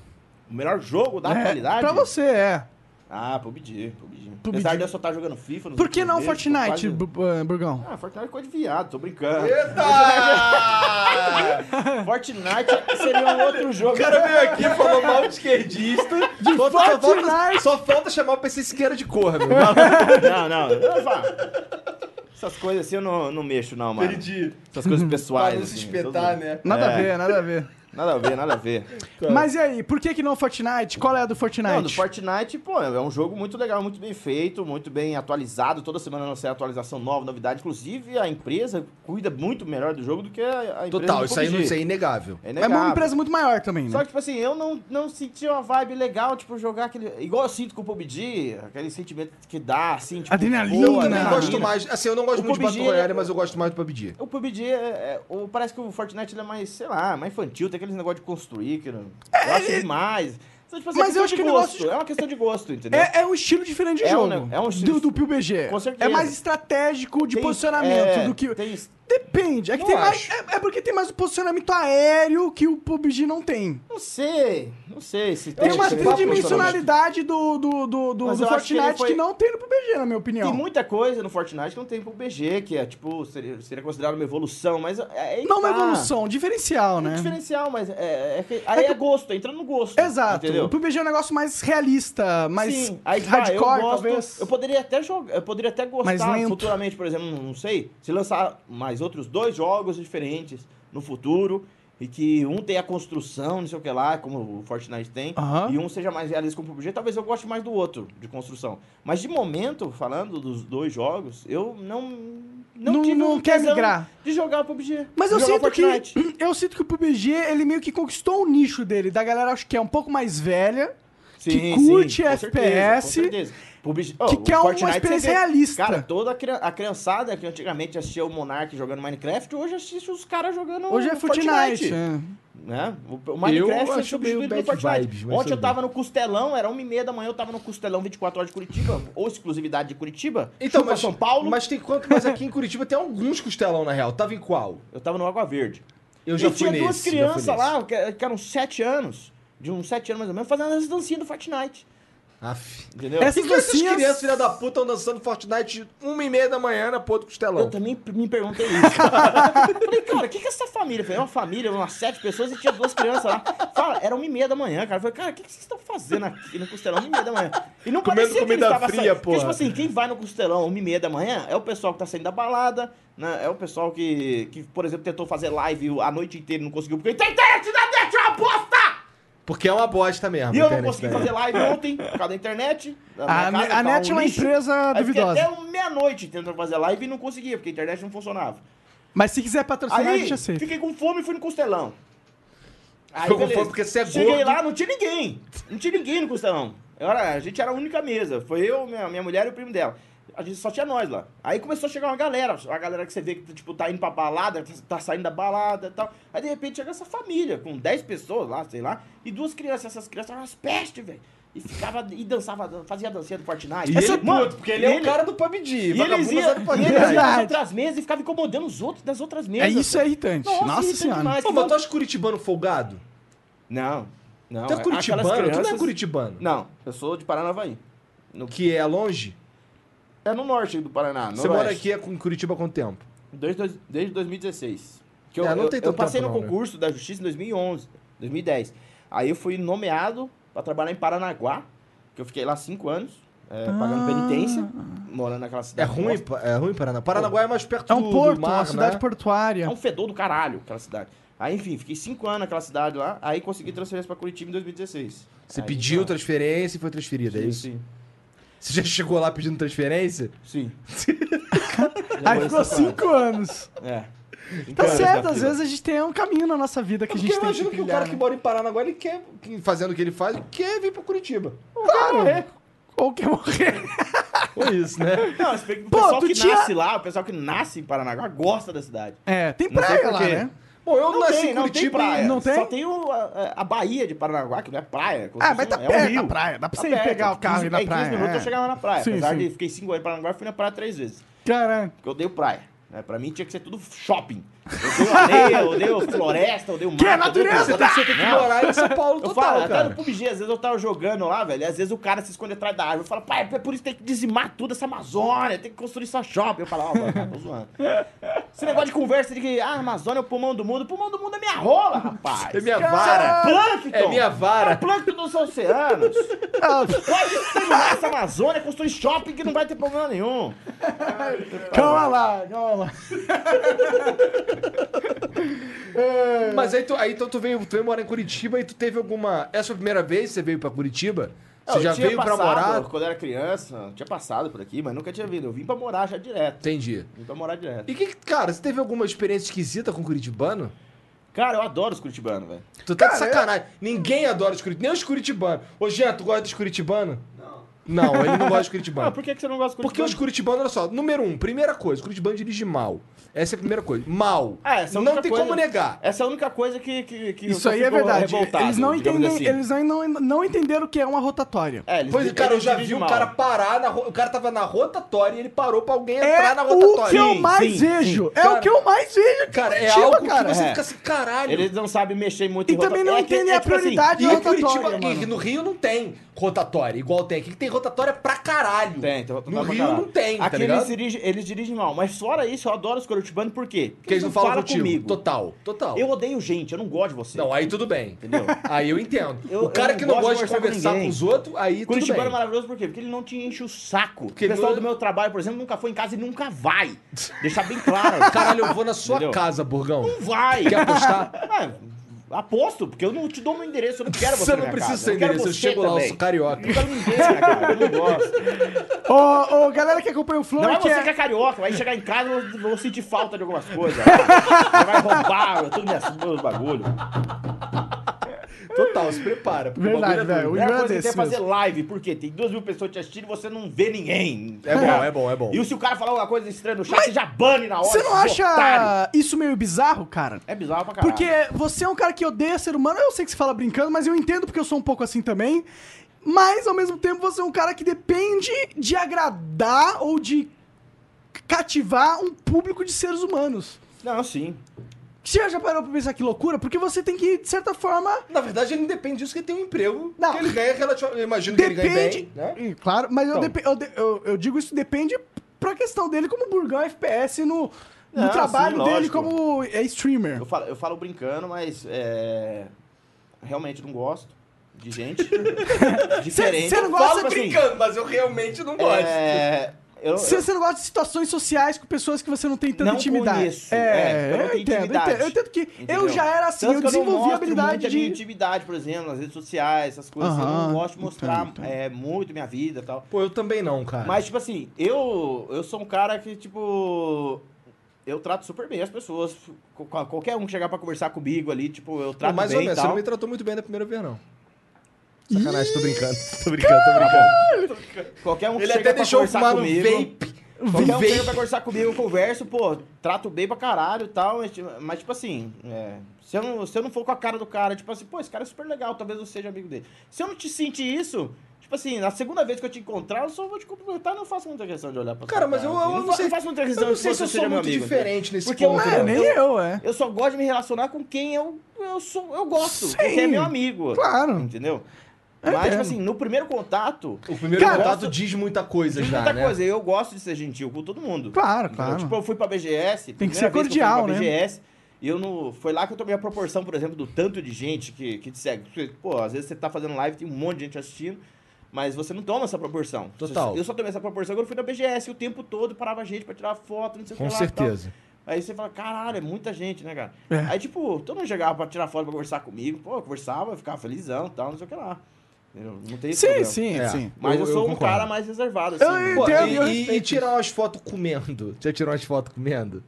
melhor jogo da
É,
atualidade.
Pra você, é.
Ah, PUBG, PUBG.
PUBG.
Apesar de eu só estar jogando FIFA... nos
Por que
últimos
não
meses,
Fortnite,
tô quase-
Bu- ah, Burgão?
Ah, Fortnite é coisa de viado, tô brincando.
É. Eita!
Fortnite seria um outro
O
jogo.
cara veio aqui, falou mal de esquerdista. De só, só, falta,
Fortnite.
só falta chamar o PC Siqueira de corno. né?
Não, não. eu falo. Essas coisas assim eu não, não mexo, não, mano.
Perdi.
Essas coisas pessoais.
Pra não se
assim,
espetar,
tudo-
né?
Nada a
É.
ver, nada a ver.
Nada a ver, nada a ver.
Mas e aí, por que que não Fortnite? Qual é a do Fortnite?
Não, do Fortnite, pô, é um jogo muito legal, muito bem feito, muito bem atualizado. Toda semana não sai atualização nova, novidade. Inclusive, a empresa cuida muito melhor do jogo do que a, a empresa.
Total,
do
isso aí, não-
PUBG.
isso aí é inegável.
É
É uma
inegável.
empresa muito maior também, né?
Só que, tipo assim, eu não, não senti uma vibe legal, tipo, jogar aquele. Igual eu sinto com o PUBG, aquele sentimento que dá, assim, tipo.
Adrenalina, né?
Eu
pô,
nem
adrenalina.
gosto mais. Assim, eu não gosto
O
muito de
PUBG,
Battle Royale,
ele-
mas eu gosto mais do PUBG.
O PUBG, é, é- o- parece que o Fortnite ele é mais, sei lá, mais infantil, tem aqueles negócio de construir, que não, eu acho demais. Então, tipo, assim, é
É, Mas eu
questão
acho que
de
o
gosto,
negócio de-
É uma questão de gosto, entendeu?
É, é um estilo diferente de
É um
jogo.
ne- é um estilo-
Do, do PUBG.
Com
É
certeza.
mais estratégico de
Tem-
posicionamento
é,
do que.
Tem,
Depende. É, que
Não
tem mais,
acho.
é, é porque tem mais o posicionamento aéreo que o PUBG não tem.
não sei, não sei se tipo
Tem
acho
uma
que tem mais
tridimensionalidade do, do, do, do,
Mas
do
eu acho que ele
Fortnite que,
foi-
não tem no PUBG, na minha opinião.
Tem muita coisa no Fortnite que não tem pro PUBG, que é, tipo, seria, seria considerado uma evolução, mas... É, aí que
Não uma
tá.
evolução, diferencial,
É um
né?
diferencial, mas é, é que- aí é, gosto, entra no gosto.
Exato.
Entendeu?
O PUBG é um negócio mais realista, mais
Sim, aí, tá,
hardcore,
eu gosto,
talvez.
Eu poderia até jogar, eu poderia até
Mais
gostar
lento.
futuramente, por exemplo, não sei, se lançar mais outros dois jogos diferentes no futuro e que um tenha a construção, não sei o que lá, como o Fortnite tem,
Aham.
e um seja mais realista como o PUBG, talvez eu goste mais do outro de construção. Mas de momento, falando dos dois jogos, eu não não,
Não-
tive
não quer
tesão
migrar.
de jogar o PUBG.
Mas
de
eu
jogar
sinto, que,
Fortnite.
eu sinto que o PUBG, ele meio que conquistou o nicho dele, da galera acho que é um pouco mais velha, que curte
com
FPS,
certeza, com certeza. PUBG, oh,
que
o
quer uma
Fortnite, você
experiência
vê-
realista.
Cara, toda a, crian- a criançada que antigamente assistia o Monark jogando Minecraft, hoje assiste os caras jogando
Hoje é Fortnite. é.
né? O, o Minecraft
Eu
foi
acho meio
substituído pelo
bad
Fortnite.
vibes, mas
Ontem eu
tudo
tava no Costelão, era 1h30 da manhã, eu tava no Costelão 24 horas de Curitiba, ou exclusividade de Curitiba,
Então,
chupa
mas,
São Paulo,
mas tem quanto? Mas aqui em Curitiba tem alguns costelão, na real. Tava em qual?
eu tava no Água Verde.
Eu já
e
fui
tinha
nesse.
duas
já fui
crianças
nesse.
lá, que, que eram 7 anos, de uns 7 anos mais ou menos, fazendo as dancinhas do Fortnite,
Aff.
entendeu?
Essa-
Por que que essas
dancinhas-
crianças, filha da puta, estão dançando Fortnite uma e meia da manhã na porra do
Eu
costelão?
também me perguntei isso. Falei, cara, o que, que é essa família? Falei, é uma família, umas sete pessoas e tinha duas crianças lá. Fala, era uma e meia da manhã, cara. Falei, cara, o que, que vocês estão fazendo aqui no Costelão, uma e meia da manhã? E não
Comendo
parecia que eles
comida
estavam
fria,
saindo.
porra.
Porque, tipo assim, quem vai no Costelão uma e meia da manhã é o pessoal que tá saindo da balada, né? É o pessoal que, que, por exemplo, tentou fazer live a noite inteira e não conseguiu, porque a internet da net é uma bosta!
Porque é uma bosta mesmo. É.
E eu não
internet
consegui
daí.
fazer live ontem, por causa da internet. da minha
A,
casa,
a
tá
NET é uma
lixo.
empresa
Aí fiquei
duvidosa.
até meia-noite tentando fazer live e não conseguia, porque a internet não funcionava.
Mas se quiser patrocinar, a
Aí,
gente aceita.
fiquei com fome e fui no Costelão. Aí,
Ficou com
beleza.
fome porque você é
Cheguei
gordo.
lá, não tinha ninguém. Não tinha ninguém no Costelão. Eu era- a gente era a única mesa. Foi eu, minha, minha mulher e o primo dela. A gente só tinha nós lá. Aí começou a chegar uma galera. A galera que você vê que, tipo, tá indo pra balada, tá- tá saindo da balada e tal. Aí, de repente, chega essa família com 10 pessoas lá, sei lá, e duas crianças. Essas crianças eram umas pestes, velho. E ficava, e dançava, fazia a dancinha do Fortnite.
E ele é
Mano,
puto, porque ele é o cara do PUBG.
e eles
vagabundo
iam
sabe
e
fazer.
eles iam nas
Verdade.
outras mesas e ficavam incomodando os outros das outras
É
mesas.
isso é irritante. Nossa,
irritante
senhora.
tá demais,
Pô,
que
mas tu acha curitibano folgado?
Não, não.
Tu é
aquelas
curitibano? Tu não é
crianças-
curitibano?
Não, eu sou de Paranavaí.
Que é longe?
É no norte do Paraná, no
Você mora
oeste.
aqui é com Curitiba há quanto tempo?
Desde, dois- desde 2016. Que eu,
É, não
eu-
tem
eu
tanto
passei
tempo
no
não, né?
concurso da Justiça em 2011, 2010. Aí eu fui nomeado pra trabalhar em Paranaguá, que eu fiquei lá cinco anos, é, pagando penitência, morando naquela
É
cidade.
ruim,
bosta.
Pa- é ruim Paraná. Paranaguá é mais perto
É um
do,
porto,
do mar,
uma cidade
né?
portuária.
É um fedor do caralho aquela cidade. Aí, enfim, fiquei cinco anos naquela cidade lá, aí consegui transferência pra Curitiba em 2016.
Você
Aí,
pediu
então,
transferência e foi transferida, é isso?
Sim,
Você já chegou lá pedindo transferência?
sim.
Aí ficou
Sim.
cinco anos.
É.
Tá
Então,
certo,
tá
às vezes a gente tem um caminho na nossa vida que a gente
É Porque eu
tem que
imagino que o cara que
trilhar, né?
mora em Paranaguá, ele quer, que- fazendo o que ele faz, ele quer vir pra Curitiba.
Claro. Ou quer morrer.
Foi isso, né?
Não, se bem que o
Pô,
pessoal
tu
que
tinha-
nasce lá, o pessoal que nasce em Paranaguá gosta da cidade.
É, tem
Não sei
praia
por
lá,
quê.
né?
Bom, eu
Não
nasci
tem,
em
não tem
Curitiba.
praia.
não tem?
Só tem o- a, a Bahia de Paranaguá, que não é praia. como
Ah,
se
mas tá
chama, é um
perto
rio.
da praia. Dá pra
Tá
você ir
perto,
pegar o carro e ir na
15
praia.
Em 15 minutos
é.
eu chegava lá na praia.
Sim,
Apesar
sim.
de fiquei 5 anos em Paranaguá, fui na praia três vezes.
Caralho.
Porque eu odeio praia. Né? Pra mim tinha que ser tudo shopping. Odeio areia, odeio floresta, odeio mar.
Que é natureza! tá?
Você tem que morar em São Paulo
Eu
total,
falo, tá no
cara.
PUBG, às vezes eu tava jogando lá, velho, e às vezes o cara se esconde atrás da árvore. Eu falo, pai, é por isso que tem que dizimar tudo essa Amazônia, tem que construir só shopping. Eu falo, ó, mano, tô zoando. Esse negócio de conversa de que ah, a Amazônia é o pulmão do mundo, o pulmão do mundo é minha rola, rapaz.
É minha vara.
Cara, Plâncton.
É minha vara.
É o plâncton dos oceanos. Pode dizimar essa Amazônia, construir shopping que não vai ter problema nenhum.
Calma lá, calma lá.
Mas aí, tu, aí então tu veio, tu veio morar em Curitiba e tu teve alguma. Essa foi a primeira vez que você veio pra Curitiba? Você
Eu
já
tinha
veio pra
passado,
morar?
Quando eu era criança, eu tinha passado por aqui, mas nunca tinha vindo. Eu vim pra morar já direto.
Entendi.
Vim pra morar direto.
E que, cara, você teve alguma experiência esquisita com o Curitibano?
Cara, eu adoro os curitibanos, velho.
Tu tá
Cara,
de sacanagem. Ninguém adora os curitibanos. Nem os curitibanos. Ô, Jean, tu gosta dos curitibanos? Não. Não, ele não gosta dos
Ah,
curitibanos.
por que, que você não gosta de
Porque os curitibanos, olha só, número um, primeira coisa, o curitibano dirige mal. Essa é a primeira coisa. Mal.
Ah, essa é a
não
única
tem
coisa-
como negar.
Essa é a única coisa que. que, que
Isso
eu
aí é
fico
verdade.
revoltado,
Eles não
digamos
entendem,
assim.
eles não, não, não entenderam o que é uma rotatória.
É, eles,
Pois,
eles
cara, eu já vi
dirigem
um
mal.
cara parar na ro- O cara tava na rotatória e ele parou pra alguém
É
entrar na
o que
rotatória.
eu
Sim,
mais
sim,
vejo.
sim.
É
Cara,
o que eu mais vejo.
Cara, é
Curitiba,
algo
cara.
que você
é.
fica assim, caralho.
Eles não sabem mexer muito
E também não
rotatória. que-
entendem a
tipo assim,
prioridade
E
da
em Curitiba,
rotatória,
e
mano.
no Rio não tem rotatória, igual tem aqui, que tem rotatória pra caralho.
Tem, tem
No
rotatória pra
Rio
caralho.
não tem,
Aqui
tá
eles,
ligado?
dirigem, eles dirigem mal. Mas fora isso, eu adoro os curitibanos por quê?
Porque eles não falam contigo.
comigo.
Total, total.
Eu odeio gente, eu não gosto de você.
Não, aí tudo bem.
Entendeu?
Aí eu entendo.
Eu-
o cara
eu
que
não
não
gosto
gosta de
de conversar
conversar com
com ninguém.
os outros, aí tudo
Curitibano é
bem.
maravilhoso por quê? Porque ele não te enche o saco.
Porque
o pessoal
não-
do meu trabalho, por exemplo, nunca foi em casa e nunca vai. Deixar bem claro.
Caralho, eu vou na sua
Entendeu?
casa, Burgão.
Não vai.
Quer apostar?
Ah, aposto, porque eu não te dou meu endereço, eu não quero você.
Você
na
não
minha
precisa
casa,
ser
eu quero
endereço, eu
você
chego lá, eu
também.
sou carioca.
Não quero ninguém na minha casa, eu não gosto.
Ô, ô, galera que acompanha o Flow,
Não é
que
você
é-
que é carioca, vai chegar em casa e eu vou sentir falta de algumas coisas. Você vai roubar, tudo minhas, meus bagulho.
Total, se prepara. porque o
Verdade,
bagulho é
velho.
doido.
O
A melhor
Igor é
coisa que tem é
desse
fazer
mesmo.
live, porque tem duas mil pessoas te assistindo e você não vê ninguém.
É bom, é bom, é bom.
E se o cara falar alguma coisa estranha no chat, você já bane na hora.
Você não
seu é otário.
acha isso meio bizarro, cara?
É bizarro pra caralho.
Porque você é um cara que odeia ser humano, eu sei que você fala brincando, mas eu entendo porque eu sou um pouco assim também. Mas ao mesmo tempo você é um cara que depende de agradar ou de cativar um público de seres humanos.
Não, sim.
Você já parou pra pensar que loucura? Porque você tem que, de certa forma,
Na verdade, ele não depende disso, que ele tem um emprego
Não.
que ele ganha relativamente... Eu imagino que ele ganha
Depende.
bem, né?
Ih, Claro, mas eu,
Então.
depe- eu, de- eu- eu digo isso depende pra questão dele como Burgão FPS no, no
Não,
trabalho
sim,
dele
lógico.
como é, streamer.
Eu falo, eu falo brincando, mas é... realmente não gosto de gente diferente.
Cê- cê não
Eu
gosta
falo,
Falo
assim,
brincando, mas eu realmente não gosto.
É... Eu,
Você, você não gosta de situações sociais com pessoas que você não tem tanta
Não
intimidade.
conheço.
É,
É, eu não
eu,
tenho
entendo, eu
intimidade.
entendo. Eu entendo que
Entendeu?
eu já era assim,
Tanto
eu
que não
desenvolvi a
mostro
habilidade
muito a minha
de.
intimidade, por exemplo, nas redes sociais, essas coisas. eu
Aham,
não gosto de mostrar
entendo, Ah.
é, muito minha vida e tal.
Pô, eu também não, cara.
Mas, tipo assim, eu, eu sou um cara que, tipo. Eu trato super bem as pessoas. Qu- qual- Qualquer um que chegar pra conversar comigo ali, tipo, eu trato
Pô, mais
bem
ou menos,
e
você não
tal.
me tratou muito bem na primeira vez, não. Sacanagem, tô brincando. Tô brincando, tô brincando.
Qualquer um que
Ele
chega
até
pra
deixou eu
conversar
fumar no
comigo.
vape. é
Qualquer um que chega
Vape.
pra conversar comigo, eu converso, pô, trato bem pra caralho e tal. Mas, tipo- mas, tipo assim, é, se, eu não, se eu não for com a cara do cara, tipo assim, pô, esse cara é super legal, talvez eu seja amigo dele. Se eu não te sentir isso. Tipo assim, na segunda vez que eu te encontrar, eu só vou te cumprimentar, não faço muita questão de olhar pra sua
Cara, mas eu, eu
assim.
não,
fa-
sei.
faço muita questão
eu não
de
sei
você
se eu
seja
sou
meu
muito
amigo, entendeu?
diferente nesse
Porque eu-
ponto. né?
É,
não.
É, nem eu, é.
Eu só gosto de me relacionar com quem eu, eu sou, eu gosto,
Sim,
quem é meu amigo.
claro.
Entendeu?
É
Eu
Mas,
entendo.
tipo assim, no primeiro contato,
O primeiro
Cara,
contato
eu-
diz muita coisa
diz
já,
muita
né?
coisa, eu gosto de ser gentil com todo mundo.
Claro,
Entendeu?
claro.
Tipo, eu fui pra BGS,
Tem que
primeira
ser
vez eu fui
cordial,
pra
né?
BGS, e eu não. Foi lá que eu tomei a proporção, por exemplo, do tanto de gente que, que te segue. Porque, pô, às vezes você tá fazendo live, tem um monte de gente assistindo. Mas você não toma essa proporção.
Total.
Eu só tomei essa proporção quando eu fui na BGS e o tempo todo parava gente pra tirar foto, não sei o que
Com
lá. e tal.
certeza.
Aí você fala, caralho, é muita gente, né, cara?
É.
Aí, tipo, todo mundo chegava pra tirar foto pra conversar comigo, pô, eu conversava, eu ficava felizão e tal, não sei o que lá. Entendeu? Não tem esse
Sim,
problema.
sim,
É.
sim.
Mas eu,
Eu- eu
sou um
concordo.
cara mais reservado, assim.
Eu
né?
Pô,
entendo,
e,
eu
e- e
respeito.
tirar umas fotos comendo? Já tirou umas fotos comendo?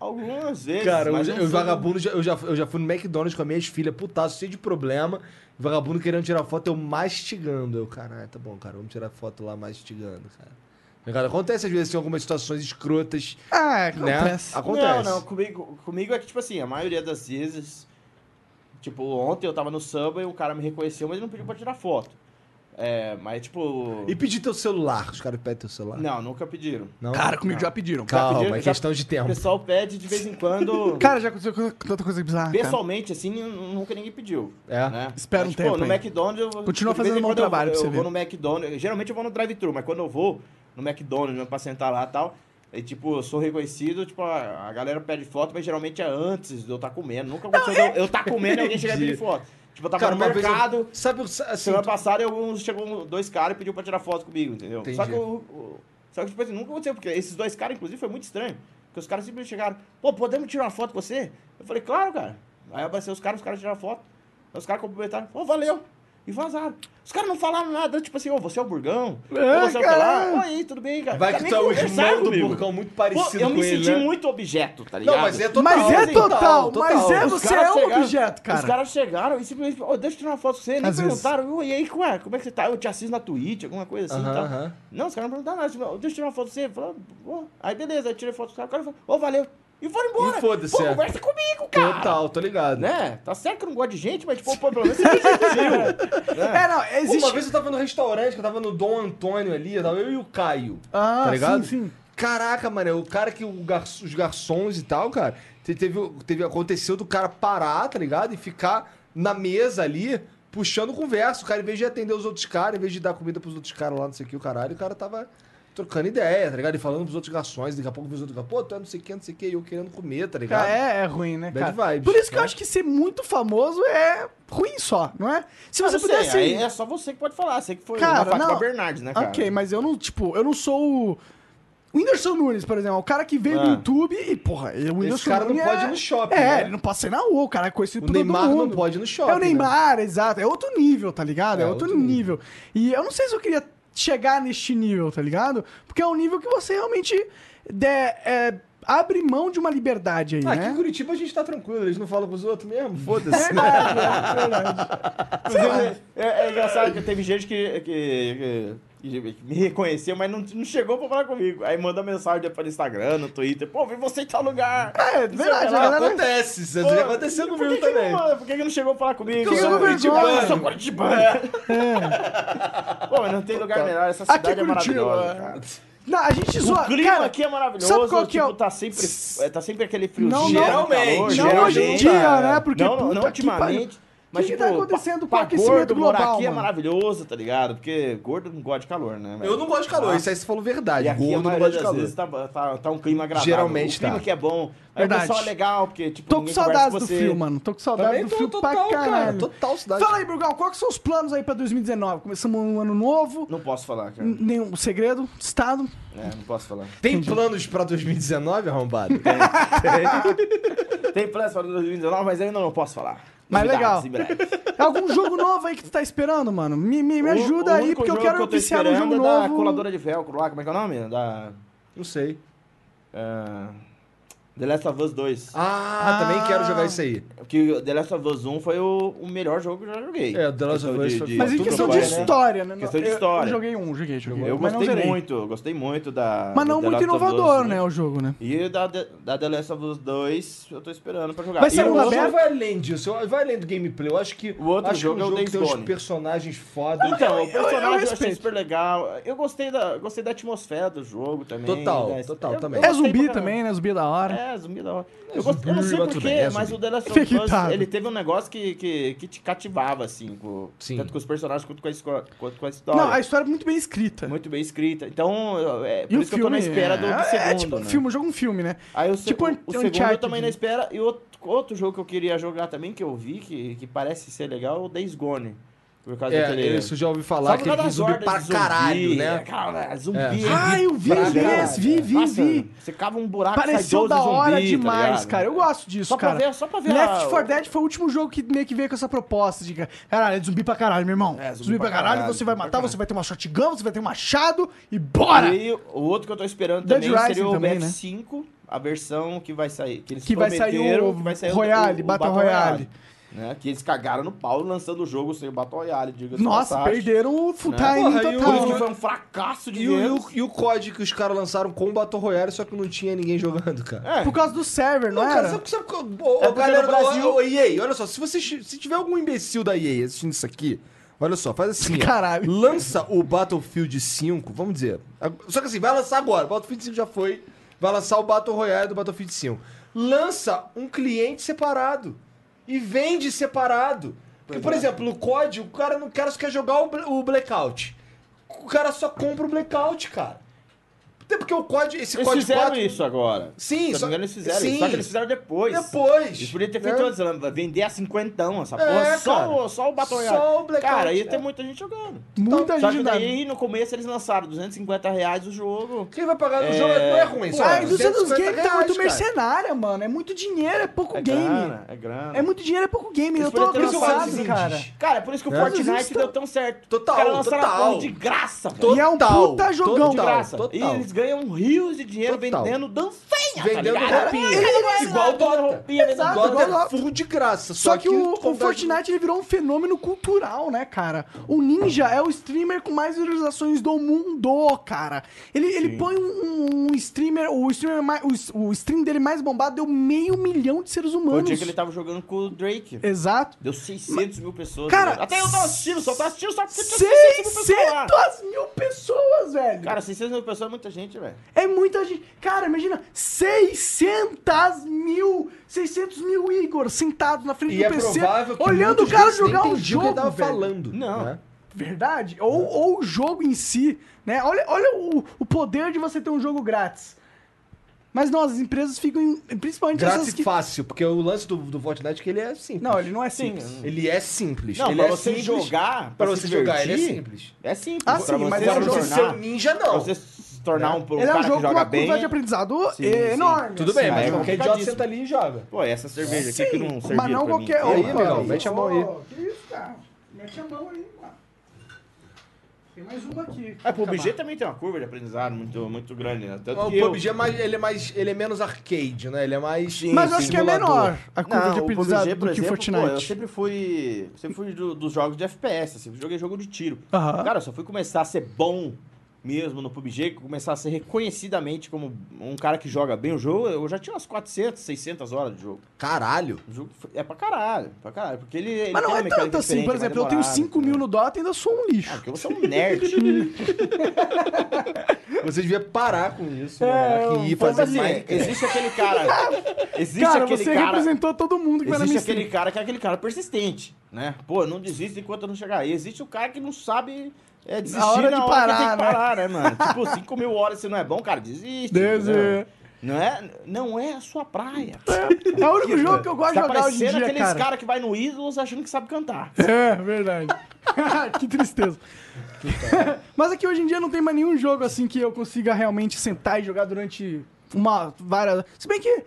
Algumas vezes.
Cara,
mas
eu,
não
eu
sou-
vagabundo, já- eu já, eu já fui no McDonald's com as minhas filhas, putaço, cheio de problema. Vagabundo querendo tirar foto, eu mastigando. Eu, caralho, tá bom, cara, vamos tirar foto lá mastigando, cara. Cara, acontece às vezes em algumas situações escrotas,
Ah,
né?
acontece.
Acontece.
Não, não, comigo, comigo é que, tipo assim, a maioria das vezes. Tipo, ontem eu tava no samba e um cara me reconheceu, mas ele não pediu pra tirar foto. É, mas tipo.
E pedir teu celular. Os caras pedem teu celular.
Não, nunca pediram.
Não?
Cara, comigo já pediram.
Calma,
Já pediram,
é
já-
questão de
O
tempo.
pessoal pede de vez em quando.
Cara, já aconteceu co- tanta coisa bizarra. cara.
Pessoalmente, assim, n- nunca ninguém pediu.
É.
né?
Espera
Mas,
um tempo
Pô, no
aí.
McDonald's eu vou.
Continua
de vez
fazendo
em
um bom
quando eu-
trabalho pra
Eu,
você
vou
ver.
no McDonald's. Geralmente eu vou no drive-thru, mas quando eu vou no McDonald's mesmo pra sentar lá e tal. E, tipo, eu sou reconhecido, tipo, a, a galera pede foto, mas geralmente é antes de eu estar comendo. Nunca aconteceu de eu, eu tá comendo e alguém chegar e pedir
Entendi.
foto. Tipo, eu tava no
vez eu-
mercado.
Sabe, o- assim,
Semana passada eu- uns- chegou um- dois caras e pediu pra tirar foto comigo, entendeu?
Entendi.
Só que o- o- Só que, tipo assim, nunca aconteceu, porque esses dois caras, inclusive, foi muito estranho. Porque os caras simplesmente chegaram, pô, podemos tirar uma foto com você? Eu falei, claro, cara. Aí apareceu os caras, os caras tiraram foto. Aí os caras cumprimentaram, pô, valeu. E vazaram. Os caras não falaram nada, tipo assim, ô, você é o Burgão? Ô,
É,
você é o
cara.
Pelá? Oi, tudo bem, cara?
vai
Os
que
caras
tá
nem
o
conversaram
irmão do
comigo.
Burcão muito
Pô,
parecido
eu
com
me
ele,
senti
né?
muito objeto, tá ligado?
Não, mas é total.
Mas é
sim.
total, mas é
total.
Os
você
caras
é um
chegaram-
objeto, cara.
Os caras chegaram e simplesmente, ô, deixa eu tirar uma foto com você. Nem
Às vezes.
perguntaram, "Ô, e aí, ué, como é que você tá? Eu te assisto na Twitch, alguma coisa assim e
Aham,
tal.
aham.
Não, os caras não perguntaram nada. Tipo, "Ô, deixa eu tirar uma foto com você. Falaram, "Ô." aí beleza, aí tirei foto com os caras. O cara falou, ô, valeu. E foram embora.
E foda-se,
Pô,
é.
conversa comigo, cara.
Total, tô ligado.
Né? Tá certo que eu não gosto de gente, mas, tipo, pô, pelo menos você me gentil. né?
É, não, existe.
Uma vez eu tava no restaurante, que eu tava no Dom Antônio ali, eu tava eu e o Caio.
Ah,
tá ligado?
sim, sim.
Caraca, mano, é o cara que o gar- os garçons e tal, cara, te- teve, teve, aconteceu do cara parar, tá ligado? E ficar na mesa ali, puxando conversa. O cara, em vez de atender os outros caras, em vez de dar comida pros outros caras lá, não sei o que, o caralho, o cara tava trocando ideia, tá ligado? E falando pros outros garçons, daqui a pouco os outros garçons, pô, tu é não sei o que, não sei o que, e eu querendo comer, tá ligado?
Cara, é, é ruim, né,
Bad
cara?
vibes,
Por isso que eu
né?
acho que ser muito famoso é ruim só, não é? Se você
Eu sei,
pudesse.
aí é só você que pode falar. Você que foi
Cara,
na Fátima
não.
Bernardes, né, cara?
Ok, mas eu não, tipo, eu não sou o. O Whindersson Nunes, por exemplo, é o cara que veio do
Ah.
YouTube e, porra, o Whindersson
cara não
Nunes
pode
é-
ir no shopping,
É,
né?
ele não pode sair na rua, o cara é conhecido
O
por todo
Neymar não
mundo.
pode ir no shopping,
É o Neymar, exato. É outro nível, tá ligado? É,
É,
outro,
outro
nível. E eu não sei se eu queria chegar neste nível, tá ligado? Porque é um nível que você realmente de- é, abre mão de uma liberdade aí,
Ah, Aqui em
né? É
Curitiba a gente tá tranquilo, eles não falam pros outros mesmo, foda-se.
Inclusive, é, é engraçado que teve gente que, que- que- que me reconheceu, mas não, não chegou pra falar comigo. Aí manda mensagem depois no Instagram, no Twitter. Pô, vi você em tal lugar.
É,
Não sei
verdade,
o que lá.
a galera-
Acontece, isso
Pô,
já aconteceu
por
comigo
que que
também.
não- por que, que não chegou a falar comigo?
eu sou
Eu
curitibano. É.
Eu sou curitibano. Pô, mas não tem lugar melhor. Essa
Aqui
cidade é
em Curitiba.
maravilhosa, cara.
Não, a gente zoa.
O clima
cara,
aqui é maravilhoso.
sabe qual que é
tipo,
o-
tá sempre, é, tá sempre aquele friozinho.
Não, não.
geralmente,
Geralmente,
Não hoje em
Geralmente,
dia,
é.
né? Porque
não, não,
puta
não
que pariu.
ultimamente. Mas,
que
tipo,
tá acontecendo
pra-
com o
pra
aquecimento
gordo morar
global,
aqui é
mano?
maravilhoso, tá ligado? Porque gordo não gosta de calor, né? velho?
Eu não gosto de calor,
Ah,
isso aí você falou
E
verdade.
aqui,
Gordo
a
não
maioria
gosta de
das
calor.
vezes, tá, tá, tá um clima agradável.
Geralmente
O clima
tá.
que é bom. Aí o
Verdade.
pessoal é legal, porque, tipo,
Tô com
ninguém conversa
saudades
com
do
você.
frio, mano. Tô com saudades
Também
do
tô
frio pra
total, cara,
caralho.
total cidade.
Fala aí, Brugal, qual que são os planos aí pra 2019? Começamos um ano novo,
Não posso falar, cara.
n- nenhum segredo, estado.
É, não posso falar.
Tem planos pra 2019, arrombado?
Tem planos para 2019, mas ainda não posso falar.
Mas
Novidades
legal.
em breve.
É Algum jogo novo aí que tu tá esperando, mano? Me, me, me
O-
ajuda
o
aí,
único
porque eu
jogo
quero
que tô
oficiar um
esperando
jogo
é Da
novo.
coladora de velcro lá, como é que é o nome? Da.
Não sei.
ah, The Last of Us 2.
Ah, também quero jogar isso aí.
É Porque The Last of Us 1 foi o, o melhor jogo que eu já joguei.
É, The Last of
Questão
Us
de-
foi-
de-
Mas em
tudo
questão de
jogo, né?
história, né?
Questão de
Eu-
história.
Eu joguei um, joguei, joguei.
Eu
mas não
gostei
zerei.
muito, eu gostei muito da.
Mas não
do The
muito
Last of Us, um.
inovador, né, o jogo, né?
E da, The- da The Last of Us 2, eu tô esperando pra jogar.
Vai
E
ser
o
um
Eu
outro-
acho que
aberto?
vai além disso, eu- vai além do gameplay. Eu acho que
O outro
acho que
jogo é o
que
Days
tem uns
Gone.
personagens foda.
Então, o
eu
personagem eu, achei
respeito.
super legal. Eu gostei da, gostei da atmosfera do jogo também.
Total,
da-
total,
eu-
também.
eu
É
gostei
zumbi
pra caramba.
também, né? Zumbi é da hora.
É, zumbi da hora. Eu, gost- eu não sei
mas tudo
porquê,
bem, é
mas
zumbi.
o The Last
Fica
of Us,
irritado.
ele teve um negócio que, que, que te cativava, assim, com-
Sim.
tanto com os personagens quanto com a, esco- quanto com a história.
Não, a história é muito bem escrita.
Muito bem escrita. Então, é, por
E o
isso que eu tô na
filme
espera
é-
do, do
é,
segundo,
É tipo um
né?
filme, um jogo um filme, né?
Aí o,
Tipo um-
tipo, o
um
segundo
Uncharted.
eu também na espera. E outro, outro jogo que eu queria jogar também, que eu vi, que, que parece ser legal, é o Days Gone. Por causa
É,
daquele...
isso eu já ouvi falar
Só por
que
causa
ele
é das
zumbi
hordas
pra
de zumbi,
caralho, né?
Cara, zumbi.
É.
zumbi
Ah, eu vi,
pra
vi,
caralho.
vi, vi,
Nossa,
vi.
Você cava um buraco,
Pareceu
sai 12
da hora
zumbi, tá
demais,
ligado?
cara. Eu gosto disso,
Só pra
cara.
ver- só pra ver
Left
a-
4 Dead foi o último jogo que meio que veio com essa proposta de caralho, é zumbi pra caralho, meu irmão.
É,
zumbi, pra caralho, você vai
zumbi pra
matar,
caralho.
você vai ter uma shotgun, você vai ter um machado e bora!
E o outro que eu tô esperando
Dead
também
Rising
seria o
também, né?
BF5, a versão que vai sair. Que, eles
Que vai sair
prometeram
o
que vai sair
Royale, Battle Royale.
né? Que eles cagaram no pau lançando o jogo sem o Battle Royale, diga-se de
Nossa,
passagem.
perderam o full
é Né?
time
Porra, e o-
Por isso
total.
que
né?
foi um fracasso de
E o, e,
vendas.
o, e o COD que os caras lançaram com o Battle Royale, só que não tinha ninguém jogando, cara.
É,
Por causa do server, não
Não,
era?
cara, sabe, sabe, ô, ô,
É porque
galera
no
da
Brasil-
ô, ô, EA, olha só, se você se tiver algum imbecil da EA assistindo isso aqui, Olha só, faz assim. ó.
Caralho.
Lança o Battlefield 5, vamos dizer. Ag- Só que assim, vai lançar agora. Battlefield 5 já foi. Vai lançar o Battle Royale do Battlefield 5. Lança um cliente separado. E vende separado. Porque,
é.
por exemplo, o COD, o cara não cara só quer jogar o Bla- o Blackout. O cara só compra o Blackout, cara. Até porque o COD, esse
Eles
COD
fizeram
4...
isso agora.
Sim,
Se eu não
só-
me engano, eles fizeram
sim.
isso. Só que eles fizeram depois.
Depois.
Eles podiam ter
né?
feito antes, né? vender a cinquentão essa
É,
porra.
cara.
Só, o, só o Battle
Só
Royale.
o Blackout,
Cara, ia
é.
ter muita gente jogando.
Muita
Só
gente
que
dá.
daí, no começo, eles lançaram 250 reais o jogo.
Quem vai pagar no
É,
jogo não é ruim,
Pô,
só
a indústria dos
250
games tá muito
reais, cara.
mercenária, mano. É muito dinheiro, é pouco
É
game.
grana, é grana.
É muito dinheiro, é pouco game.
Eles
Eu tô
poderiam ter lançado
cansado,
esses
cara.
indies.
Cara, é por isso que o
Né?
Mas
Fortnite
eles tão-
deu tão certo.
Total,
Os caras lançaram a
total.
porra de graça, velho.
E é um puta jogão.
de graça.
total.
E eles ganham rios de dinheiro
Total.
vendendo dancinha,
Vendendo
tá ligado?
roupinha.
Cara,
Igual o Dota.
roupinha, vendendo
Exato,
Dota
igual
é
o Dota.
full de graça.
Só, que, o,
tu
o
compra-
Fortnite ele virou um fenômeno cultural, né, cara? O Ninja é o streamer com mais visualizações do mundo, cara. Ele, ele põe um, um streamer, o streamer mais, o, s- o stream dele mais bombado deu meio milhão de seres
Foi o
humanos.
dia é que ele tá? tava jogando com o Drake.
Exato.
Deu 600 mil pessoas.
Cara,
velho. até eu tava assistindo, só tava assistindo só porque tinha 600 mil pessoas lá.
600 mil pessoas, velho.
Cara, 600 mil pessoas é muita gente, velho.
É muita gente. Cara, imagina 600 mil, 600 mil Igor sentados na frente
E
do
é
PC,
provável que
olhando o
muitos
cara
deles nem
jogar um
entendiam
jogo.
o que ele tava
velho.
falando.
Não.
né?
Verdade. Ou, ou o jogo em si, né? Olha, olha o, o poder de você ter um jogo grátis. Mas não, as empresas ficam. em- principalmente
Grátis
essas
e
que.
fácil, porque o lance do, do Fortnite é que ele é simples.
Não, ele não é simples.
Ele é simples.
Não,
ele
pra
é
você
simples.
jogar,
Pra
pra se
você jogar, ele é
divertir,
simples.
É simples.
Ah,
pra
sim,
você
mas
se
é um
Agora,
jogo-
você
tornar-
ser um ninja,
Pra
não.
você se tornar
Né?
um, um
ele é um jogo
cara que
com
joga
uma
bem.
curva de aprendizado
Sim, sim.
enorme.
Tudo bem,
assim,
mas
é
qualquer idiota
complicadíssimo.
senta ali e joga.
Pô, essa cerveja aqui que não
Sim,
serviu
mas não
pra mim.
qualquer.
E aí,
Opa,
amigão, mete a mão aí.
Ô, Que isso, cara? Mete a mão aí, mano. Tem mais uma aqui.
Ah, o PUBG também tem uma curva de aprendizado muito, muito grande, né? Tanto
O
que eu-
PUBG é mais, ele é mais. Ele é menos arcade, né? Ele é mais.
Mas eu acho que é
simulador.
menor a curva de
o
aprendizado
PUBG, por
do que o
exemplo,
Fortnite.
pô, eu sempre fui, sempre fui do- dos jogos de FPS, assim, sempre joguei jogo de tiro.
Aham.
Cara, eu só fui começar a ser bom mesmo no PUBG, começar a ser reconhecidamente como um cara que joga bem o jogo, eu já tinha umas 400, 600 horas de jogo.
Caralho.
O jogo é pra caralho, pra caralho, porque ele, ele
Mas
tem
não
uma
é
mecânica
tanto assim,
diferente,
por
é mais
exemplo, eu tenho
demorado,
5 mil no Dota e ainda sou um
Ah,
lixo.
porque você é um nerd.
Você devia parar com isso,
É,
moleque, e
eu-
fazer
Mas
assim,
assim,
mais.
existe aquele cara. Existe
Cara,
aquele
você
cara.
representou todo mundo que vai na
Existe
minha
aquele
stream.
cara que é aquele cara persistente, né? Pô, não desiste enquanto eu não chegar aí. Existe o cara que não sabe é, desistir
A hora
na
de
hora que tem que
parar,
parar, né, mano? tipo, 5 mil horas, se não é bom, cara, desiste.
Deus,
entendeu?
é.
Não é, não é a sua praia.
É o único jogo que eu gosto de
tá
jogar hoje em
parecendo
dia,
aqueles
cara.
que vai no Ídolos achando que sabe cantar.
É, verdade. que tristeza. Mas é que hoje em dia não tem mais nenhum jogo assim que eu consiga realmente sentar e jogar durante uma várias. Se bem que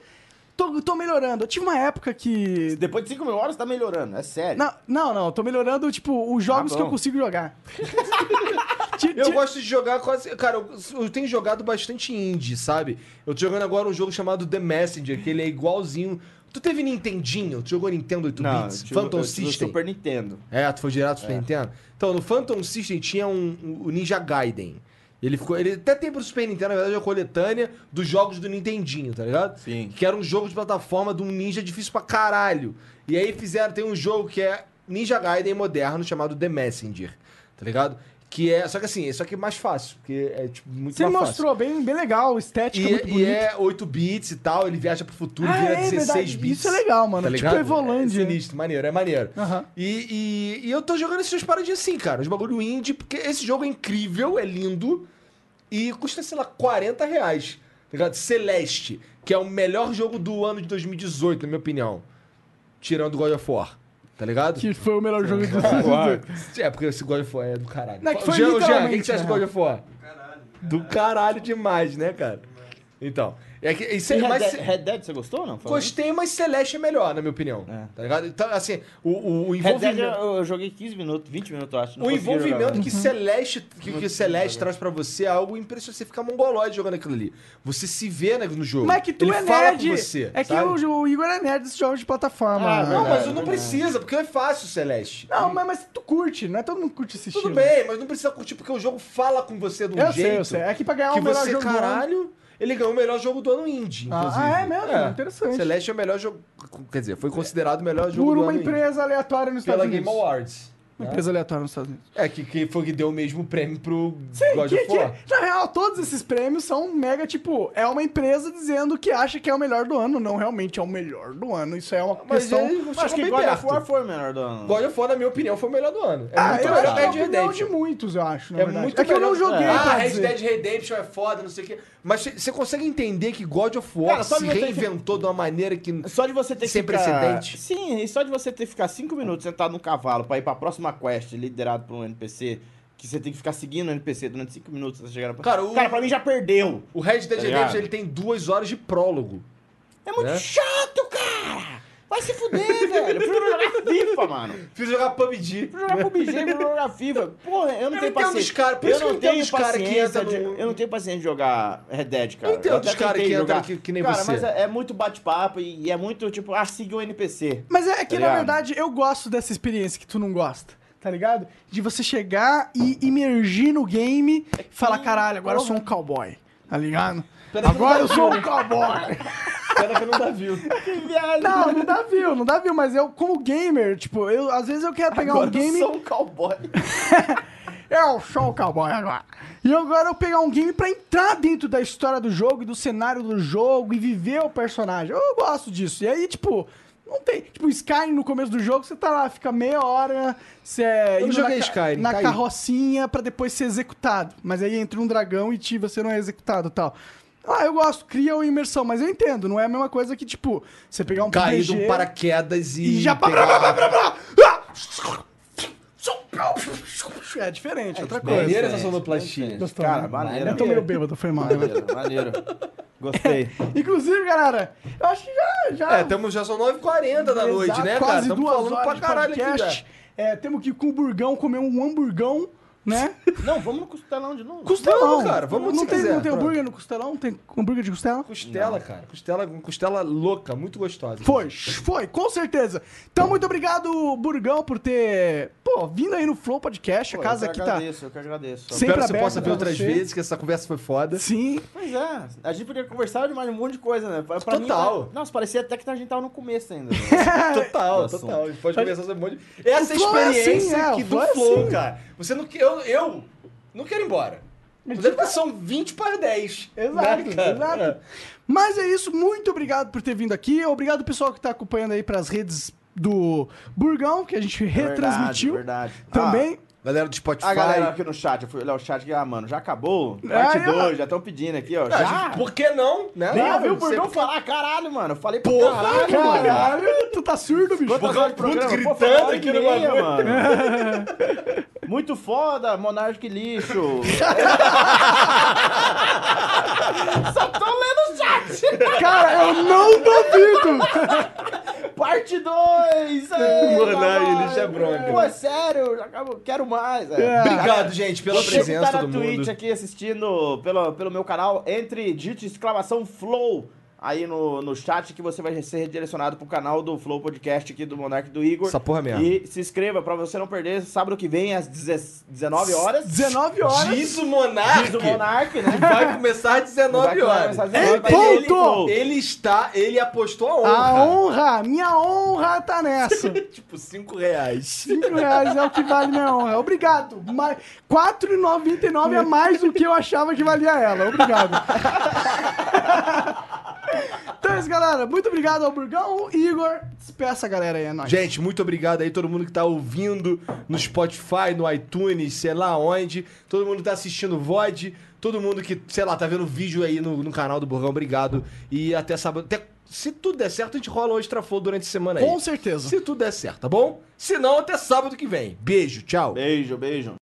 tô, tô melhorando. Eu tive uma época que.
Depois de 5 mil horas tá melhorando, é sério.
Não, não, não, tô melhorando, tipo, os jogos
Ah,
que eu
bom.
consigo jogar. Ti-
Eu
ti-
gosto de jogar quase. Cara, eu, eu tenho jogado bastante indie, sabe? Eu tô jogando agora um jogo chamado The Messenger, que ele é igualzinho. Tu teve Nintendinho? Tu jogou Nintendo 8
não,
bits?
eu tive-
Phantom
eu tive o
System?
Super Nintendo.
É, tu foi direto pro Super Nintendo? Então, no Phantom System tinha um, um- o Ninja Gaiden. Ele ficou. Ele até tem pro Super Nintendo, na verdade, é a coletânea dos jogos do Nintendinho, tá ligado?
Sim.
Que era um jogo de plataforma de um ninja difícil pra caralho. E aí fizeram, tem um jogo que é Ninja Gaiden moderno, chamado The Messenger, tá ligado? Que é. Só que assim, só que é mais fácil, porque é tipo, muito
Você
mais fácil.
mostrou bem, bem legal, estética
E,
muito
e
bonita.
é 8 bits e tal, ele viaja pro futuro,
Ah,
vira
é
16
verdade.
bits.
Isso é legal, mano. Tipo
ligado?
Evolândia.
É sinistro, maneiro, é maneiro.
Aham.
E, e- e eu tô jogando esses paradinhas assim, cara. Os bagulho indie, porque esse jogo é incrível, é lindo. E custa, sei lá, 40 reais. tá ligado? Celeste, que é o melhor jogo do ano de 2018, na minha opinião. Tirando God of War. Tá ligado?
Que foi o melhor jogo do
É, porque esse God of War é do caralho.
Não, que foi
Jean, Jean, o que que
literalmente,
você acha do
né?
God of War? Do caralho demais, né, cara? Então. É que, isso
E
é,
Red,
mas,
Dead, Red Dead, você gostou ou não? Falando
Gostei, mas Celeste é melhor, na minha opinião.
É.
Tá ligado? Então, assim, o, o, o
Red Dead eu,
envolvimento.
eu joguei 15 minutos, 20 minutos, eu acho. não
O
consegui jogar,
envolvimento
não.
que Celeste, que, que Celeste traz pra você é algo impressionante. Você fica mongoloide jogando aquilo ali. Você se vê né, no jogo.
Mas é que tu
Ele
é
fala
nerd.
com você.
é que
sabe?
o, o Igor é nerd desses jogos de plataforma.
Ah,
Não, mas
Verdade,
não precisa, porque é fácil, Celeste.
Não, mas, mas tu curte, não é todo mundo que curte esse
Tudo
estilo.
bem, mas não precisa curtir, porque o jogo fala com você de um
Eu
jeito.
sei, eu sei. É que pra ganhar
que
o melhor
você,
jogo do ano-
caralho, ele ganhou o melhor jogo do ano indie,
Ah,
inclusive.
ah, é mesmo? Interessante.
Celeste é o melhor jogo, quer dizer, foi considerado o melhor jogo
Por
do
uma
ano indie
empresa aleatória nos
pela
Estados
Game
Unidos.
Awards. né?
Uma empresa aleatória nos Estados Unidos.
É, que, que foi que deu o mesmo prêmio pro
Sim,
God
que-
of War.
que- na real, todos esses prêmios são mega, tipo, é uma empresa dizendo que acha que é o melhor do ano. Não, realmente é o melhor do ano. Isso é uma
Mas
questão...
ele chegou
Acho que
bem
God of
perto.
War foi o melhor do ano.
God of War, na minha opinião, foi o melhor do ano. É
Ah,
muito
eu acho
melhor que
que é a
Red
opinião
Dead
de
Redemption.
muitos, eu acho, na
É
verdade.
muito
é que eu não
melhor-
joguei,
Ah,
pra
Red
dizer.
Dead Redemption é foda, não sei o quê. Mas você- você consegue entender que God of War
Cara, só
se
me tem-
reinventou de uma maneira que...
Só de você ter que
Sem
ficar...
precedente.
Sim, e só de você ter que ficar cinco minutos sentado no cavalo pra ir pra próxima quest liderado por um NPC, que você tem que ficar seguindo o NPC durante cinco minutos até chegar na
Cara, o-
Cara, pra mim já perdeu.
O Red Dead
Tá
Redemption,
ligado?
ele tem duas horas de prólogo.
É muito
Né?
chato, cara! Vai se fuder, velho. Eu prefiro jogar FIFA, mano. Eu
Fiz jogar PUBG.
prefiro jogar PUBG, eu prefiro jogar FIFA. Porra, eu não
Eu
tenho
entendo
paciência.
os cara, por isso que eu entendo os cara que
paciência
entra
de-
no-
Eu não tenho paciência de jogar Red Dead, cara.
Eu entendo
até
os cara
tentei
que entra
jogar.
que- que nem
cara,
você.
mas é, é muito bate-papo e, e é muito, tipo, ah, siga o NPC.
Mas é que,
Tá
na
ligado?
verdade, eu gosto dessa experiência que tu não gosta. Tá ligado? De você chegar e imergir no game
É
e falar, caralho, agora eu sou um cowboy. Tá ligado?
Peraí que
Agora
não
eu
tá
sou um
vivo.
cowboy.
Pena que não dá view.
Que viagem!
Não, não dá view, não dá view, mas eu, como gamer, tipo, eu, às vezes eu quero pegar
Agora
um game.
eu sou um cowboy.
Eu sou É o cowboy agora. E agora eu pegar um game pra entrar dentro da história do jogo e do cenário do jogo e viver o personagem. Eu gosto disso. E aí, tipo, não tem. Tipo, Skyrim no começo do jogo, você tá lá, fica meia hora. Você é
Eu
indo
joguei
na, ca-
Skyrim,
na
caí.
carrocinha pra depois ser executado. Mas aí entra um dragão e te, você não é executado e tal. Ah, eu gosto, cria uma imersão, mas eu entendo, não é a mesma coisa que, tipo, você pegar um
Caí de
PG
um paraquedas e...
e já.
pegar-
Ah! É diferente, é outra coisa.
Maneira essa sonoplastia.
Gostou,
Cara,
né?
maneiro.
Eu tô meio bêbado, foi mal. né?
Maneiro, maneiro. Gostei.
Inclusive, galera, eu acho que já. já
É, tamo, já são 9h40 da
Ah. Exato,
noite, né, cara?
quase
Tamo
duas
falando
horas
pra
de
caralho aqui,
podcast.
já.
É, temos que ir com o burgão comer um hamburgão, né? Tá
Não, vamos no costelão de novo.
Costelão, cara, vamos
não
se
tem,
quiser,
não tem
pronto.
hambúrguer no costelão? Tem hambúrguer de costela?
Costela, cara. Costela, costela louca, muito gostosa.
Foi, foi, com certeza. Então, muito obrigado, Burgão, por ter, pô, vindo aí no Flow Podcast. A
Pô,
casa
eu que
aqui tá.
agradeço, eu que agradeço.
Sempre
Espero que você
aberto né?
possa ver
pra
outras
você.
vezes, que essa conversa foi foda.
Sim.
Pois é, a gente podia conversar de mais um monte de coisa, né? Pra, pra
Total.
Mim, nossa, parecia até que a gente tava no começo ainda.
Total,
Assunto.
total. A gente pode conversar sobre um monte de... Essa
É. O flow é
experiência
assim, é,
que
o
do
flow é
flow,
assim.
cara. Você não... que- Eu, eu não quero ir embora. Mas é porque são 20 para 10. né,
assim, Exato,
cara?
exato. Mas é isso, muito obrigado por ter vindo aqui. Obrigado pessoal que tá acompanhando aí pras redes do Burgão, que a
É
gente retransmitiu.
Verdade,
Ah,
verdade.
Também.
Galera do Spotify.
Ah, a galera aqui no chat, eu fui olhar o chat aqui, ah, mano, já acabou?
Ah,
Parte
eu-
2, já estão pedindo aqui, ó.
Ah,
Já?
gente, Por que não? Né?
Nem
Claro,
ouviu o
você-
Bordão falar, caralho, mano. Eu falei pra
Porra,
caralho, mano.
Caralho, tu tá surdo, bicho.
Quantas horas de
Puto
programa?
gritando
Pô, foi uma hora
aqui
e
no
meia,
bagulho.
mano. Muito foda, Monarque lixo. Só tô lendo o chat.
Cara, eu não duvido.
Parte 2.
Monarque lixo é bronca.
Pô, é sério, já acabou, quero mais. é.
É.
Obrigado, gente, pela
Você que
presença
tá na
do
Twitch
mundo.
aqui assistindo pelo, pelo meu canal, entre digite exclamação Flow aí no, no chat que você vai ser redirecionado pro canal do Flow Podcast aqui do Monark e do Igor.
Essa porra é mesmo.
E se inscreva pra você não perder sábado que vem às 10 19 horas.
19 horas.
Diz o Monark.
Diz o Monark, né?
Vai começar às 19
Vai
horas. É
começar às
Em
19 horas.
ponto!
Ele- Flow.
Ele está, ele apostou a
A
honra.
honra, minha honra tá nessa.
Tipo, 5 reais.
5 reais é o que vale minha honra. Obrigado. Ma- R$4,99 é mais do que eu achava que valia ela. Obrigado. Então é isso, galera. Muito obrigado ao Burgão. Igor, despeça a galera aí, é nóis.
Gente, muito obrigado aí, todo mundo que tá ouvindo no Spotify, no iTunes, sei lá onde. Todo mundo que tá assistindo o VOD. Todo mundo que, sei lá, tá vendo vídeo aí no, no canal do Burgão, obrigado. E até sábado. Até, se tudo der certo, a gente rola um extra flow durante a semana aí.
Com certeza.
Se tudo der certo, tá bom? Se não, até sábado que vem. Beijo, tchau.
Beijo, beijo.